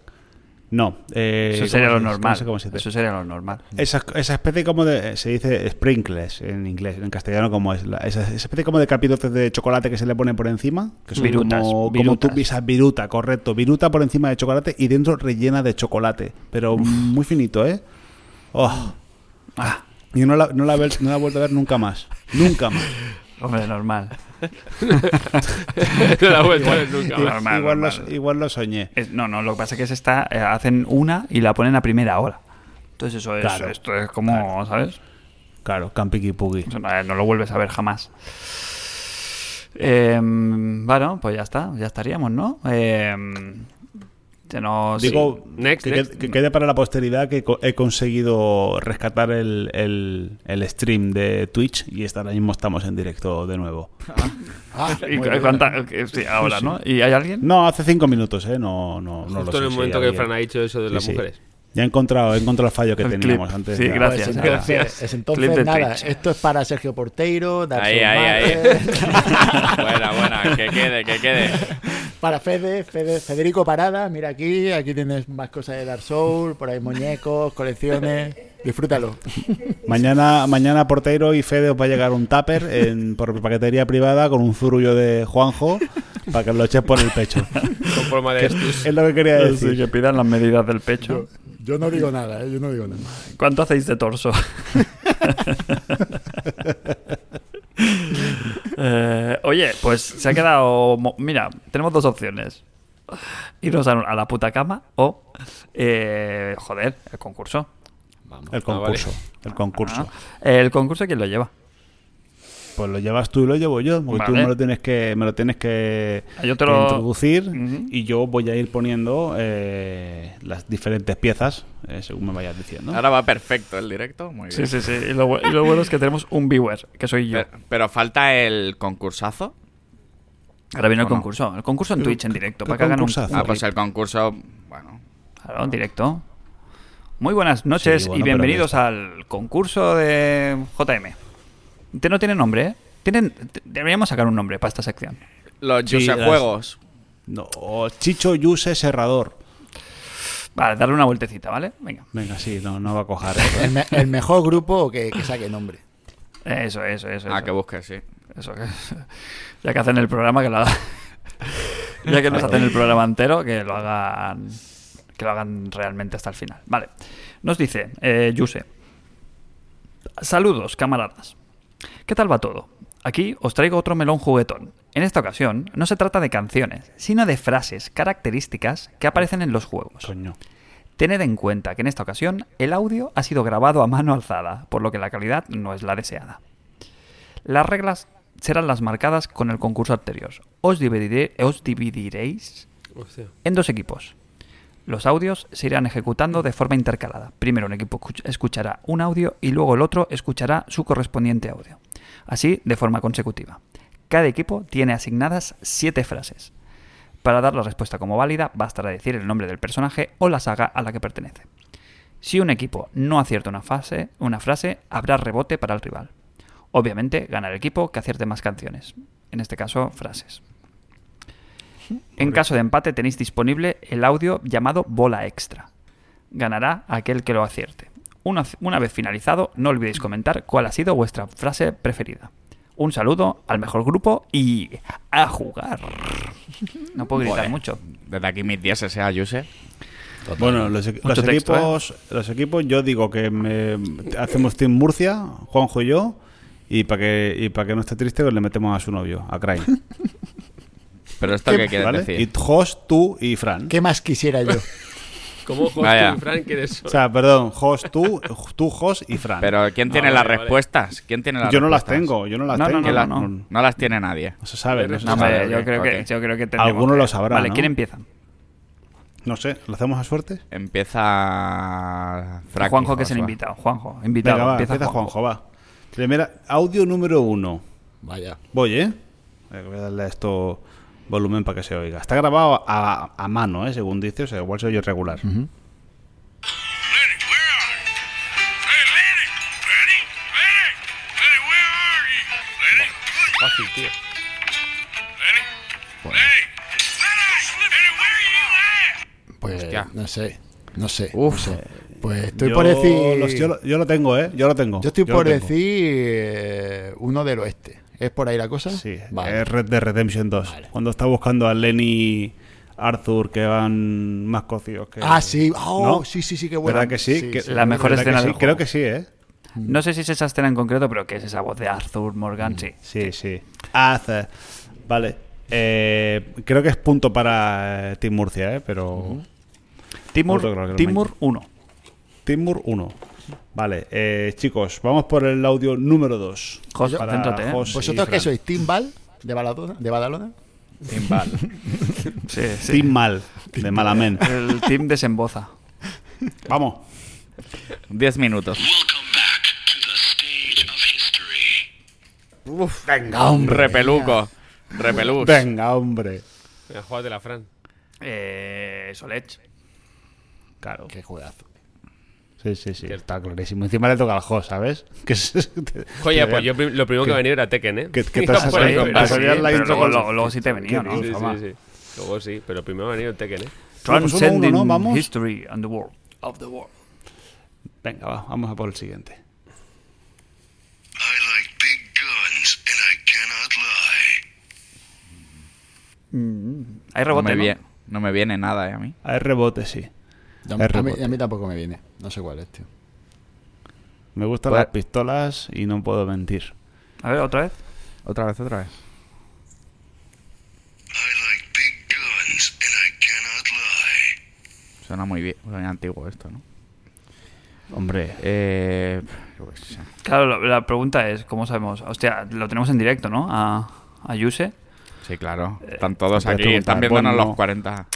No. eh, Eso sería ¿cómo lo se- normal. no sé cómo se dice. Eso sería lo normal. Esa, esa especie como de. Se dice sprinkles en inglés, en castellano, como es. la- esa, esa especie como de capirotes de chocolate que se le pone por encima. Que son Virutas, como, como virutas. tú pisas viruta, correcto. Viruta por encima de chocolate y dentro rellena de chocolate. Pero muy finito, ¿eh? Oh. Ah, Y no la, no, la, ve- no la he vuelto a ver nunca más. Nunca más. hombre, normal. No la he vuelto a ver nunca. Igual- más. normal, igual, normal. Lo, igual lo soñé. Es- no, no, lo que pasa es que se está, eh, hacen una y la ponen a primera hora. Entonces eso es, Claro. esto es como, ¿sabes? Claro, Campiqui Pugui. Eso no, no lo vuelves a ver jamás. Em, bueno, pues ya está, ya estaríamos, ¿no? Em, se nos... Digo, Oh, Next, que, next. quede- que quede para la posteridad que co- he conseguido rescatar el, el- el stream de Twitch y está- ahora mismo estamos en directo de nuevo. Ah, Y muy bien. cuánta- eh, que- sí, ahora, ¿no? ¿Y hay alguien? No, hace cinco minutos, ¿eh? No, no, no lo Justo sé en el si momento que alguien- Fran ha dicho eso de Sí, las sí. mujeres. Ya he encontrado, he encontrado el fallo que El teníamos clip. antes. Sí, ya. gracias, ¿eh? Pues entonces, gracias. pues Clip entonces de nada, Twitch. esto es para Sergio Porteiro, Darth Ahí, Soul ahí, ahí. Master, buena, buena, que quede, que quede. para Fede, Fede- Federico Parada, mira aquí, aquí tienes más cosas de Dark Soul, por ahí muñecos, colecciones, disfrútalo. Mañana, mañana Porteiro y Fede os va a llegar un tupper en, por paquetería privada con un zurullo de Juanjo para que lo eches por el pecho. Con forma de estus. Es lo que quería Sí, decir. que pidan las medidas del pecho. Yo no digo nada, ¿eh? yo no digo nada. ¿Cuánto hacéis de torso? Eh, oye, pues se ha quedado. mo- Mira, tenemos dos opciones: irnos a, a la puta cama o. eh, joder, el concurso. Ah, El concurso. El concurso. Ah, ¿El concurso quién lo lleva? Pues lo llevas tú y lo llevo yo, porque tú Vale. me lo tienes que, me lo tienes que, Ah, yo te que lo- introducir Ujú. y yo voy a ir poniendo eh, las diferentes piezas eh, según me vayas diciendo. Ahora va perfecto el directo, muy Sí, bien. sí, sí. Y lo, bu- y lo bueno es que tenemos un viewer, que soy yo. Pero, pero falta el concursazo. Ahora viene el ¿o no? concurso. El concurso en Twitch en directo, qué para que hagan un. concursazo? un Ah, pues clip. el concurso, bueno, Claro, en directo. Muy buenas noches Sí, y bueno, pero bienvenidos al concurso de JM. Este no tiene nombre, ¿eh? Tienen, te- deberíamos sacar un nombre para esta sección. los Sí, las- Juegos. No, o Chicho Yuse Serrador. Vale, darle una vueltecita, ¿vale? Venga. Venga, sí, no, no va a cojar. ¿eh? El, me- el mejor grupo que, que saque nombre. Eso, eso, eso. Ah, eso. que busques, sí. Eso, que- ya que hacen el programa, que lo hagan. ya que nos hacen el programa entero, que lo hagan. Que lo hagan realmente hasta el final. Vale. Nos dice eh, Yuse. Saludos, camaradas. ¿Qué tal va todo? Aquí os traigo otro melón juguetón. En esta ocasión, no se trata de canciones, sino de frases características que aparecen en los juegos. Coño. Tened en cuenta que en esta ocasión el audio ha sido grabado a mano alzada, por lo que la calidad no es la deseada. Las reglas serán las marcadas con el concurso anterior. Os, dividiré- os dividiréis Hostia. en dos equipos. Los audios se irán ejecutando de forma intercalada. Primero un equipo escuch- escuchará un audio y luego el otro escuchará su correspondiente audio. Así de forma consecutiva. Cada equipo tiene asignadas siete frases. Para dar la respuesta como válida, bastará decir el nombre del personaje o la saga a la que pertenece. Si un equipo no acierta una, fase, una frase, habrá rebote para el rival. Obviamente, gana el equipo que acierte más canciones. En este caso, frases. En caso de empate tenéis disponible el audio llamado bola extra. Ganará aquel que lo acierte. Una, una vez finalizado, no olvidéis comentar cuál ha sido vuestra frase preferida. Un saludo al mejor grupo y a jugar. No puedo gritar Joder. mucho. Desde aquí mis 10 sea Yuse. Bueno, los, e- los texto, ¿eh? equipos, los equipos, yo digo que me- hacemos Team Murcia, Juanjo y yo, y para que, y para que no esté triste, pues le metemos a su novio, a Crane. Pero esto qué quieres ¿Vale? Y decir. Jos, tú y Fran. ¿Qué más quisiera yo? ¿Cómo Vaya. Jorge y Frank eres O sea, perdón, Jos, tú, tú, Jos y Fran. Pero ¿quién tiene vale, las vale. respuestas? ¿Quién tiene las yo no las respuestas? tengo, yo no las No, no, tengo. no, ¿Quién las- no, no. no las tiene nadie. No se sabe, no se No, sabe. hombre, yo, creo ok. que, yo creo que Alguno que- lo sabrá, Vale, ¿no? ¿quién empieza? No sé, ¿lo hacemos a suerte? Empieza. Frankie Juanjo, que es el Joshua. invitado. Juanjo, Venga, invitado. va, empieza, Juanjo, va. Primera, audio número uno. Vaya. Voy, ¿eh? Eh, Voy a darle a esto volumen para que se oiga. Está grabado a, a mano, ¿eh? Según dice, o sea, igual se oye regular. Lenny, where are you? Hey, Lenny! Lenny? Lenny! Lenny, where are you? Lenny? Fácil, tío. Lenny? Lenny! Lenny! Lenny, where are you at? Pues Hostia. no sé, no sé. Uf. no sé. Pues estoy Yo por decir. los- yo, lo- yo lo tengo, ¿eh? Yo lo tengo. Yo estoy lo por tengo. decir eh, uno del oeste. ¿Es por ahí la cosa? Sí, Vale. es Red Dead Redemption 2. Cuando está buscando a Lenny Arthur, que van más cocidos que. Ah, sí. Oh, ¿No? sí, sí, sí, qué bueno. ¿Verdad que sí? Que- La mejor ¿verdad que escena sí? del Creo juego. que sí, ¿eh? No sé si es esa escena en concreto, pero que es esa voz de Arthur Mm. Morgan, sí. Sí, sí. Hace. Vale. Eh, creo que es punto para eh, Team Murcia, ¿eh? Pero. Timur, Otro creo que lo Timur 1. Timur 1. Vale, eh, chicos, vamos por el audio número 2. Jos, céntrate, ¿eh? ¿Vosotros qué sois? ¿Team Val? ¿De Badalona? ¿De Badalona? Sí, sí. Team Mal, de Malamén. El team desemboza. Vamos. Diez minutos. Welcome back to the stage of history. Uf, venga, hombre. Repeluco. Repelús. Venga, hombre. Venga, júgatela, Fran. Eh, Solech. Claro. Qué juegazo. Sí, sí, sí. Que- Está clarísimo. Encima le toca al Jos, ¿sabes? Que es- te- Oye, te- pues yo prim- lo primero que ¿Qué? venía era Tekken, ¿eh? ¿Qué- qué Iba te has por ahí, salido? pero Vas sí, a liar la sí, pero intro luego- con- luego- luego sí te venía, ¿no? Pues ¿Qué sí, dices? sí, sí. Luego sí, pero primero ha venido Tekken, ¿eh? Pues uno a uno, Transcending ¿no? Vamos. history and the world. Of the world. Venga, va, vamos a por el siguiente. I like big guns, and I cannot lie. Hay No rebote, me, ¿no? vie- no me viene nada, ¿eh? A mí. Hay rebote, sí. A Es mí, a mí- rebote. a mí tampoco me viene. No sé cuál es, tío. Me gustan Pues- las pistolas y no puedo mentir. A ver, otra vez. Otra vez, otra vez. I like big guns, and I cannot lie. Suena muy bien. Suena antiguo esto, ¿no? Hombre, Eh. pf, yo qué sé. Claro, la, la pregunta es, ¿cómo sabemos? Hostia, lo tenemos en directo, ¿no? A, a Yuse. Sí, claro. Están todos te voy a aquí. preguntar, Están viéndonos bueno. los 40.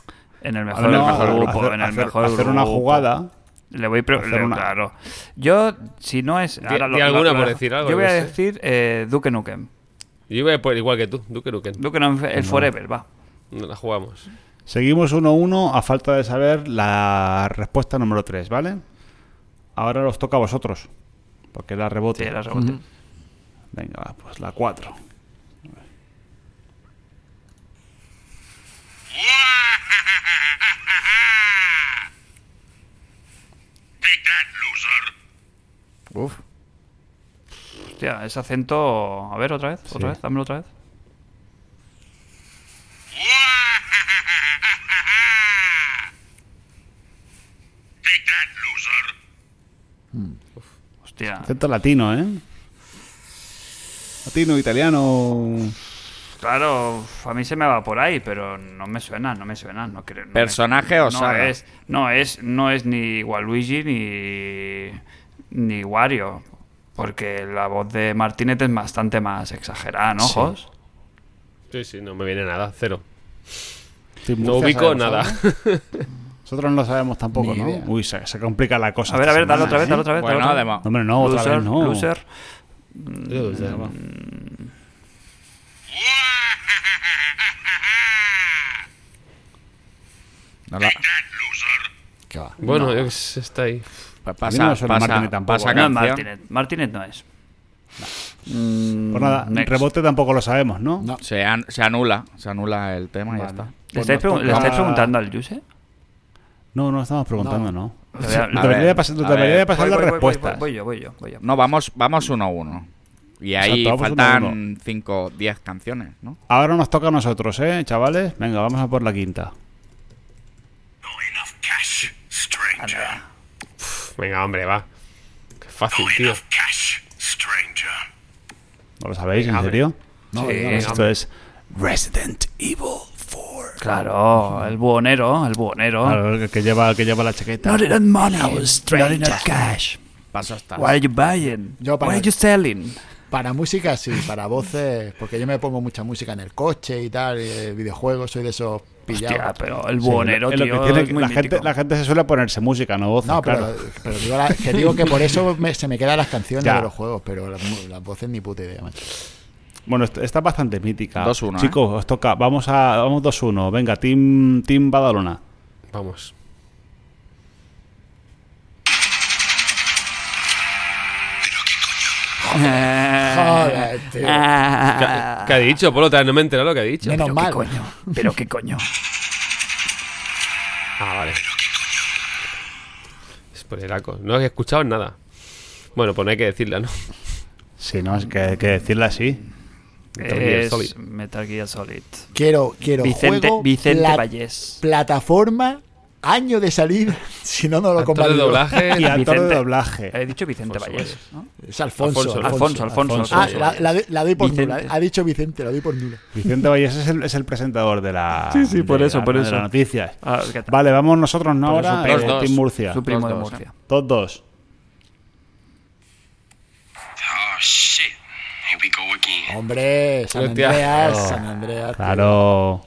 En el mejor, Hacer- mejor hacer- grupo. hacer- en el hacer- mejor hacer una grupo. jugada. Le voy pre- hacer le- una- Claro. Yo, si no es... Di- di alguna por decir algo, Yo voy yo a sé. decir eh, Duke Nukem. Yo iba a por- igual que tú, Duke Nukem. Duke Nukem, el Forever, va. No la jugamos. Seguimos 1-1 a falta de saber la respuesta número 3, ¿vale? Ahora os toca a vosotros, porque la Sí, rebote. era rebote. Venga, va, pues la 4. Take that, loser. Uf. Hostia, ese acento... A ver, otra vez, otra vez, dámelo otra vez. Take that, loser. Hmm. Este Hostia. Acento latino, ¿eh? Latino, italiano. Claro, a mí se me va por ahí, pero no me suena, no me suena, no creo. no me- Personaje o no saga. Es, no es, no es ni Waluigi ni ni Wario, porque la voz de Martínez es bastante más exagerada, ¿no, Jos? Sí, sí, no me viene nada, cero. Estoy No Murcia, ubico ¿sabemos nada. algo? Nosotros no lo sabemos tampoco, Ni ¿no? idea. Uy, se, se complica la cosa. A ver, a esta ver, dale otra semana, ¿eh? vez, dale otra vez. dale Bueno, otra vez. además. Hombre, no, otra Loser, vez no. loser. Mm, No la- Qué va. Bueno, yo qué sé, está ahí. pa- A mí Pues pasa, no me suena pasa- Martini tampoco, ¿eh? pasa No es canción. Martínez, Martínez no es. Pues nada, Next. rebote tampoco lo sabemos, ¿no? No. Se, an- se anula. Se anula el tema y ya está. Pues ¿Le estáis, pregun- le toca- estáis preguntando al Yuse? No, no estamos preguntando, ¿no. Te voy a- Te A Debería ver, de pas- a debería ver. de pasar Voy, las voy, voy, voy, respuestas. voy yo, voy yo, voy yo. No, vamos, vamos uno a uno. Y ahí Exacto, vamos uno a faltan 5 10 canciones, ¿no? Ahora nos toca a nosotros, ¿eh, chavales? Venga, vamos a por la quinta. Not enough cash, stranger. Anda. Venga, hombre, va. Qué fácil, Not tío. enough cash, stranger. ¿No lo sabéis, en Venga, serio? No, Sí. no, venga, Esto es Resident Evil 4. Claro, el buhonero, el buhonero. Claro, el que lleva, el que lleva la chaqueta. Not enough money, not enough cash. Paso hasta. What are you buying? Yo para- What are you selling? Para música sí, para voces, porque yo me pongo mucha música en el coche y tal, y, eh, videojuegos, soy de esos pillado. Hostia, pero el buonero, Es lo que tío, tiene- es muy la, gente, mítico. la gente se suele ponerse música, no voces, No, pero, claro. pero digo, la- que digo que por eso me- se me quedan las canciones Ya. de los juegos, pero las, las voces ni puta idea, macho. Bueno, est- está bastante mítica. 2-1, Chicos, ¿eh? os toca. Vamos a vamos 2-1. Venga, Team, team Badalona. Vamos. Ah. Joder, tío. ¿Qué, Ah. qué ha dicho, Polo? Te- No me he enterado lo que ha dicho. Menos Pero qué mal. coño, pero qué coño. Ah, vale. Es por el aco. No he escuchado nada. Bueno, pues no hay que decirla, ¿no? Sí, no, es que hay que decirla así. Metal Gear Es Solid. Metal Gear Solid. Quiero, quiero Vicente, juego, Vicente pla- Vallés. plataforma, año de salida, si no, no lo Actor de comparto. doblaje. Y actor Vicente. de doblaje. He dicho Vicente Vallés. ¿no? Es Alfonso. Alfonso, Alfonso, Alfonso. Alfonso. Ah, Alfonso. la, la doy- la doy por Vicente. nula. Ha dicho Vicente, la doy por nula. Vicente Valles es el, es el presentador de la. Sí, sí, por de eso, la- por de eso. las noticias. Ah, ¿qué tal? Vale, vamos nosotros, ¿no? Pero Ahora, su primo- eh, dos. Team Murcia. Su primo de Los dos, Murcia. Todos dos. Oh, shit. Here we go again. Hombre, San Hostia. Oh. Andreas, San Andreas. tío. Claro.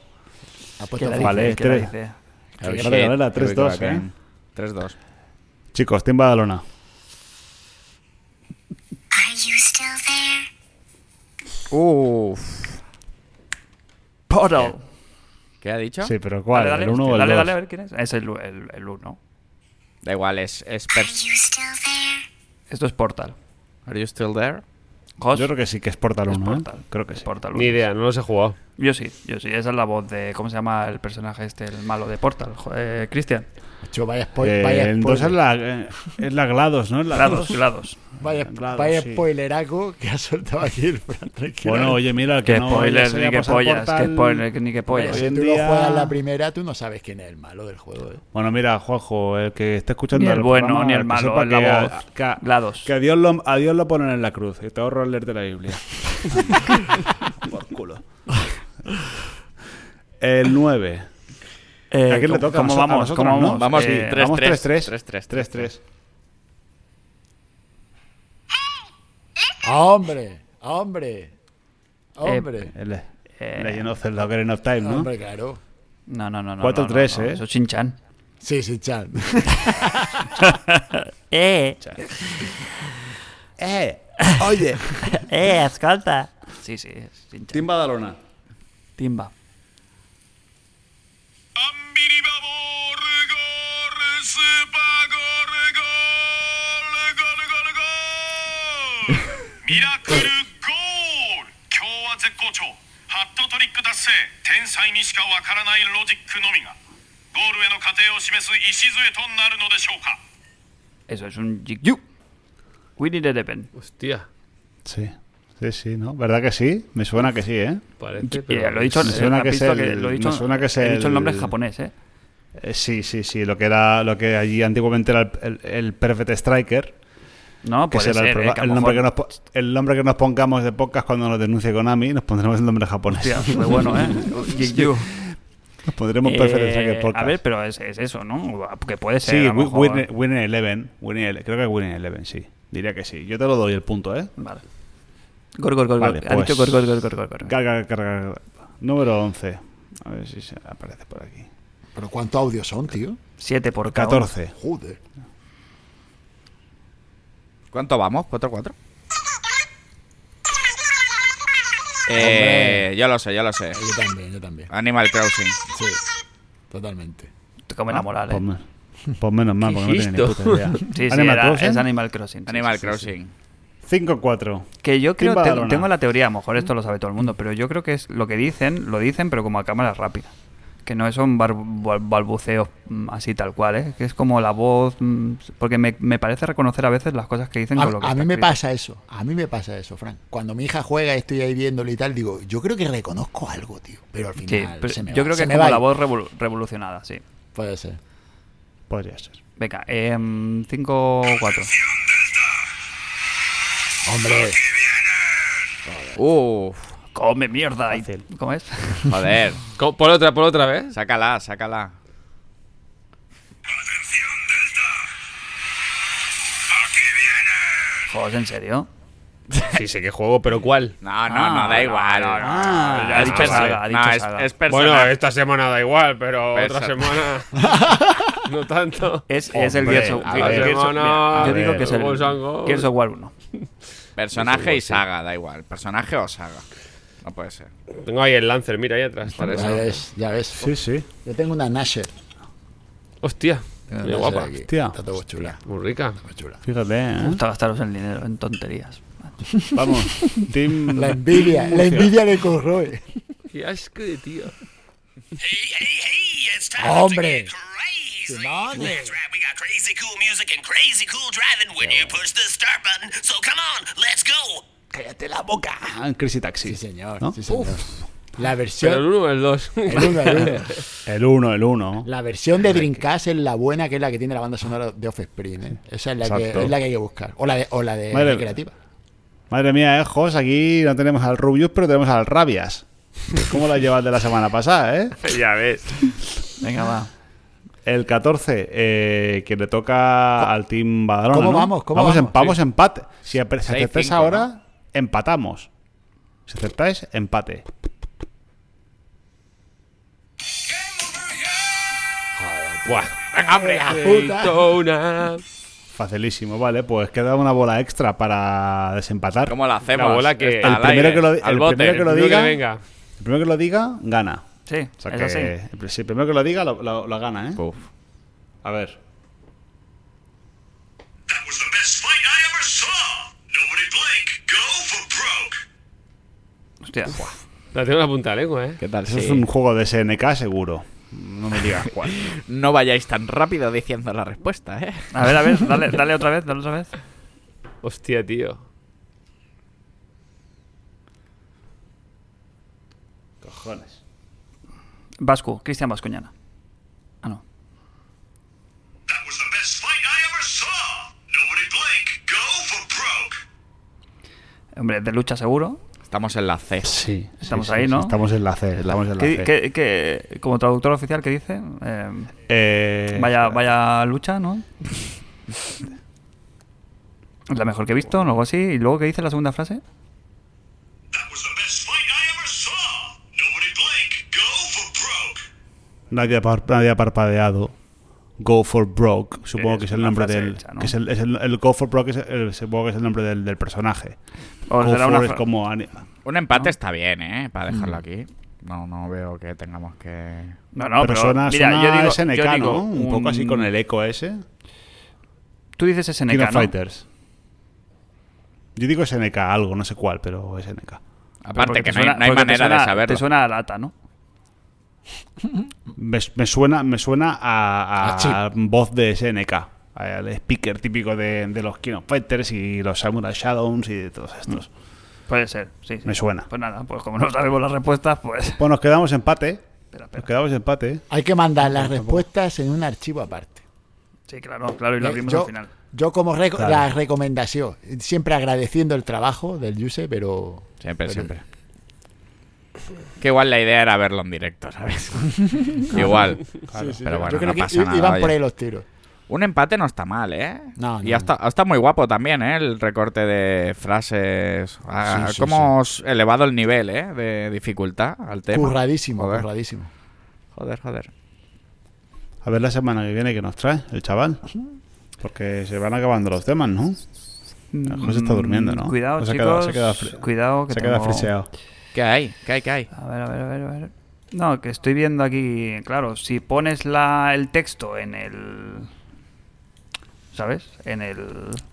Ha ¿Qué puesto la foco. Vale, dice? ¿Qué la tres. dice? Claro que que no sí. te gana, 3-2, 3-2, ¿eh? 3-2. Chicos, Team Badalona. Are you still there? Uff. Portal. ¿Qué ha dicho? Sí, pero ¿cuál? dale, ¿El 1 o el 2? dale, dale, a ver quién es. Es el 1. El, el uno. Da igual, es, es Are pers- you still there? Esto es Portal. Are you still there? Jos, Yo creo que sí, que es Portal es 1. ¿eh? Portal. Creo que Es sí. Portal Ni uno. idea, no los he jugado. Yo sí, yo sí. Esa es la voz de. ¿Cómo se llama el personaje este, el malo de Portal? Jo- eh, Cristian. Macho, vaya Eh, spoiler. Vaya entonces es spoiler. la, eh, es la GLaDOS, ¿no? Es la Glados, Glados. Vaya, Claro, vaya sí. spoileraco que ha soltado aquí el Fran. tranquilo. Bueno, oye, mira, el que Que no spoiler, se haya ni que pasado pollas, Portal- que spoiler, que ni que Oye, pollas. hoy si en tú día- lo juegas la primera, tú no sabes quién es el malo del juego. ¿eh? Bueno, mira, Juanjo, el que esté escuchando Ni el bueno, programa, ni el que malo, sepa la que a- voz. que a- GLaDOS. Que a Dios, lo, a Dios lo ponen en la cruz y te ahorro el leer de la Biblia. Por culo. El 9. Eh, ¿A quién ¿cómo- le toca? ¿Cómo ¿A vamos? nosotros, ¿Cómo no? vamos? Vamos, Eh, tres, vamos tres, 3-3. tres, tres, 3-3. ¡Ah, ¡Hombre! ¡Hombre! ¡Ah, ¡Hombre! Ah, El Eh. Legend of Zelda Ocarina of Time, ¿no? ¡Hombre, claro! No, no, no. no, 4-3, no, no, ¿eh? Eso es Chinchan. Sí, sí, Chan. Eh, ¡Eh! Oye, eh, escolta. Sí, sí, es Chinchan. Team Badalona. Timba. Eso es un Jigyu. Winning Eleven. Hostia, Sí. Sí, sí, ¿no? ¿Verdad que sí? Me suena que sí, ¿eh? parece. Eh, Pero lo he dicho, me eh, suena has que es visto el- lo he me dicho, suena que es he dicho el nombre el- en japonés, ¿eh? Eh, Sí, sí, sí. Lo que era, lo que allí antiguamente era el, el- el Perfect Striker. No, Que puede será el, ser, proba- eh, que a el lo nombre que mejor- nos, po- el nombre que nos pongamos de podcast cuando nos denuncie Konami, nos pondremos el nombre japonés. Hostia, muy bueno, ¿eh? Jigyu. Nos pondremos Eh, Perfect Striker Podcast. a ver, pero es, es eso, ¿no? Que puede ser. sí, a lo Wi- mejor. Winner Winner Eleven. Winner Ele- creo que Winner Eleven, sí. Diría que sí. Yo te lo doy el punto, ¿eh? Vale. Gor, gor, gor, Vale, gor. Ha pues- dicho gor, gor, gor, gor, gor, gor. Carga, carga, carga. Número 11. A ver si se aparece por aquí. ¿Pero cuántos audios son, tío? Siete por cada uno. 14. Joder. ¿Cuánto vamos? ¿4-4? Eh, yo lo sé, yo lo sé. Yo también, yo también. Animal Crossing. Sí. Totalmente. Te comen la moral, Pues, ¿eh? me- pues menos mal, Qué porque no tiene ni listo. puta idea. Sí, sí, Animal era- Crossing, es Animal Crossing. sí, sí, Animal sí, Crossing. 5-4. sí. Que yo creo, Team te- Badalona. tengo la teoría, a lo mejor esto lo sabe todo el Mm. mundo, pero yo creo que es lo que dicen, lo dicen, pero como a cámara rápida. Que no son bar- bal- balbuceos mm, así tal cual, ¿eh? Que es como la voz. mm, Porque me, me parece reconocer a veces las cosas que dicen A, con lo que a está mí me escrito. pasa eso. A mí me pasa eso, Frank. Cuando mi hija juega y estoy ahí viéndolo y tal, digo, yo creo que reconozco algo, tío. Pero al Sí, final pero se me yo va, creo que se es me como va la y- voz revol- revolucionada, sí. Puede ser. Podría ser. Venga, em, 5-4. Hombre, Uf, Come mierda. y- Fácil. ¿Cómo es? joder. Co- Por otra, por otra vez. Sácala, sácala. Joder, ¿en serio? Sí, sé qué juego, pero ¿cuál? No, no, no, da igual. no, no, Ah, ya ha dicho vale. saga, ha dicho No, es- saga. es personal. Bueno, esta semana da igual, pero otra Persona. semana. no tanto. Es, es el Gears of a Gears- ver, Gears of- hermano, mira, a Yo digo ver, que es el Ghost and Goblins. Gears of War 1. Personaje y saga, da igual. Personaje o saga. No puede ser. Tengo ahí el Lancer, mira ahí atrás. Por Ya eso. ves, ya ves. Sí, sí. Yo tengo una Nasher. Hostia, Una qué Nasher guapa. aquí. Hostia. Está todo chula. Muy rica. todo chula. Fíjate, ¿eh? Me gusta gastaros el dinero en tonterías. Vamos. Team. La envidia, la envidia de Corroe. Qué asco de tío. Hey, hey, hey, it's time Hombre. to get crazy. Demande. That's right, we got crazy cool music and crazy cool driving when you push the start button. So come on, let's go. Cállate la boca. Ah, Crazy Taxi. Sí, señor. ¿No? Sí, señor. La versión. Pero el uno o el dos. el uno, el uno. El 1, el 1. La versión de Dreamcast es la buena, que es la que tiene la banda sonora de Offspring. ¿eh? Esa es la, que, Exacto. es la que hay que buscar. O la de, o la de Madre- Recreativa. Madre mía, eh, Jos, aquí no tenemos al Rubius, pero tenemos al Rabias. ¿Cómo la llevas de la semana pasada, eh? ya ves. Venga, va. El 14, eh, que le toca al Team Badalona. ¿Cómo ¿no? vamos? ¿Cómo vamos? vamos? en- vamos empate. Si ap- si Seis, acertáis cinco, ahora, ¿no? empatamos. Si acertáis, empate. Buah. puta. Daytona. Facilísimo, vale. Pues queda una bola extra para desempatar. ¿Cómo la hacemos? La bola que- Está el al primero aire, que lo di- al el bote. primero que lo Lo diga. que venga. El primero que lo diga, gana. Sí, O sea es que así. el- si el primero que lo diga, lo, lo- lo gana, ¿eh? Puf. A ver. That was the best fight I ever saw. Nobody blink. Go for broke. Hostia. La tengo en la punta de la lengua, eh. ¿Qué tal? Eso sí? es un juego de SNK seguro. No me digas cuál. No vayáis tan rápido diciendo la respuesta, ¿eh? A ver, a ver, dale, dale otra vez, dale otra vez. Hostia, tío. Cojones. Vascu, Cristian Vascuñana. Ah, no. That was the best fight I ever saw. Nobody blink. Go for broke. Hombre, de lucha seguro. Estamos en la C. Sí. Estamos sí, ahí, sí, ¿no? Estamos en la C. Estamos en la ¿Qué, C. qué- qué- como traductor oficial, ¿qué dice? Eh, Eh, vaya, vaya lucha, ¿no? La mejor que he visto, o algo así. ¿Y luego qué dice la segunda frase? That was the best fight I ever saw. Nobody blink. Go for broke. Nadie ha, par- nadie ha parpadeado. Go for broke. Supongo Eh, Es que es el una nombre frase del. hecha, ¿no? que es el, es el- el Go for broke es el- supongo que es el nombre del, del personaje. O go será for una es fra- como. ani- Un empate está bien, ¿eh? Para dejarlo aquí. No, no veo que tengamos que... No, no, pero pero suena, mira, suena yo digo, SNK, yo digo ¿no? Un, poco así con el eco ese. Tú dices King SNK, of ¿no? Fighters. Yo digo SNK algo, no sé cuál, pero SNK. Aparte Porque que te no hay, suena- no hay porque te manera suena- de saberlo. Te suena a lata, ¿no? Me, me suena, me suena a, a Ah, sí. voz de SNK. Al speaker típico de, de los King of Fighters y los Samurai Shadows y de todos estos. Puede ser, sí, sí. Me suena. Pues nada, pues como no sabemos las respuestas, pues... Pues nos quedamos empate. Espera, espera. Nos quedamos empate. Hay que mandar las respuestas en un archivo aparte. Sí, claro, claro, y lo Eh, abrimos yo, al final. yo como reco- Claro. la recomendación, siempre agradeciendo el trabajo del Yuse, pero... Siempre, pero- siempre. Que igual la idea era verlo en directo, ¿sabes? igual. Pero bueno, yo creo no que pasa i- nada. iban oye. por ahí los tiros. Un empate no está mal, ¿eh? No, y no, está, está muy guapo también, ¿eh? El recorte de frases. Ah, Sí, sí, cómo os he elevado el nivel, ¿eh? De dificultad al tema. Curradísimo, Joder. curradísimo. Joder, joder. A ver la semana que viene que nos trae el chaval. Porque se van acabando los temas, ¿no? José está durmiendo, ¿no? Mm, Cuidado, O chicos. se ha quedado- se ha quedado fri- cuidado, que se queda tengo- friseado. ¿Qué hay? ¿Qué hay? ¿Qué hay? A ver, a ver, a ver, a ver. No, que estoy viendo aquí, claro, si pones la, el texto en el... ¿Sabes? En el,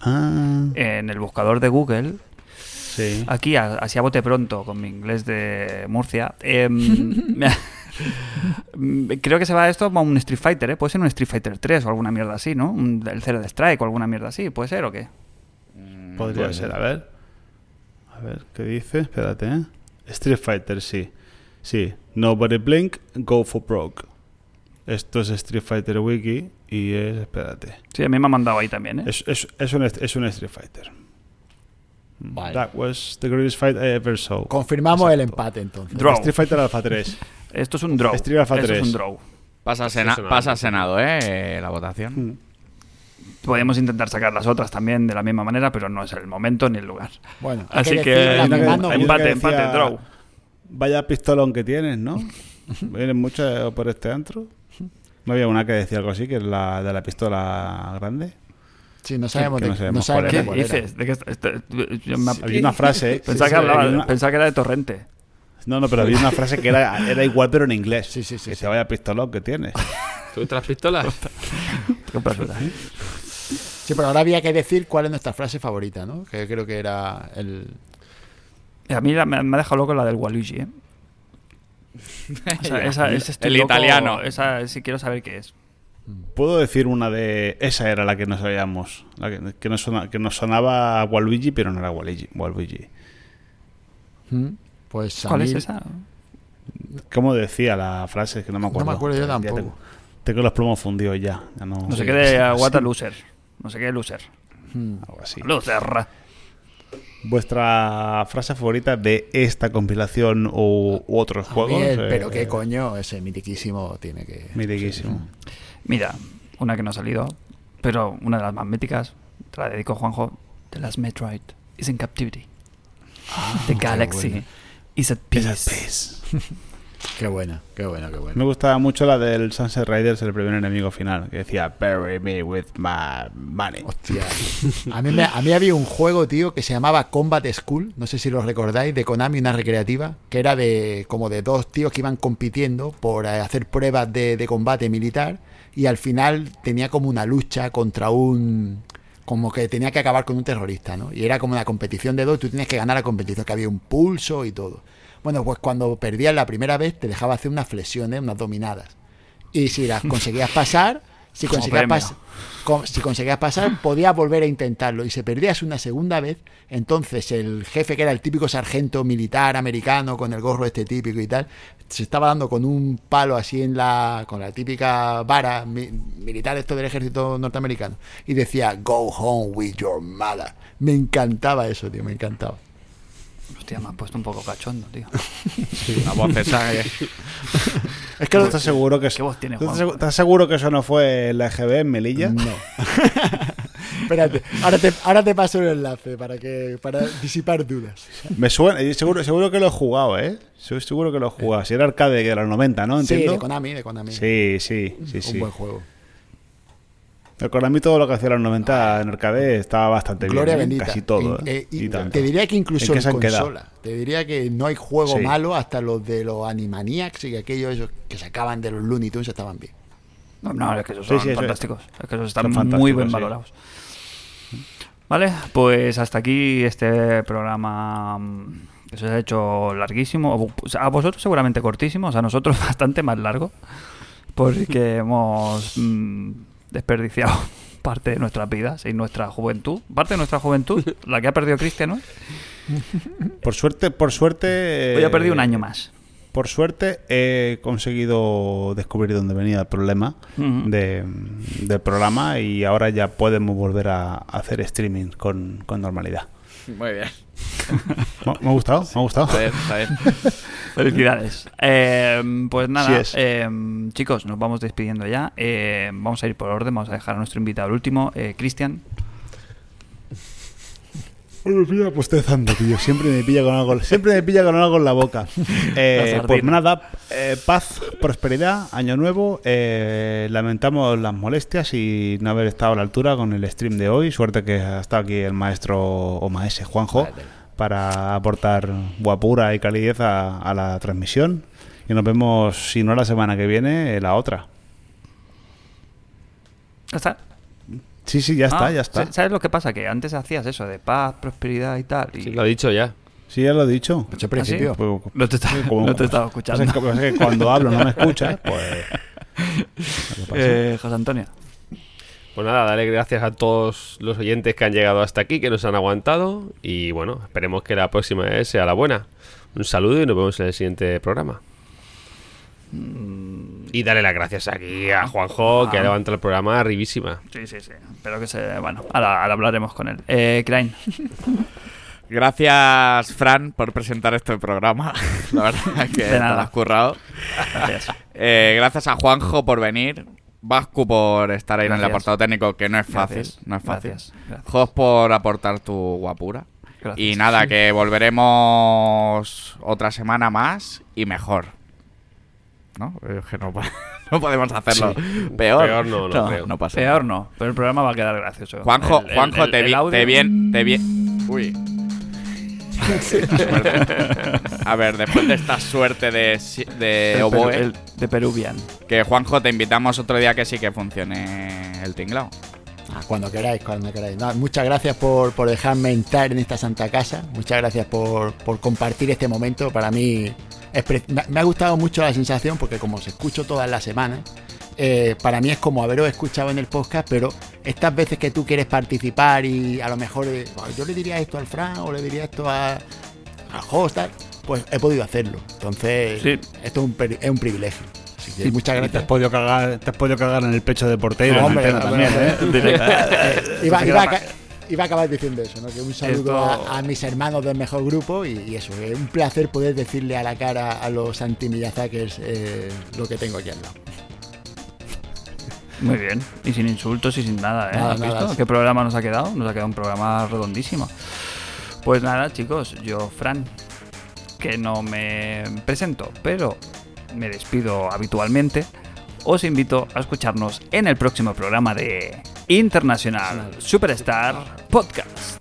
Ah, en el buscador de Google, sí. aquí, a- así a bote pronto, con mi inglés de Murcia, em, me- creo que se va esto a un Street Fighter, ¿eh? Puede ser un Street Fighter 3 o alguna mierda así, ¿no? Un- el Zero de Strike o alguna mierda así, ¿puede ser o qué? Podría ser, a ver. A ver, ¿qué dice? Espérate, ¿eh? Street Fighter, sí. Sí. Nobody Blink, Go for Broke. Esto es Street Fighter Wiki y es. Espérate. Sí, a mí me ha mandado ahí también, ¿eh? Es, es, es, un, est- es un Street Fighter. Mm, Vale. That was the greatest fight I ever saw. Confirmamos el empate entonces. Draw. Street Fighter Alpha 3. Esto es un draw. Street Alpha Esto es 3. un draw. Pasa, a sena- Eso no. Mm. pasa a Senado, ¿eh? La votación. Podemos intentar sacar las otras también de la misma manera, pero no es el momento ni el lugar. Bueno, hay Así decir que, mm, la hay que- verdad, no- hay que- empate, decía- empate, draw. Vaya pistolón que tienes, ¿no? Vienen muchas por este antro. No había una que decía algo así, que es la de la pistola grande. Sí, no sabemos, que de, no no sabemos sabemos cuál ¿Qué era, de cuál era. dices? ¿De qué est- est- yo me- Había una frase. Pensaba, sí, que sí, hablaba- había una- pensaba que era de Torrente. No, no, pero había una frase que era, era igual, pero en inglés. Sí, sí, sí, Que sí. se vaya pistolón que tienes. ¿Tú tras pistolas? Qué basura. Sí, pero ahora había que decir cuál es nuestra frase favorita, ¿no? Que creo que era el... A mí la- me, me ha dejado loco la del Waluigi, ¿eh? O sea, esa- ese estoy El loco, italiano. Esa sí quiero saber qué es. Puedo decir una de. Esa era la que nos sabíamos. La que, que nos, sona- que nos sonaba a Waluigi, pero no era Waluigi. Waluigi. ¿Mm? Pues a Hmm. ¿Cuál mí- es esa? ¿Cómo decía la frase? Que no me No me acuerdo. acuerdo yo Ya tampoco. Tengo, tengo los plomos fundidos ya. ya no, No sé Sí, qué de sí, Aguata sí, Loser. No sé qué de Loser. Mm. algo así. Loser. ¿Vuestra frase favorita de esta compilación o, u otros A mí juegos? el, Eh, Ah, pero qué coño, ese mitiquísimo tiene que... Mitiquísimo. Mira, una que no ha salido, pero una de las más míticas. Te la dedico, Juanjo. The Last Metroid is in captivity. The galaxy bueno. is at Piece peace. of Peace. Qué buena, qué buena, qué buena. Me gustaba mucho la del Sunset Riders, el primer enemigo final, que decía Bury me with my money. Hostia. A mí, me- a mí había un juego, tío, que se llamaba Combat School, no sé si lo recordáis, de Konami, una recreativa, que era de como de dos tíos que iban compitiendo por eh, hacer pruebas de, de combate militar y al final tenía como una lucha contra un... Como que tenía que acabar con un terrorista, ¿no? Y era como una competición de dos, tú tenías que ganar la competición, que había un pulso y todo. Bueno, pues cuando perdías la primera vez te dejaba hacer unas flexiones, unas dominadas. Y si las conseguías pasar, si Como conseguías, premio. pas- con- si conseguías pasar, podías volver a intentarlo. Y si perdías una segunda vez, entonces el jefe, que era el típico sargento militar americano con el gorro este típico y tal, se estaba dando con un palo así en la. con la típica vara mi- militar, esto del ejército norteamericano. Y decía, Go home with your mother. Me encantaba eso, tío, me encantaba. Hostia, me has puesto un poco cachondo, tío. La voz esa que- Es que ¿Tú lo- estás seguro que ¿Qué voz tiene, ¿tú estás Juan? segu- ¿Estás seguro que eso no fue la EGB en Melilla? No. Espérate, ahora te, ahora te paso el enlace para que para disipar dudas. Me suena, eh, seguro, seguro que lo he jugado, ¿eh? Se- Seguro que lo he jugado. Si era arcade de los 90, ¿no? Sí, de Ah, Entiendo. Konami, de Konami. Sí, sí, sí, Un sí. buen juego. El Konami todo lo que hacía los 90 en arcade estaba bastante bien. Gloria ¿eh? bendita. Casi todo. In- ¿eh? eh, y tanto. te diría que incluso ¿En qué en, se han quedado? consola. Te diría que no hay juego Sí. malo hasta los de los Animaniacs y aquellos esos que sacaban de los Looney Tunes estaban bien. No, no, es que esos Sí, son sí, eso es. fantásticos. Es que esos están Son fantásticos, muy bien sí. valorados. Vale, pues hasta aquí este programa mm, que se ha hecho larguísimo. O, pues, A vosotros seguramente cortísimo, o sea, a nosotros bastante más largo, porque hemos mm, desperdiciado parte de nuestras vidas y nuestra juventud. Parte de nuestra juventud, la que ha perdido Cristian, ¿no? Por suerte, por suerte. Hoy ha perdido un eh, año más. Por suerte he conseguido descubrir dónde venía el problema Ujú. de- del programa y ahora ya podemos volver a hacer streaming con, con normalidad. Muy bien. Me, me ha gustado, me ha gustado. Está bien, está bien. Felicidades. Eh, pues Sí nada, es. eh, chicos, nos vamos despidiendo ya. Eh, vamos a ir por orden, vamos a dejar a nuestro invitado al último, eh, Cristian. Ay, me pilla postezando, tío. Siempre me pilla con algo, siempre me pilla con algo en la boca. Eh, La sardina. pues nada, eh, paz, prosperidad, año nuevo. eh, lamentamos las molestias y no haber estado a la altura con el stream de hoy. Suerte que ha estado aquí el maestro o maese Juanjo para aportar guapura y calidez a, a la transmisión. Y nos vemos, si no la semana que viene, eh, la otra. ¿Ya está? Sí, sí, ya está, Ah, ya está. sa- ¿Sabes lo que pasa? Que antes hacías eso de paz, prosperidad y tal. y- Sí, lo ha dicho ya. Sí, ya lo he dicho. Mucho principio. Pues- No te, está- Como- no te estaba Pasa escuchando. que- pasa que cuando hablo no me escuchas, pues. lo que pasa. Eh, José Antonio. Pues nada, darle gracias a todos los oyentes que han llegado hasta aquí, que nos han aguantado. Y bueno, esperemos que la próxima vez sea la buena. Un saludo y nos vemos en el siguiente programa. Mm. Y darle las gracias aquí a Juanjo, que Ah. ha levantado el programa arribísima. Sí, sí, sí. Pero que se. Bueno, ahora, ahora hablaremos con él. Eh, Crane. Gracias, Fran, por presentar este programa. La verdad que De te nada. lo has currado. Gracias. Eh, gracias a Juanjo por venir. Vascu por estar ahí en el Gracias. apartado técnico, que no es fácil. Gracias, No es fácil. gracias, gracias. Jos por aportar tu guapura. Gracias. Y nada, que volveremos otra semana más y mejor. ¿No? Es que no, po- no podemos hacerlo peor. Peor no, no creo. pasa Peor no, pero el programa va a quedar gracioso. Juanjo, El- el- Juanjo, el- te, el vi- audio- te bien, te bien. Uy. A ver, después de esta suerte de, si- de el peru- Eh, oboe, el- de Peruvian. que Juanjo te invitamos otro día que sí que funcione el tinglao. Ah, cuando queráis, cuando queráis. No, muchas gracias por, por dejarme entrar en esta santa casa. Muchas gracias por, por compartir este momento. Para mí es pre- me me ha gustado mucho la sensación porque como os escucho todas las semanas, eh, para mí es como haberos escuchado en el podcast, pero estas veces que tú quieres participar y a lo mejor eh, "Ay, yo le diría esto al Fran o le diría esto a, a Jos, tal", pues he podido hacerlo. Entonces, Sí. esto es un, pri- es un privilegio. Así que muchas Y te gracias. has podido cagar, te has podido cagar en el pecho de portero. Hombre, en el hombre, Eh, también, ¿eh? Iba, Pensé que iba era a, ca- iba a acabar diciendo eso, ¿no? Que un saludo Esto- a, a mis hermanos del mejor grupo y, y eso, es un placer poder decirle a la cara a los anti-Miyazakers eh, lo que tengo aquí al lado. Muy bien. Y sin insultos y sin nada, ¿eh? Nada, ¿Has nada, visto? sí. ¿Qué programa nos ha quedado? Nos ha quedado un programa redondísimo. Pues nada, chicos, yo, Fran, que no me presento, pero me despido habitualmente. Os invito a escucharnos en el próximo programa de Internacional Superstar Podcast.